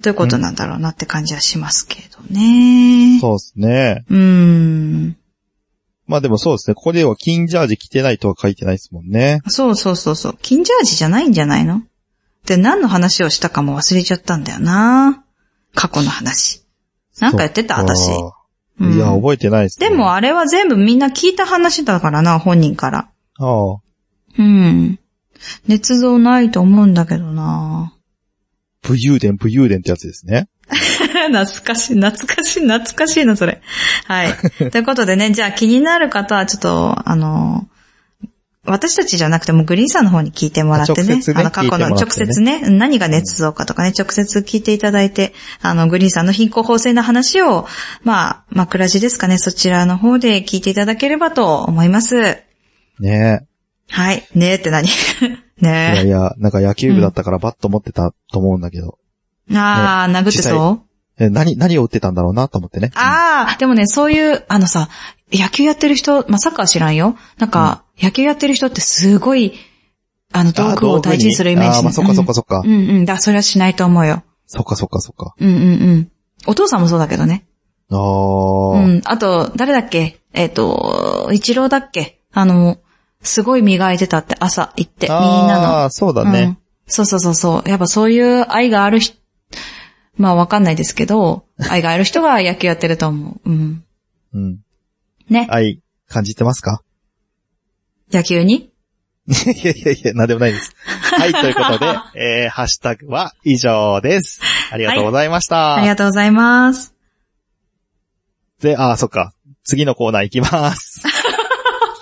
Speaker 2: どういうことなんだろうなって感じはしますけどね。
Speaker 1: そうですね。
Speaker 2: う。ん。
Speaker 1: まあでもそうですね。ここでは金ジャージ着てないとは書いてないですもんね。
Speaker 2: そうそうそうそう。金ジャージじゃないんじゃないので、何の話をしたかも忘れちゃったんだよな。過去の話。なんか言ってた
Speaker 1: そっか
Speaker 2: 私。うん
Speaker 1: いや、覚えてないです、ね。
Speaker 2: でもあれは全部みんな聞いた話だからな、本人から。
Speaker 1: ああ。
Speaker 2: うん。捏造ないと思うんだけどな
Speaker 1: 武勇伝、武勇伝ってやつですね。
Speaker 2: 懐かしい、懐かしい、懐かしいな、それ。はい。ということでね、じゃあ気になる方はちょっと、あの、私たちじゃなくてもグリーンさんの方に聞いてもらって
Speaker 1: あ
Speaker 2: ね
Speaker 1: 直。接ね
Speaker 2: あの、過
Speaker 1: 聞
Speaker 2: 去の
Speaker 1: いてもらってね
Speaker 2: 直接ね、何が捏造かとかね、直接聞いていただいて、あの、グリーンさんの貧困法制の話を、まあ、枕地ですかね、そちらの方で聞いていただければと思います。
Speaker 1: ね
Speaker 2: はい。ねえって
Speaker 1: え。
Speaker 2: 何
Speaker 1: いや
Speaker 2: ね
Speaker 1: いや、なんか野球部だったからバット持ってたと思うんだけど。
Speaker 2: え。ああ、殴ってそう
Speaker 1: え何、何を打ってたんだろうなと思ってね。
Speaker 2: ああ、でもね、そういう、あのさ、野球やってる人、まあ、サッカーは知らんよ。なんか、野球やってる人ってすごい、あの、道具を大事にするイメージ。
Speaker 1: ああ、まあそっかそっかそっか。
Speaker 2: うんうんうん、だ、それはしないと思うよ。
Speaker 1: そっかそっかそっか。
Speaker 2: うんうんうん。お父さんもそうだけどね。
Speaker 1: あ
Speaker 2: う
Speaker 1: あ。
Speaker 2: ん。あと、誰だっけえっ、と、一郎だっけあの、すごい磨いてたって、朝行って、みんなの。
Speaker 1: ああ、そうだね。
Speaker 2: うん。そうそうそうそう。やっぱそういう愛がある人、まあわかんないですけど、愛がある人が野球やってると思う。うん。
Speaker 1: うん。
Speaker 2: ね。
Speaker 1: 愛、感じてますか
Speaker 2: 野球に
Speaker 1: いやいやいや、なんでもないです。 はい、ということで、えー、ハッシュタグは以上です。ありがとうございました。
Speaker 2: ありがとうございます。
Speaker 1: で、あー、そっか。次のコーナー行きます。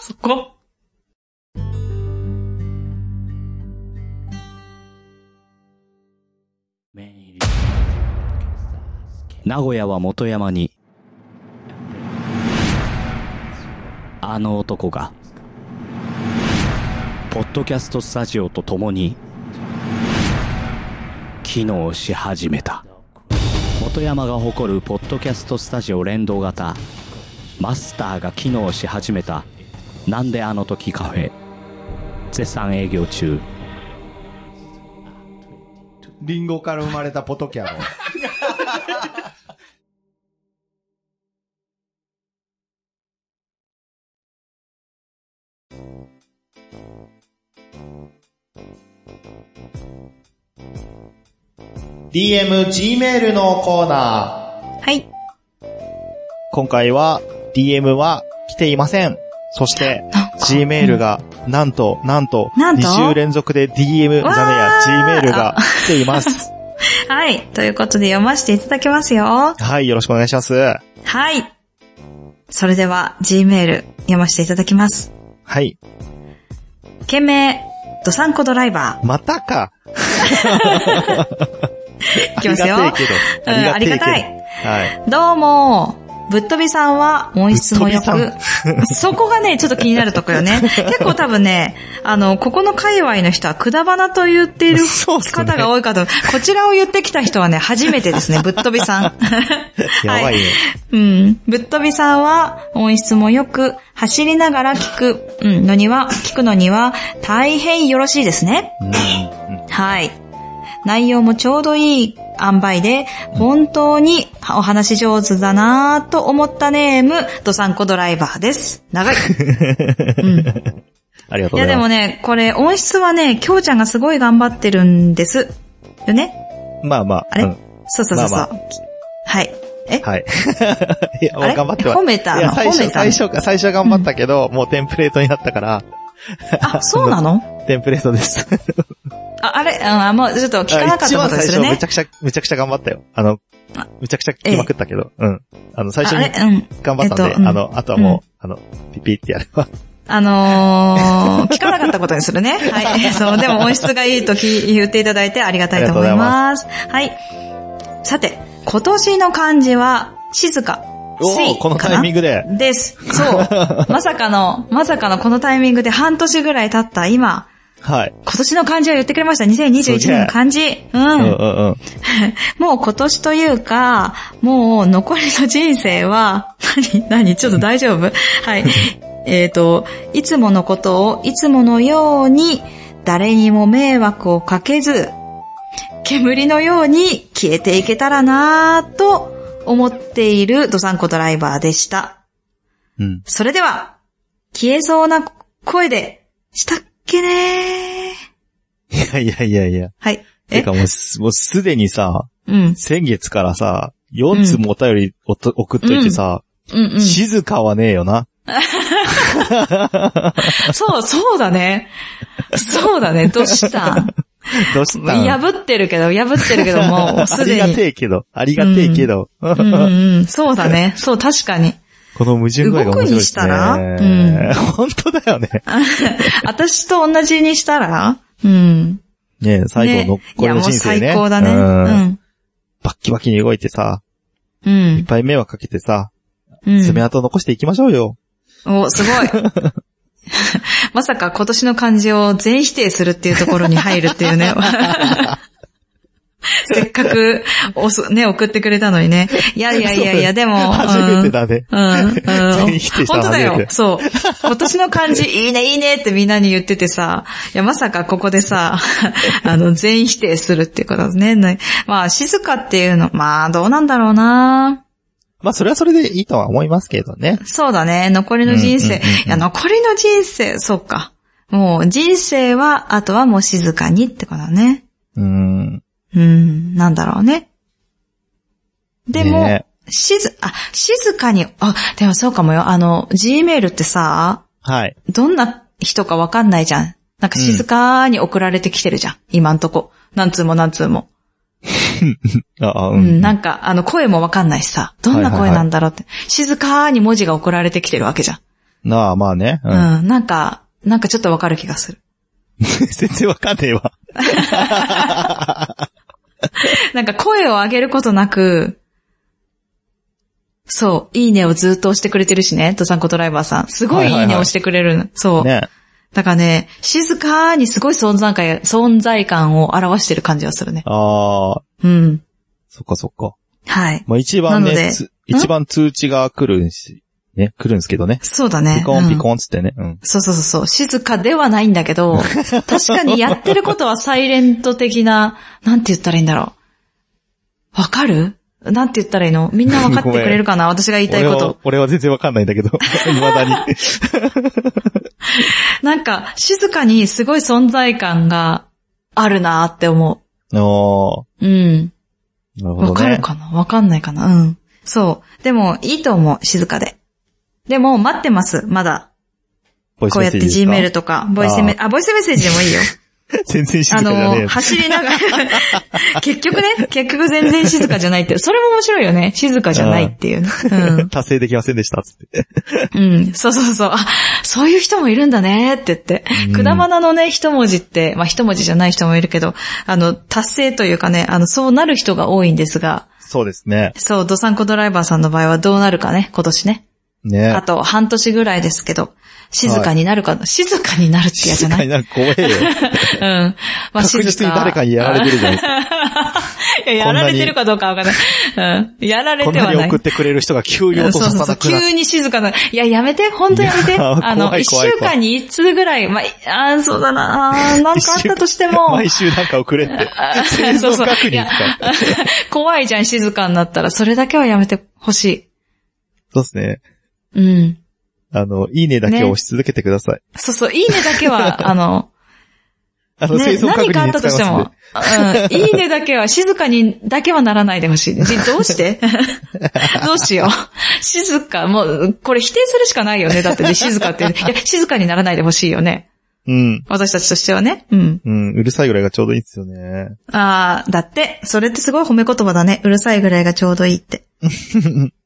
Speaker 2: そこ
Speaker 4: 名古屋は元山にあの男がポッドキャストスタジオと共に機能し始めた元山が誇るポッドキャストスタジオ連動型マスターが機能し始めたなんであの時カフェ絶賛営業中
Speaker 5: リンゴから生まれたポトキャ ロ。
Speaker 1: DM G メールのコーナー。
Speaker 2: はい。
Speaker 1: 今回は DM は来ていません。そして
Speaker 2: なんか
Speaker 1: G メールがなんとなんと
Speaker 2: なんと
Speaker 1: 2週連続で DM じ
Speaker 2: わー
Speaker 1: ゃねえや G メールが来ています。
Speaker 2: はい。ということで読ませていただきますよ。
Speaker 1: はい、よろしくお願いします。
Speaker 2: はい。それでは、G メール読ませていただきます。
Speaker 1: はい、
Speaker 2: 件名、ドサンコドライバー。
Speaker 1: またか。
Speaker 2: いきますよ
Speaker 1: ありがてえけど。
Speaker 2: うん
Speaker 1: えけど
Speaker 2: ありがたい。
Speaker 1: はい。
Speaker 2: どうも、ぶっ飛びさんは音質も良
Speaker 1: ぶっ
Speaker 2: く、 そこがね、ちょっと気になると こよね。結構多分ね、あの、ここの界隈の人はくだばなと言っている
Speaker 1: そうっすね
Speaker 2: 方が多いかと思う、こちらを言ってきた人はね、初めてですね、ぶっ飛びさん。
Speaker 1: やばいね。
Speaker 2: うん。ぶっ飛びさんは音質も良く、走りながら聞く、うん、のには、聞くのには大変よろしいですね。はい。内容もちょうどいい塩梅で、本当にお話し上手だなぁと思ったネーム、ドサンコドライバーです。長 い。
Speaker 1: ありがと
Speaker 2: いう
Speaker 1: ござ
Speaker 2: やで
Speaker 1: い
Speaker 2: も
Speaker 1: ます。
Speaker 2: ね、これ音質はね、きょうちゃんがすごい頑張ってるんです。よね
Speaker 1: まあまあ。
Speaker 2: あれ、
Speaker 1: うん
Speaker 2: そうそうそうそう。
Speaker 1: まあ
Speaker 2: はい。え
Speaker 1: はい。 いや、も
Speaker 2: あれ
Speaker 1: う頑張っては
Speaker 2: 褒めたの
Speaker 1: いや、最
Speaker 2: 褒め
Speaker 1: 初、
Speaker 2: たの
Speaker 1: 最初、最初は頑張ったけど、もうテンプレートになったから、
Speaker 2: あ、そうなの
Speaker 1: テンプレートです。
Speaker 2: あ、あれ、うんあ、もうちょっと聞かなかったことです
Speaker 1: あ一番最初
Speaker 2: よ
Speaker 1: め
Speaker 2: ね
Speaker 1: ち。ゃくちゃ、めちゃくちゃ頑張ったよ。あの、めちゃくちゃ聞きまくったけど、うん。あの、最初
Speaker 2: ああ
Speaker 1: に
Speaker 2: れ、うん。
Speaker 1: 頑張ったんで、
Speaker 2: えっとうん
Speaker 1: あの、あとはもう、あの、ピピってやれ ば。
Speaker 2: あ のー、聞かなかったことにするね。はい。 そう、でも音質がいいとき言っていただいてありがたいと思います。はい。さて、今年の漢字は、静か。
Speaker 1: おおこのタイミン
Speaker 2: グ。
Speaker 1: グで。
Speaker 2: です。 そう。まさかの、まさかのこのタイミングで半年ぐらい経った今、
Speaker 1: はい。
Speaker 2: 今年の漢字を言ってくれました。2021年の漢字。う。
Speaker 1: うんんうんうん。
Speaker 2: もう今年というか、もう残りの人生は、 何何ちょっと大丈夫はい。えっ、と、いつものことをいつものように、誰にも迷惑をかけず、煙のように消えていけたらなぁと思っているドサンコドライバーでした。
Speaker 1: うん。
Speaker 2: それでは、消えそうな声で、したっけねー
Speaker 1: いやいやいやいや。
Speaker 2: はい。
Speaker 1: てかもうす、もうすでにさ、
Speaker 2: うん。
Speaker 1: 先月からさ、4つもお便りおと送っといてさ、
Speaker 2: うんうん。
Speaker 1: 静かはねえよな。
Speaker 2: そう、そうだね。そうだね。どうしたん
Speaker 1: どうしたん
Speaker 2: 破ってるけど、破ってるけど、もう
Speaker 1: あ
Speaker 2: す
Speaker 1: り
Speaker 2: で
Speaker 1: が
Speaker 2: に。
Speaker 1: てえけど、ありがてえけど。
Speaker 2: うんうんうん、そうだね。そう、確かに。
Speaker 1: この矛盾具合が面白いですね。
Speaker 2: 動くにしたらうん
Speaker 1: 本当だよね。
Speaker 2: 私と同じにしたらうん。
Speaker 1: ねえ最後の、
Speaker 2: ね
Speaker 1: これの人生ね。
Speaker 2: いや、もう最高だね。
Speaker 1: う
Speaker 2: うんん。
Speaker 1: バッキバキに動いてさ、
Speaker 2: う
Speaker 1: いっ
Speaker 2: ん。
Speaker 1: ぱい迷惑かけてさ、
Speaker 2: うん
Speaker 1: 爪痕残していきましょうよ。
Speaker 2: お、すごい。 まさか今年の漢字を全否定するっていうところに入るっていうね。 せっかく、おす、ね、送ってくれたのにね。いや いやいやいや、でも、
Speaker 1: 初めてだね。
Speaker 2: うん。うん。
Speaker 1: 全否定した
Speaker 2: 本
Speaker 1: の
Speaker 2: 当だ
Speaker 1: 初め
Speaker 2: よ。
Speaker 1: て
Speaker 2: そう。今年の 漢字、いいね、いいねってみんなに言っててさ、いや、まさかここでさ、 あの、全否定するっていうことですね。ねまあ、静かっていうの、まあ、どうなんだろうな
Speaker 1: まあ、それはそれでいいとは思いますけどね。
Speaker 2: そうだね。残りの人生。
Speaker 1: うんうんうんうん
Speaker 2: いや、残りの人生、そうか。もう、人生は、あとはもう静かにってことだね。
Speaker 1: うん。
Speaker 2: うん、なんだろうね。でも、
Speaker 1: ね
Speaker 2: 静、あ、静かに、あ、でもそうかもよ。あの、Gmail ってさ、
Speaker 1: はい。
Speaker 2: どんな人かわかんないじゃん。なんか静かに送られてきてるじゃん。今んとこ。何通も何通も。
Speaker 1: ああ、
Speaker 2: う、
Speaker 1: うんん。
Speaker 2: なんか、あの、声もわかんないしさ。どんな声なんだろうって。静かに文字が送られてきてるわけじゃん。
Speaker 1: なあ、まあね。うん。
Speaker 2: うん、なんか、なんかちょっとわかる気がする。
Speaker 1: 全然わかんねえわ。
Speaker 2: なんか声を上げることなく、そう、いいねをずっと押してくれてるしね、ドサンコドライバーさん。すごい
Speaker 1: は
Speaker 2: いい
Speaker 1: いはい
Speaker 2: ね
Speaker 1: はい
Speaker 2: を押してくれるの。そう。
Speaker 1: ね。
Speaker 2: だからね、静かにすごい存在感や、存在感を表してる感じがするね。
Speaker 1: ああ、
Speaker 2: うん。
Speaker 1: そっかそっか。
Speaker 2: はい。
Speaker 1: まあ、一番
Speaker 2: なので
Speaker 1: ね、つ一番通知が来るんし、ね、来るんですけどね。
Speaker 2: そうだね。
Speaker 1: ピコンピ
Speaker 2: ン。
Speaker 1: コンつってね。うん。
Speaker 2: そうそうそうそう。静かではないんだ けど、確かにやってることはサイレント的な、なんて言ったらいいんだろう。わかるなんて言ったらいいのみんなわかってくれる かな私が言いたい
Speaker 1: 俺
Speaker 2: こ
Speaker 1: は
Speaker 2: と。、
Speaker 1: 俺は全然わかんないんだけど。 未だに。
Speaker 2: なんか、静かにすごい存在感があるなって思
Speaker 1: お
Speaker 2: う。うん。
Speaker 1: ーなるほどね。
Speaker 2: わかるかなわかんないかなうん。そう。でも、いいと思う。静かで。でも、待ってます。まだ。
Speaker 1: ボイス
Speaker 2: こう
Speaker 1: メ
Speaker 2: や
Speaker 1: ッ
Speaker 2: って
Speaker 1: セージですか
Speaker 2: Gmail とか、ボイスメ、あ、ボイスメッセージでもいいよ。
Speaker 1: 全然静
Speaker 2: あ
Speaker 1: かじゃねえ
Speaker 2: の、走りながら、 結局ね、結局全然静かじゃないって、それも面白いよね。静かじゃないっていうね。
Speaker 1: よ。達成できませんでした、つって。
Speaker 2: うん。うん。そうそうそう。あ、そういう人もいるんだねって言って。
Speaker 1: うん
Speaker 2: くだまなのね、一文字って、まあ一文字じゃない人もいるけど、あの、達成というかね、あの、そうなる人が多いんですが、
Speaker 1: そうですね。
Speaker 2: そう、ドサンコドライバーさんの場合はどうなるかね、今年ね。
Speaker 1: ね
Speaker 2: あと半年ぐらいですけど、静かになるか、静かになるって嫌じ
Speaker 1: 静
Speaker 2: ゃない
Speaker 1: かになる怖え よ。
Speaker 2: うん。まあ、
Speaker 1: 確実に誰かにやられてるじゃないですか。
Speaker 2: い や、やられてるかどうかわからない。うん。やられ
Speaker 1: こん
Speaker 2: て
Speaker 1: な
Speaker 2: は
Speaker 1: に
Speaker 2: ない
Speaker 1: 送っ。てくれる人が急に
Speaker 2: う
Speaker 1: 落
Speaker 2: ん
Speaker 1: と
Speaker 2: そう
Speaker 1: さ
Speaker 2: そうそ
Speaker 1: な
Speaker 2: う。
Speaker 1: くなっ
Speaker 2: 急に静かな。いや、やめて。本当やめ
Speaker 1: い
Speaker 2: て。
Speaker 1: やー
Speaker 2: あの、
Speaker 1: 怖い
Speaker 2: 一
Speaker 1: 怖い
Speaker 2: 週間に一通ぐらい、まあ、あーそうだな。あ ーなんかあったとしても。
Speaker 1: 毎週なんか送れって。生
Speaker 2: そう
Speaker 1: 存
Speaker 2: そう
Speaker 1: 確認
Speaker 2: いや
Speaker 1: か。
Speaker 2: 怖いじゃん、静かになったら。それだけはやめてほし
Speaker 1: そうですね。
Speaker 2: い。うん。
Speaker 1: あの、いいねだけを押し続けてください。
Speaker 2: そうそう、いいねだ けは、あの、
Speaker 1: あの、生
Speaker 2: ね、
Speaker 1: 存確認
Speaker 2: 何
Speaker 1: に
Speaker 2: か
Speaker 1: 使
Speaker 2: あ
Speaker 1: い
Speaker 2: ったとして
Speaker 1: ますん
Speaker 2: も
Speaker 1: で。、
Speaker 2: うん、いいねだけは静かにだけはならないで ほしい。じどうしてどうしよう。静か、もう、これ否定するしかないよね。だってね、静かって。いや、静かにならないでほしいよね。
Speaker 1: うん。
Speaker 2: 私たちとしてはね。うん。
Speaker 1: うん。うるさいぐらいがちょうどいいですよね。
Speaker 2: ああ、だって、それってすごい褒め言葉だね。うるさいぐらいがちょうどいい って。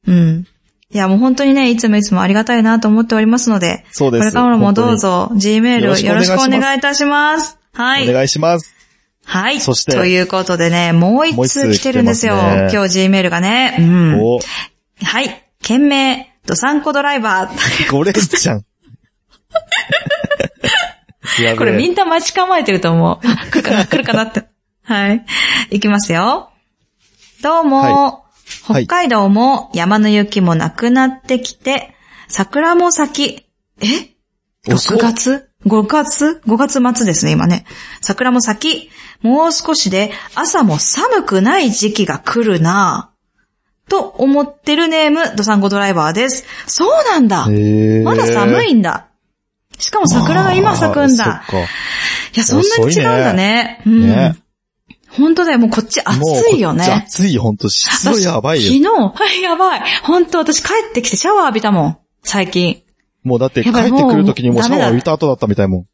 Speaker 2: うん。いや、もう本当にね、いつもいつもありがたいなと思っておりますので、
Speaker 1: そうです
Speaker 2: これからもどうぞ、Gmail
Speaker 1: よろ
Speaker 2: を
Speaker 1: しくお
Speaker 2: よ
Speaker 1: 願い
Speaker 2: ろ
Speaker 1: し
Speaker 2: し
Speaker 1: ま
Speaker 2: く
Speaker 1: す
Speaker 2: お願いいたします。は
Speaker 1: お
Speaker 2: い。
Speaker 1: 願いします。
Speaker 2: はい。
Speaker 1: そして
Speaker 2: ということでね、もう
Speaker 1: もう
Speaker 2: 一
Speaker 1: 一
Speaker 2: 通
Speaker 1: 通
Speaker 2: 来てるんですよ。
Speaker 1: 来てますね
Speaker 2: 今日 Gmail がね。うん。
Speaker 1: お、
Speaker 2: はい。件名、ドサンコドライバー。
Speaker 1: これじゃ ん。やべえ
Speaker 2: これみんな待ち構えてると思う。あ 来るかな、来るかなって。はい。いきますよ。どうも、
Speaker 1: はい
Speaker 2: 北海道も山の雪もなくなってきて、桜も咲き、え
Speaker 1: 遅っ
Speaker 2: ?6 月 ?5 月 ?5 月末ですね、今ね。桜も咲き、もう少しで朝も寒くない時期が来るなぁと思ってるネーム、ドサンゴドライバーです。そうなんだ、
Speaker 1: へー
Speaker 2: まだ寒いんだしかも桜が今咲くんだ
Speaker 1: あーそっか
Speaker 2: いや、そんなに違うんだね。うん。
Speaker 1: ね
Speaker 2: 本当だよ、もうこっち暑いよ
Speaker 1: もうこっち
Speaker 2: ね。
Speaker 1: 暑いよ、ほんと。湿度やばいよ。
Speaker 2: 私昨日、 やばい。本当私帰ってきてシャワー浴びたもん。最近。
Speaker 1: もうだって帰
Speaker 2: や
Speaker 1: っ
Speaker 2: ばい
Speaker 1: てくるときにもう
Speaker 2: もう
Speaker 1: シャワー浴びた後だったみたいもん。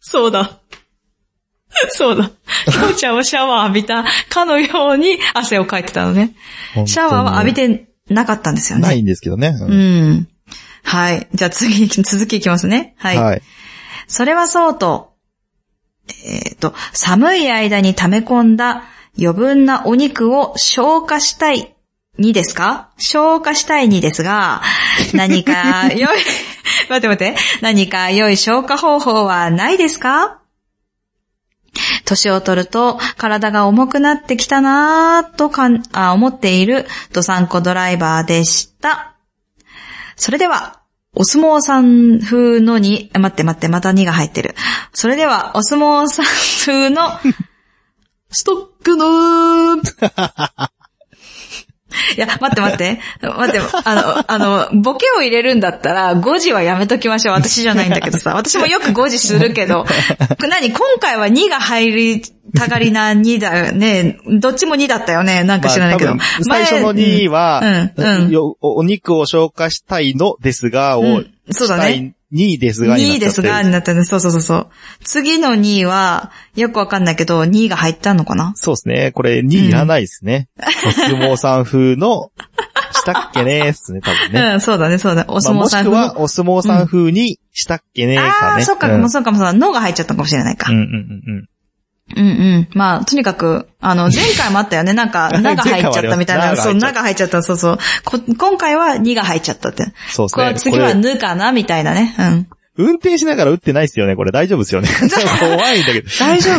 Speaker 2: そうだ。 そうだ。きょうちゃんはシャワー浴びたかのように汗をかいてたのね。
Speaker 1: 本当に
Speaker 2: シャワーは浴びてなかったんですよね。
Speaker 1: ないんですけどね。
Speaker 2: う
Speaker 1: うん
Speaker 2: ん。はい。じゃあ次、続きいきますね。
Speaker 1: はい。
Speaker 2: それはそうと、えっ、と、寒い間に溜め込んだ余分なお肉を消化したいにですか消化したいにですが、何か良い、待って待って、何か良い消化方法はないですか年を取ると体が重くなってきたなぁとかんあ思っているドサンコドライバーでした。それでは、お相撲さん風のに、あ待って待って、また2が入ってる。それでは、お相撲さん 風の、ストックの、 いや、待って待って、待って、あの、あの、ボケを入れるんだったら、5時はやめときましょう。私じゃないんだけどさ、私もよく5時する けど、何今回は2が入りたがりな2だよね。どっちも2だったよね。なんか知らないけど。
Speaker 1: まあ多分最初の
Speaker 2: 前
Speaker 1: 2は、
Speaker 2: うんうん
Speaker 1: よおお肉を消化したいのですが、を、
Speaker 2: うんそうだね
Speaker 1: したい2ですが、
Speaker 2: 2位ですが、になったね。そうそうそうそう。次の2位は、よくわかんないけど、2位が入ったのかな
Speaker 1: そうですね。これ2いらないですね。お相撲さん風の、したっけねーっすね、多分ね。
Speaker 2: うん、そうだね、そうだ。お
Speaker 1: お
Speaker 2: 相撲さん
Speaker 1: も
Speaker 2: 風
Speaker 1: し
Speaker 2: の
Speaker 1: くは、お相撲さん風に、したっけねーか
Speaker 2: あ
Speaker 1: ね。
Speaker 2: あ、そうか、
Speaker 1: ん
Speaker 2: もうそうかもそうだ。脳が入っちゃったかもしれないか。
Speaker 1: うんうんうんうん。
Speaker 2: うんうん。まあ、とにかく、あの、前回もあったよね。なんか、
Speaker 1: 前回
Speaker 2: な
Speaker 1: も
Speaker 2: が入っちゃったみたい
Speaker 1: あり
Speaker 2: な。
Speaker 1: ました
Speaker 2: そう、
Speaker 1: な
Speaker 2: な
Speaker 1: が
Speaker 2: が入っちゃった。そうそう。こ今回は2が入っちゃったって。
Speaker 1: そうです
Speaker 2: こ
Speaker 1: ね。
Speaker 2: う次は
Speaker 1: これ
Speaker 2: ぬかなみたいなね。うん。
Speaker 1: 運転しながら打ってないですよね。これ大丈夫です よね。怖いんだけど。
Speaker 2: 大丈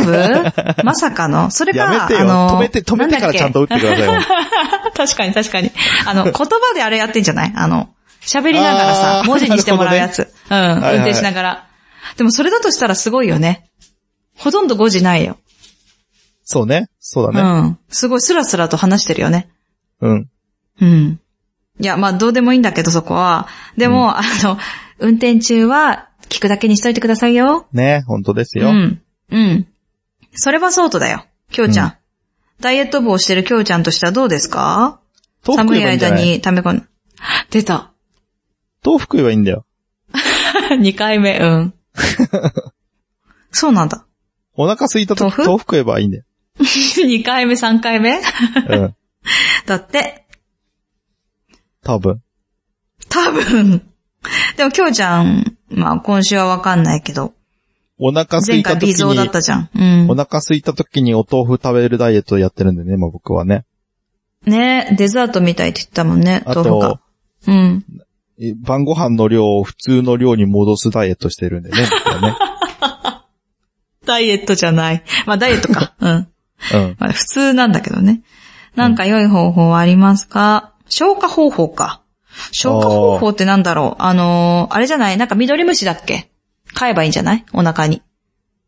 Speaker 2: 夫まさかのそれか、
Speaker 1: やめてよ。
Speaker 2: あの、
Speaker 1: 止めて、止めてからちゃんと打ってくださいよ。
Speaker 2: 確かに確かに。あの、言葉であれやってんじゃないあの、喋りながら
Speaker 1: あ
Speaker 2: さ
Speaker 1: ー、
Speaker 2: 文字にしてもらうやつ。うん、
Speaker 1: はい
Speaker 2: 運転しながら。でもそれだとしたらすごいよね。ほとんど5時ないよ。
Speaker 1: そうね。そう
Speaker 2: う
Speaker 1: だね。
Speaker 2: ん。すごいスラスラと話してるよね。
Speaker 1: うん。
Speaker 2: うん。いや、まあどうでもいいんだけどそこは。でも、あの、運転中は聞くだけにしといてくださいよ。
Speaker 1: ね、本当です
Speaker 2: う
Speaker 1: よ。
Speaker 2: ん。うん。それはそうとだよ。きょうちゃん。ダイエット棒をしてるきょうちゃんとしてはどうですか
Speaker 1: 豆腐食
Speaker 2: 寒
Speaker 1: え
Speaker 2: い
Speaker 1: ばいいんじ
Speaker 2: 間
Speaker 1: ゃない
Speaker 2: に溜め込ん出た。
Speaker 1: 豆腐食えばいいんだよ。
Speaker 2: 2回目、うん。そうなん だ。
Speaker 1: お腹空いた時、
Speaker 2: 豆腐
Speaker 1: 豆腐食えばいいんだよ。
Speaker 2: 2回目、3回目
Speaker 1: うん。
Speaker 2: だって、
Speaker 1: 多分。
Speaker 2: 多分。でも、きょうちゃん、まあ、今週はわかんないけど、
Speaker 1: お腹空
Speaker 2: 前
Speaker 1: いた
Speaker 2: 回
Speaker 1: 時
Speaker 2: 微増だっ
Speaker 1: に、
Speaker 2: たじゃん。うん
Speaker 1: お。腹空いた時にお豆腐食べるダイエットやってるんでね、今僕はね。
Speaker 2: ねデザートみたいって言ってたもんね、
Speaker 1: あ
Speaker 2: 豆腐
Speaker 1: と
Speaker 2: が。、うん。
Speaker 1: え晩ご飯の量を普通の量に戻すダイエットしてるんでね、僕はね。
Speaker 2: ダイエットじゃない。まあ、ダイエット か。うん。
Speaker 1: うん。
Speaker 2: まあ、普通なんだけどね。なんか良い方法はありますか、消化方法か。消化方法ってなんだろうあのーあれじゃないなんか緑虫だっけ飼えばいいんじゃないお腹に。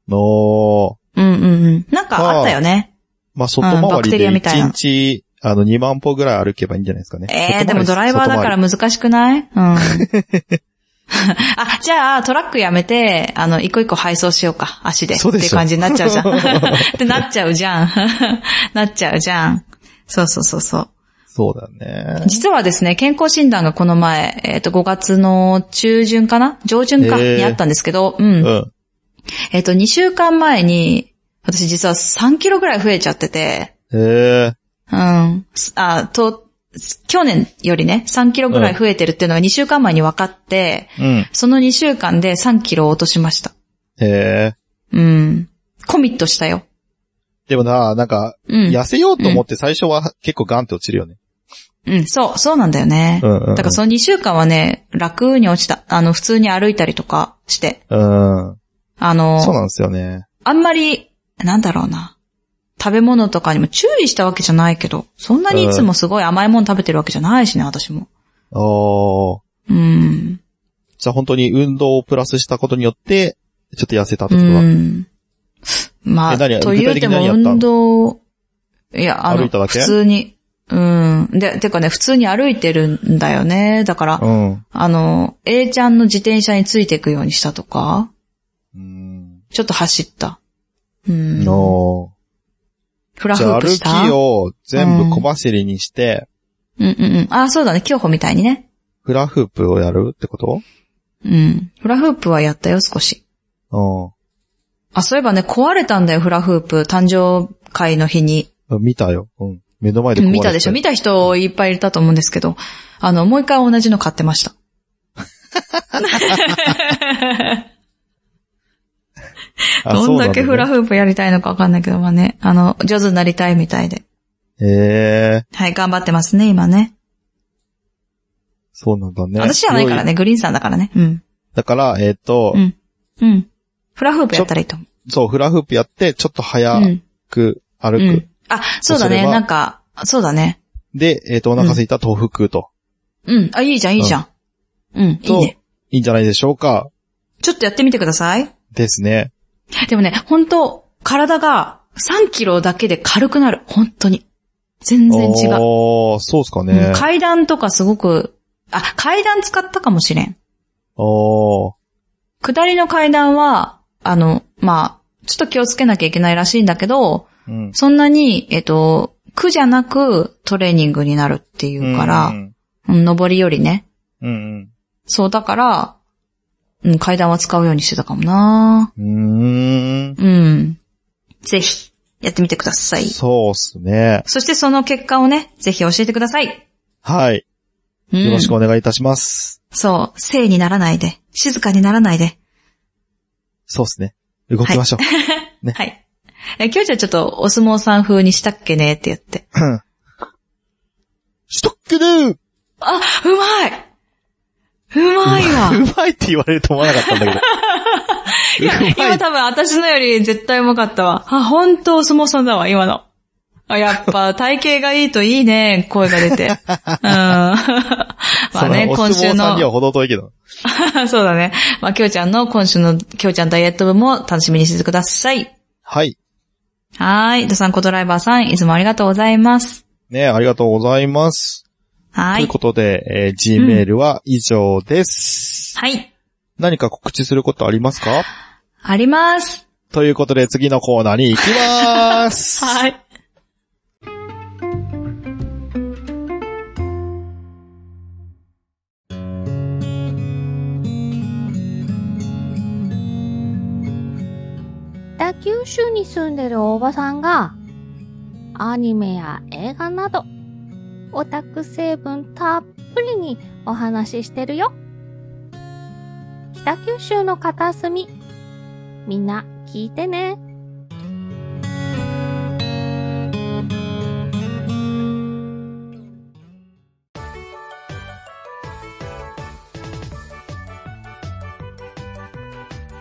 Speaker 1: のー。
Speaker 2: うんうんうん。なんかあったよね。
Speaker 1: まあ、外回りで
Speaker 2: うんバクテリアみたい
Speaker 1: 1
Speaker 2: な
Speaker 1: 日、あの、2万歩ぐらい歩けばいいんじゃないですかね。
Speaker 2: え
Speaker 1: 外
Speaker 2: え
Speaker 1: 回り
Speaker 2: でもドライバーだから。難しくないうん。 あ、じゃあ、トラックやめて、あの、一個一個配送しようか、足で。
Speaker 1: そうでしょ
Speaker 2: っていう感じになっちゃ う じゃん。ってなっちゃうじゃん。なっちゃうじゃん。そうそうそうそう。
Speaker 1: そうだね。
Speaker 2: 実はですね、健康診断がこの前、えっ、と、5月の中旬かな上旬か
Speaker 1: へー
Speaker 2: にあったんですけど、う。
Speaker 1: うんん。
Speaker 2: えっ、と、2週間前に、私実は3キロぐらい増えちゃってて、
Speaker 1: へえ。
Speaker 2: うん。すあ、と、去年よりね、3キロぐらい増えてるっていうのが2週間前に分かって、
Speaker 1: うん。
Speaker 2: その2週間で3キロ落としました。
Speaker 1: へえ。
Speaker 2: うん。コミットしたよ。
Speaker 1: でもな、なんか、
Speaker 2: うん。
Speaker 1: 痩せようと思って最初は結構ガンって落ちるよね。
Speaker 2: うん、そう、そうなんだよね。
Speaker 1: うんうんうん
Speaker 2: だからその2週間はね、楽に落ちた。あの、普通に歩いたりとかして。
Speaker 1: うん。
Speaker 2: あ
Speaker 1: そうな
Speaker 2: の、
Speaker 1: んですよね。
Speaker 2: あんまり、なんだろうな。食べ物とかにも注意したわけじゃないけど、そんなにいつもすごい甘いもの食べてるわけじゃないしね、私も。
Speaker 1: おー。
Speaker 2: うん。
Speaker 1: じゃあ本当に運動をプラスしたことによって、ちょっと痩せたって
Speaker 2: う
Speaker 1: ことだ。
Speaker 2: ん。ま
Speaker 1: え
Speaker 2: あ、
Speaker 1: 何
Speaker 2: と言うて
Speaker 1: 具体的に
Speaker 2: も
Speaker 1: 何やったの
Speaker 2: 運動、いや、あ
Speaker 1: 歩
Speaker 2: の、
Speaker 1: いただ
Speaker 2: 普
Speaker 1: け
Speaker 2: 通に、うん。で、てかね、普通に歩いてるんだよね。だから、
Speaker 1: うん。
Speaker 2: あの、A ちゃんの自転車についていくようにしたとか、
Speaker 1: うん。
Speaker 2: ちょっと走った。うん。
Speaker 1: おー。
Speaker 2: フラ
Speaker 1: じ
Speaker 2: フ
Speaker 1: ゃあ
Speaker 2: ープ
Speaker 1: 歩
Speaker 2: した。
Speaker 1: きを全部小走りにして、
Speaker 2: うんうんうん。あ、そうだね。競歩みたいにね。
Speaker 1: フラフープをやるってこと
Speaker 2: うん。フラフープはやったよ、少し。
Speaker 1: う
Speaker 2: あ、そういえばね、壊れたんだよ、フラフープ。誕生会の日に。
Speaker 1: ん。見たよ。うん。目の前で壊れ
Speaker 2: 見たでしょ見た人いっぱいいたと思うんですけど、あの、もう一回同じの買ってました。
Speaker 1: た
Speaker 2: どんだけフラ
Speaker 1: フ
Speaker 2: フープやりたいのかわかんないけど、まあね、あの、上手になりたいみたいで。
Speaker 1: ープ。ええ
Speaker 2: はい、頑張ってますね、今ね。
Speaker 1: そうなんだね。
Speaker 2: 私じゃないからね、グリーンさんだからね。うん。
Speaker 1: だから、えっ、と、
Speaker 2: うんうん。フラフープやったらいいと思
Speaker 1: そう、フラフープやって、ちょっと
Speaker 2: う。
Speaker 1: 早
Speaker 2: うん。
Speaker 1: く歩く。
Speaker 2: うん。あ、そうだ
Speaker 1: そ
Speaker 2: ね。
Speaker 1: れは
Speaker 2: なんか、そうだね。
Speaker 1: で、えっ、と、お腹空いた豆腐食うと。
Speaker 2: うん。あ、いいじゃん、いいじゃん。うん、いい
Speaker 1: と
Speaker 2: ね。
Speaker 1: いいんじゃないでしょうか。
Speaker 2: ちょっとやってみてください。
Speaker 1: ですね。
Speaker 2: でもね、本当体が3キロだけで軽くなる。本当に。全然違う。
Speaker 1: おー、そうっすか
Speaker 2: う
Speaker 1: ね
Speaker 2: ん。階段とかすごく、あ、階段使ったかもしれん。
Speaker 1: おー。
Speaker 2: 下りの階段は、あの、まあ、ちょっと気をつけなきゃいけないらしいんだけど、
Speaker 1: うん。
Speaker 2: そんなに、えっと、苦じゃなくトレーニングになるっていうから、
Speaker 1: うん
Speaker 2: うん、上りよりね。
Speaker 1: うん。
Speaker 2: そう、だから、うん、階段は使うようにしてたかもな
Speaker 1: うん。う
Speaker 2: うん。ぜひ、やってみてください
Speaker 1: ーん。。そうっすね。
Speaker 2: そしてその結果をね、ぜひ教えてください。
Speaker 1: はい。
Speaker 2: うん、
Speaker 1: よろしくお願いいたします。
Speaker 2: そう、静にならないで、静かにならないで。
Speaker 1: そうっすね。動きましょう。ね
Speaker 2: はい。え、今日じゃちょっとお相撲さん風にしたっけねって言って。
Speaker 1: ストックルー
Speaker 2: あ、うまいうまいわ。
Speaker 1: うまいって言われると思わなかったんだけど。
Speaker 2: いや、
Speaker 1: うま
Speaker 2: 今
Speaker 1: い。
Speaker 2: 多分私のより絶対うまかったわ。あ、本当お相撲さんだわ、今の。あやっ ぱ体型がいいといいね、声が出て。うん。 まあね、
Speaker 1: そのお
Speaker 2: 今週
Speaker 1: 相撲さんには
Speaker 2: の、
Speaker 1: 程遠いけど。
Speaker 2: そうだね。まあ、きょうちゃんの今週のきょうちゃんダイエット部も楽しみにしててください。
Speaker 1: はい。
Speaker 2: はーい。ドサンコドライバーさん、いつもありがとうございます。
Speaker 1: ねありがとうございます。
Speaker 2: は
Speaker 1: という
Speaker 2: い
Speaker 1: こ。とで、えー Gmail は以上です。
Speaker 2: はい。
Speaker 1: 何か告知することありますか
Speaker 2: あります。
Speaker 1: ということで、次のコーナーに行きまーす。
Speaker 2: はい。
Speaker 6: 北九州に住んでるおばさんが、アニメや映画など、オタク成分たっぷりにお話ししてるよ。北九州の片隅、みんな聞いてね。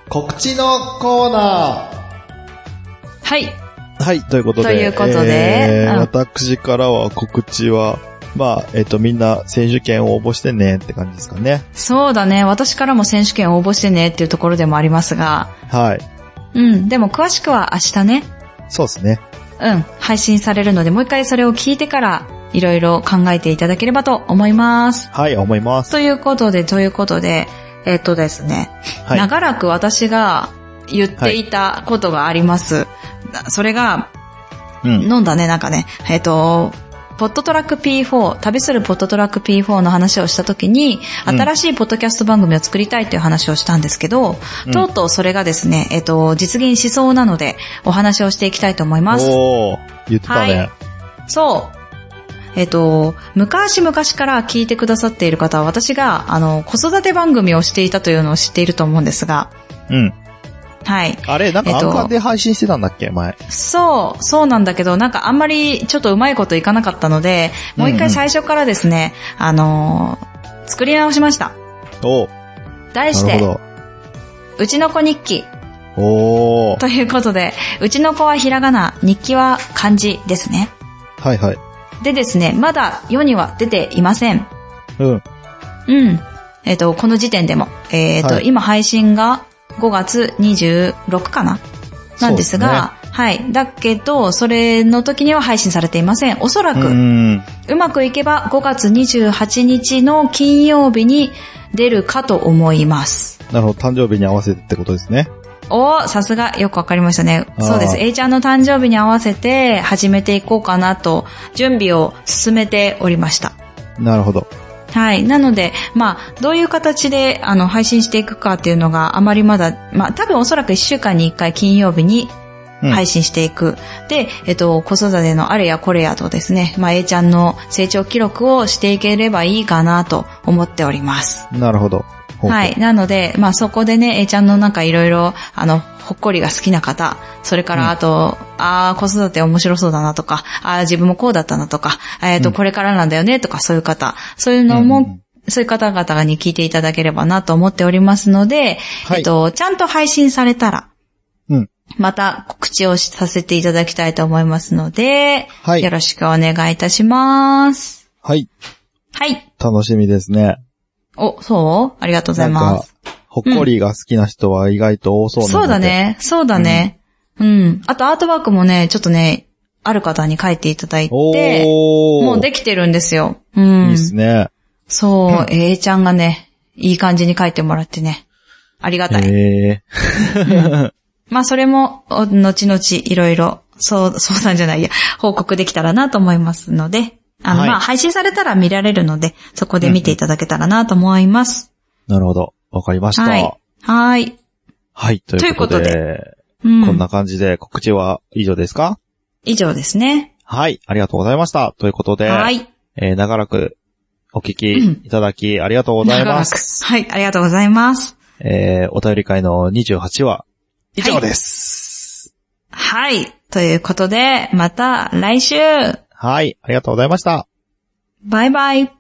Speaker 1: 告知のコーナー。
Speaker 2: はい。
Speaker 1: はい、ということで。
Speaker 2: ということで
Speaker 1: えー
Speaker 2: うん
Speaker 1: 私からは告知は、まあ、えっ、と、みんな選手権を応募してねって感じですかね。
Speaker 2: そうだね。私からも選手権応募してねっていうところでもありますが。
Speaker 1: はい。
Speaker 2: うん。でも詳しくは明日ね。
Speaker 1: そうですね。
Speaker 2: うん、配信されるので、もう一回それを聞いてから、いろいろ考えていただければと思います。
Speaker 1: はい、思います。
Speaker 2: ということで、ということで、えっとですね、
Speaker 1: はい。
Speaker 2: 長らく私が言っていたことがあります。なそれが、
Speaker 1: うん。
Speaker 2: 飲んだね、なんかね、えっと、ポットトラック P4、旅するポットトラック P4 の話をしたときに、
Speaker 1: うん
Speaker 2: 新しいポッドキャスト番組を作りたいという話をしたんですけど、
Speaker 1: うん
Speaker 2: とうとうそれがですね、えっと、実現しそうなので、お話をしていきたいと思います。
Speaker 1: おー、言ってたね。
Speaker 2: はそう。えっと、昔々から聞いてくださっている方は、私が、あの、子育て番組をしていたというのを知っていると思うんですが、
Speaker 1: うん。
Speaker 2: はい。
Speaker 1: あれ、なんか
Speaker 2: えっ
Speaker 1: ア
Speaker 2: と
Speaker 1: ンカーで配信してたんだっけ前。
Speaker 2: そう、そうなんだけど、なんかあんまりちょっとうまいこといかなかったので、もう
Speaker 1: うん
Speaker 2: 一
Speaker 1: うん
Speaker 2: 回最初からですね、あのー作り直しました。
Speaker 1: おー、
Speaker 2: 題し
Speaker 1: なる
Speaker 2: て、
Speaker 1: ほ
Speaker 2: うちの子日記
Speaker 1: ど。おー、
Speaker 2: ということで、うちの子はひらがな、日記は漢字ですね。
Speaker 1: はいはい。
Speaker 2: でですね、まだ世には出ていません。
Speaker 1: うん。
Speaker 2: うん。えっ、と、この時点でも。えっ、と、
Speaker 1: はい
Speaker 2: 今配信が5月26かななんですが、はい。だけど、それの時には配信されていません。おそら
Speaker 1: う
Speaker 2: く、
Speaker 1: ん。
Speaker 2: うまくいけば5月28日の金曜日に出るかと思います。
Speaker 1: なるほど、誕生日に合わせてってことですね。
Speaker 2: おー、さすがよくわかりましたね。
Speaker 1: あー
Speaker 2: そうです。A ちゃんの誕生日に合わせて始めていこうかなと準備を進めておりました。
Speaker 1: なるほど。
Speaker 2: はい。なので、まあ、どういう形で、あの、配信していくかっていうのがあまりまだ、まあ、多分おそらく1週間に1回金曜日に
Speaker 1: うん
Speaker 2: 配信していく。で、えっと、子育てのあれやこれやとですね、まあ、A ちゃんの成長記録をしていければいいかなと思っております。
Speaker 1: なるほど。ほうほう
Speaker 2: はい。。なので、まあ、そこでね、A ちゃんのなんかいろいろ、あの、ほっこりが好きな方、それか
Speaker 1: うん
Speaker 2: らあと、ああ、子育て面白そうだなとか、ああ、自分もこうだったなとか、えっ、と、
Speaker 1: うん
Speaker 2: これからなんだよねとか、そういう方、そういうの
Speaker 1: うんう
Speaker 2: も、
Speaker 1: ん
Speaker 2: そういう方々に聞いていただければなと思っておりますので、
Speaker 1: はい
Speaker 2: えっと、ちゃんと配信されたら、
Speaker 1: うん
Speaker 2: また告知をさせていただきたいと思いますので、
Speaker 1: はい
Speaker 2: よろしくお願いいたします。
Speaker 1: はい。
Speaker 2: はい。
Speaker 1: 楽しみですね。
Speaker 2: お、そうありがとうござい
Speaker 1: なん
Speaker 2: ま
Speaker 1: か
Speaker 2: す。、
Speaker 1: ほっこりが好きな人は意外と多そうなので、
Speaker 2: だ。ね。そうだね。うん。あと、アートワークもね、ちょっとね、ある方に書いていただいて、
Speaker 1: おー。
Speaker 2: もうできてるんですよ。うん。
Speaker 1: いいっすね。
Speaker 2: そう、A ちゃんがね、いい感じに書いてもらってね。ありがたい。
Speaker 1: え
Speaker 2: まあそれも、お後々いろいろ、そう、相談じゃないや、報告できたらなと思いますので、あの、
Speaker 1: はい
Speaker 2: まあ配信されたら見られるので、そこで見ていただけたらなと思います。
Speaker 1: ー。なるほど。わかりました。
Speaker 2: は
Speaker 1: はいい。。
Speaker 2: はい。
Speaker 1: ということで、
Speaker 2: というん。
Speaker 1: こんな感じで告知は以上ですか
Speaker 2: 以上ですね。
Speaker 1: はい。ありがとうございました。ということで、
Speaker 2: はい。
Speaker 1: えー長らくお聞きいただきありがとうございます。
Speaker 2: す。はい、ありがとうございます。
Speaker 1: えーお便り会の28話、以上です。
Speaker 2: はい。ということで、また来週
Speaker 1: はい。ありがとうございました。
Speaker 2: バイバイ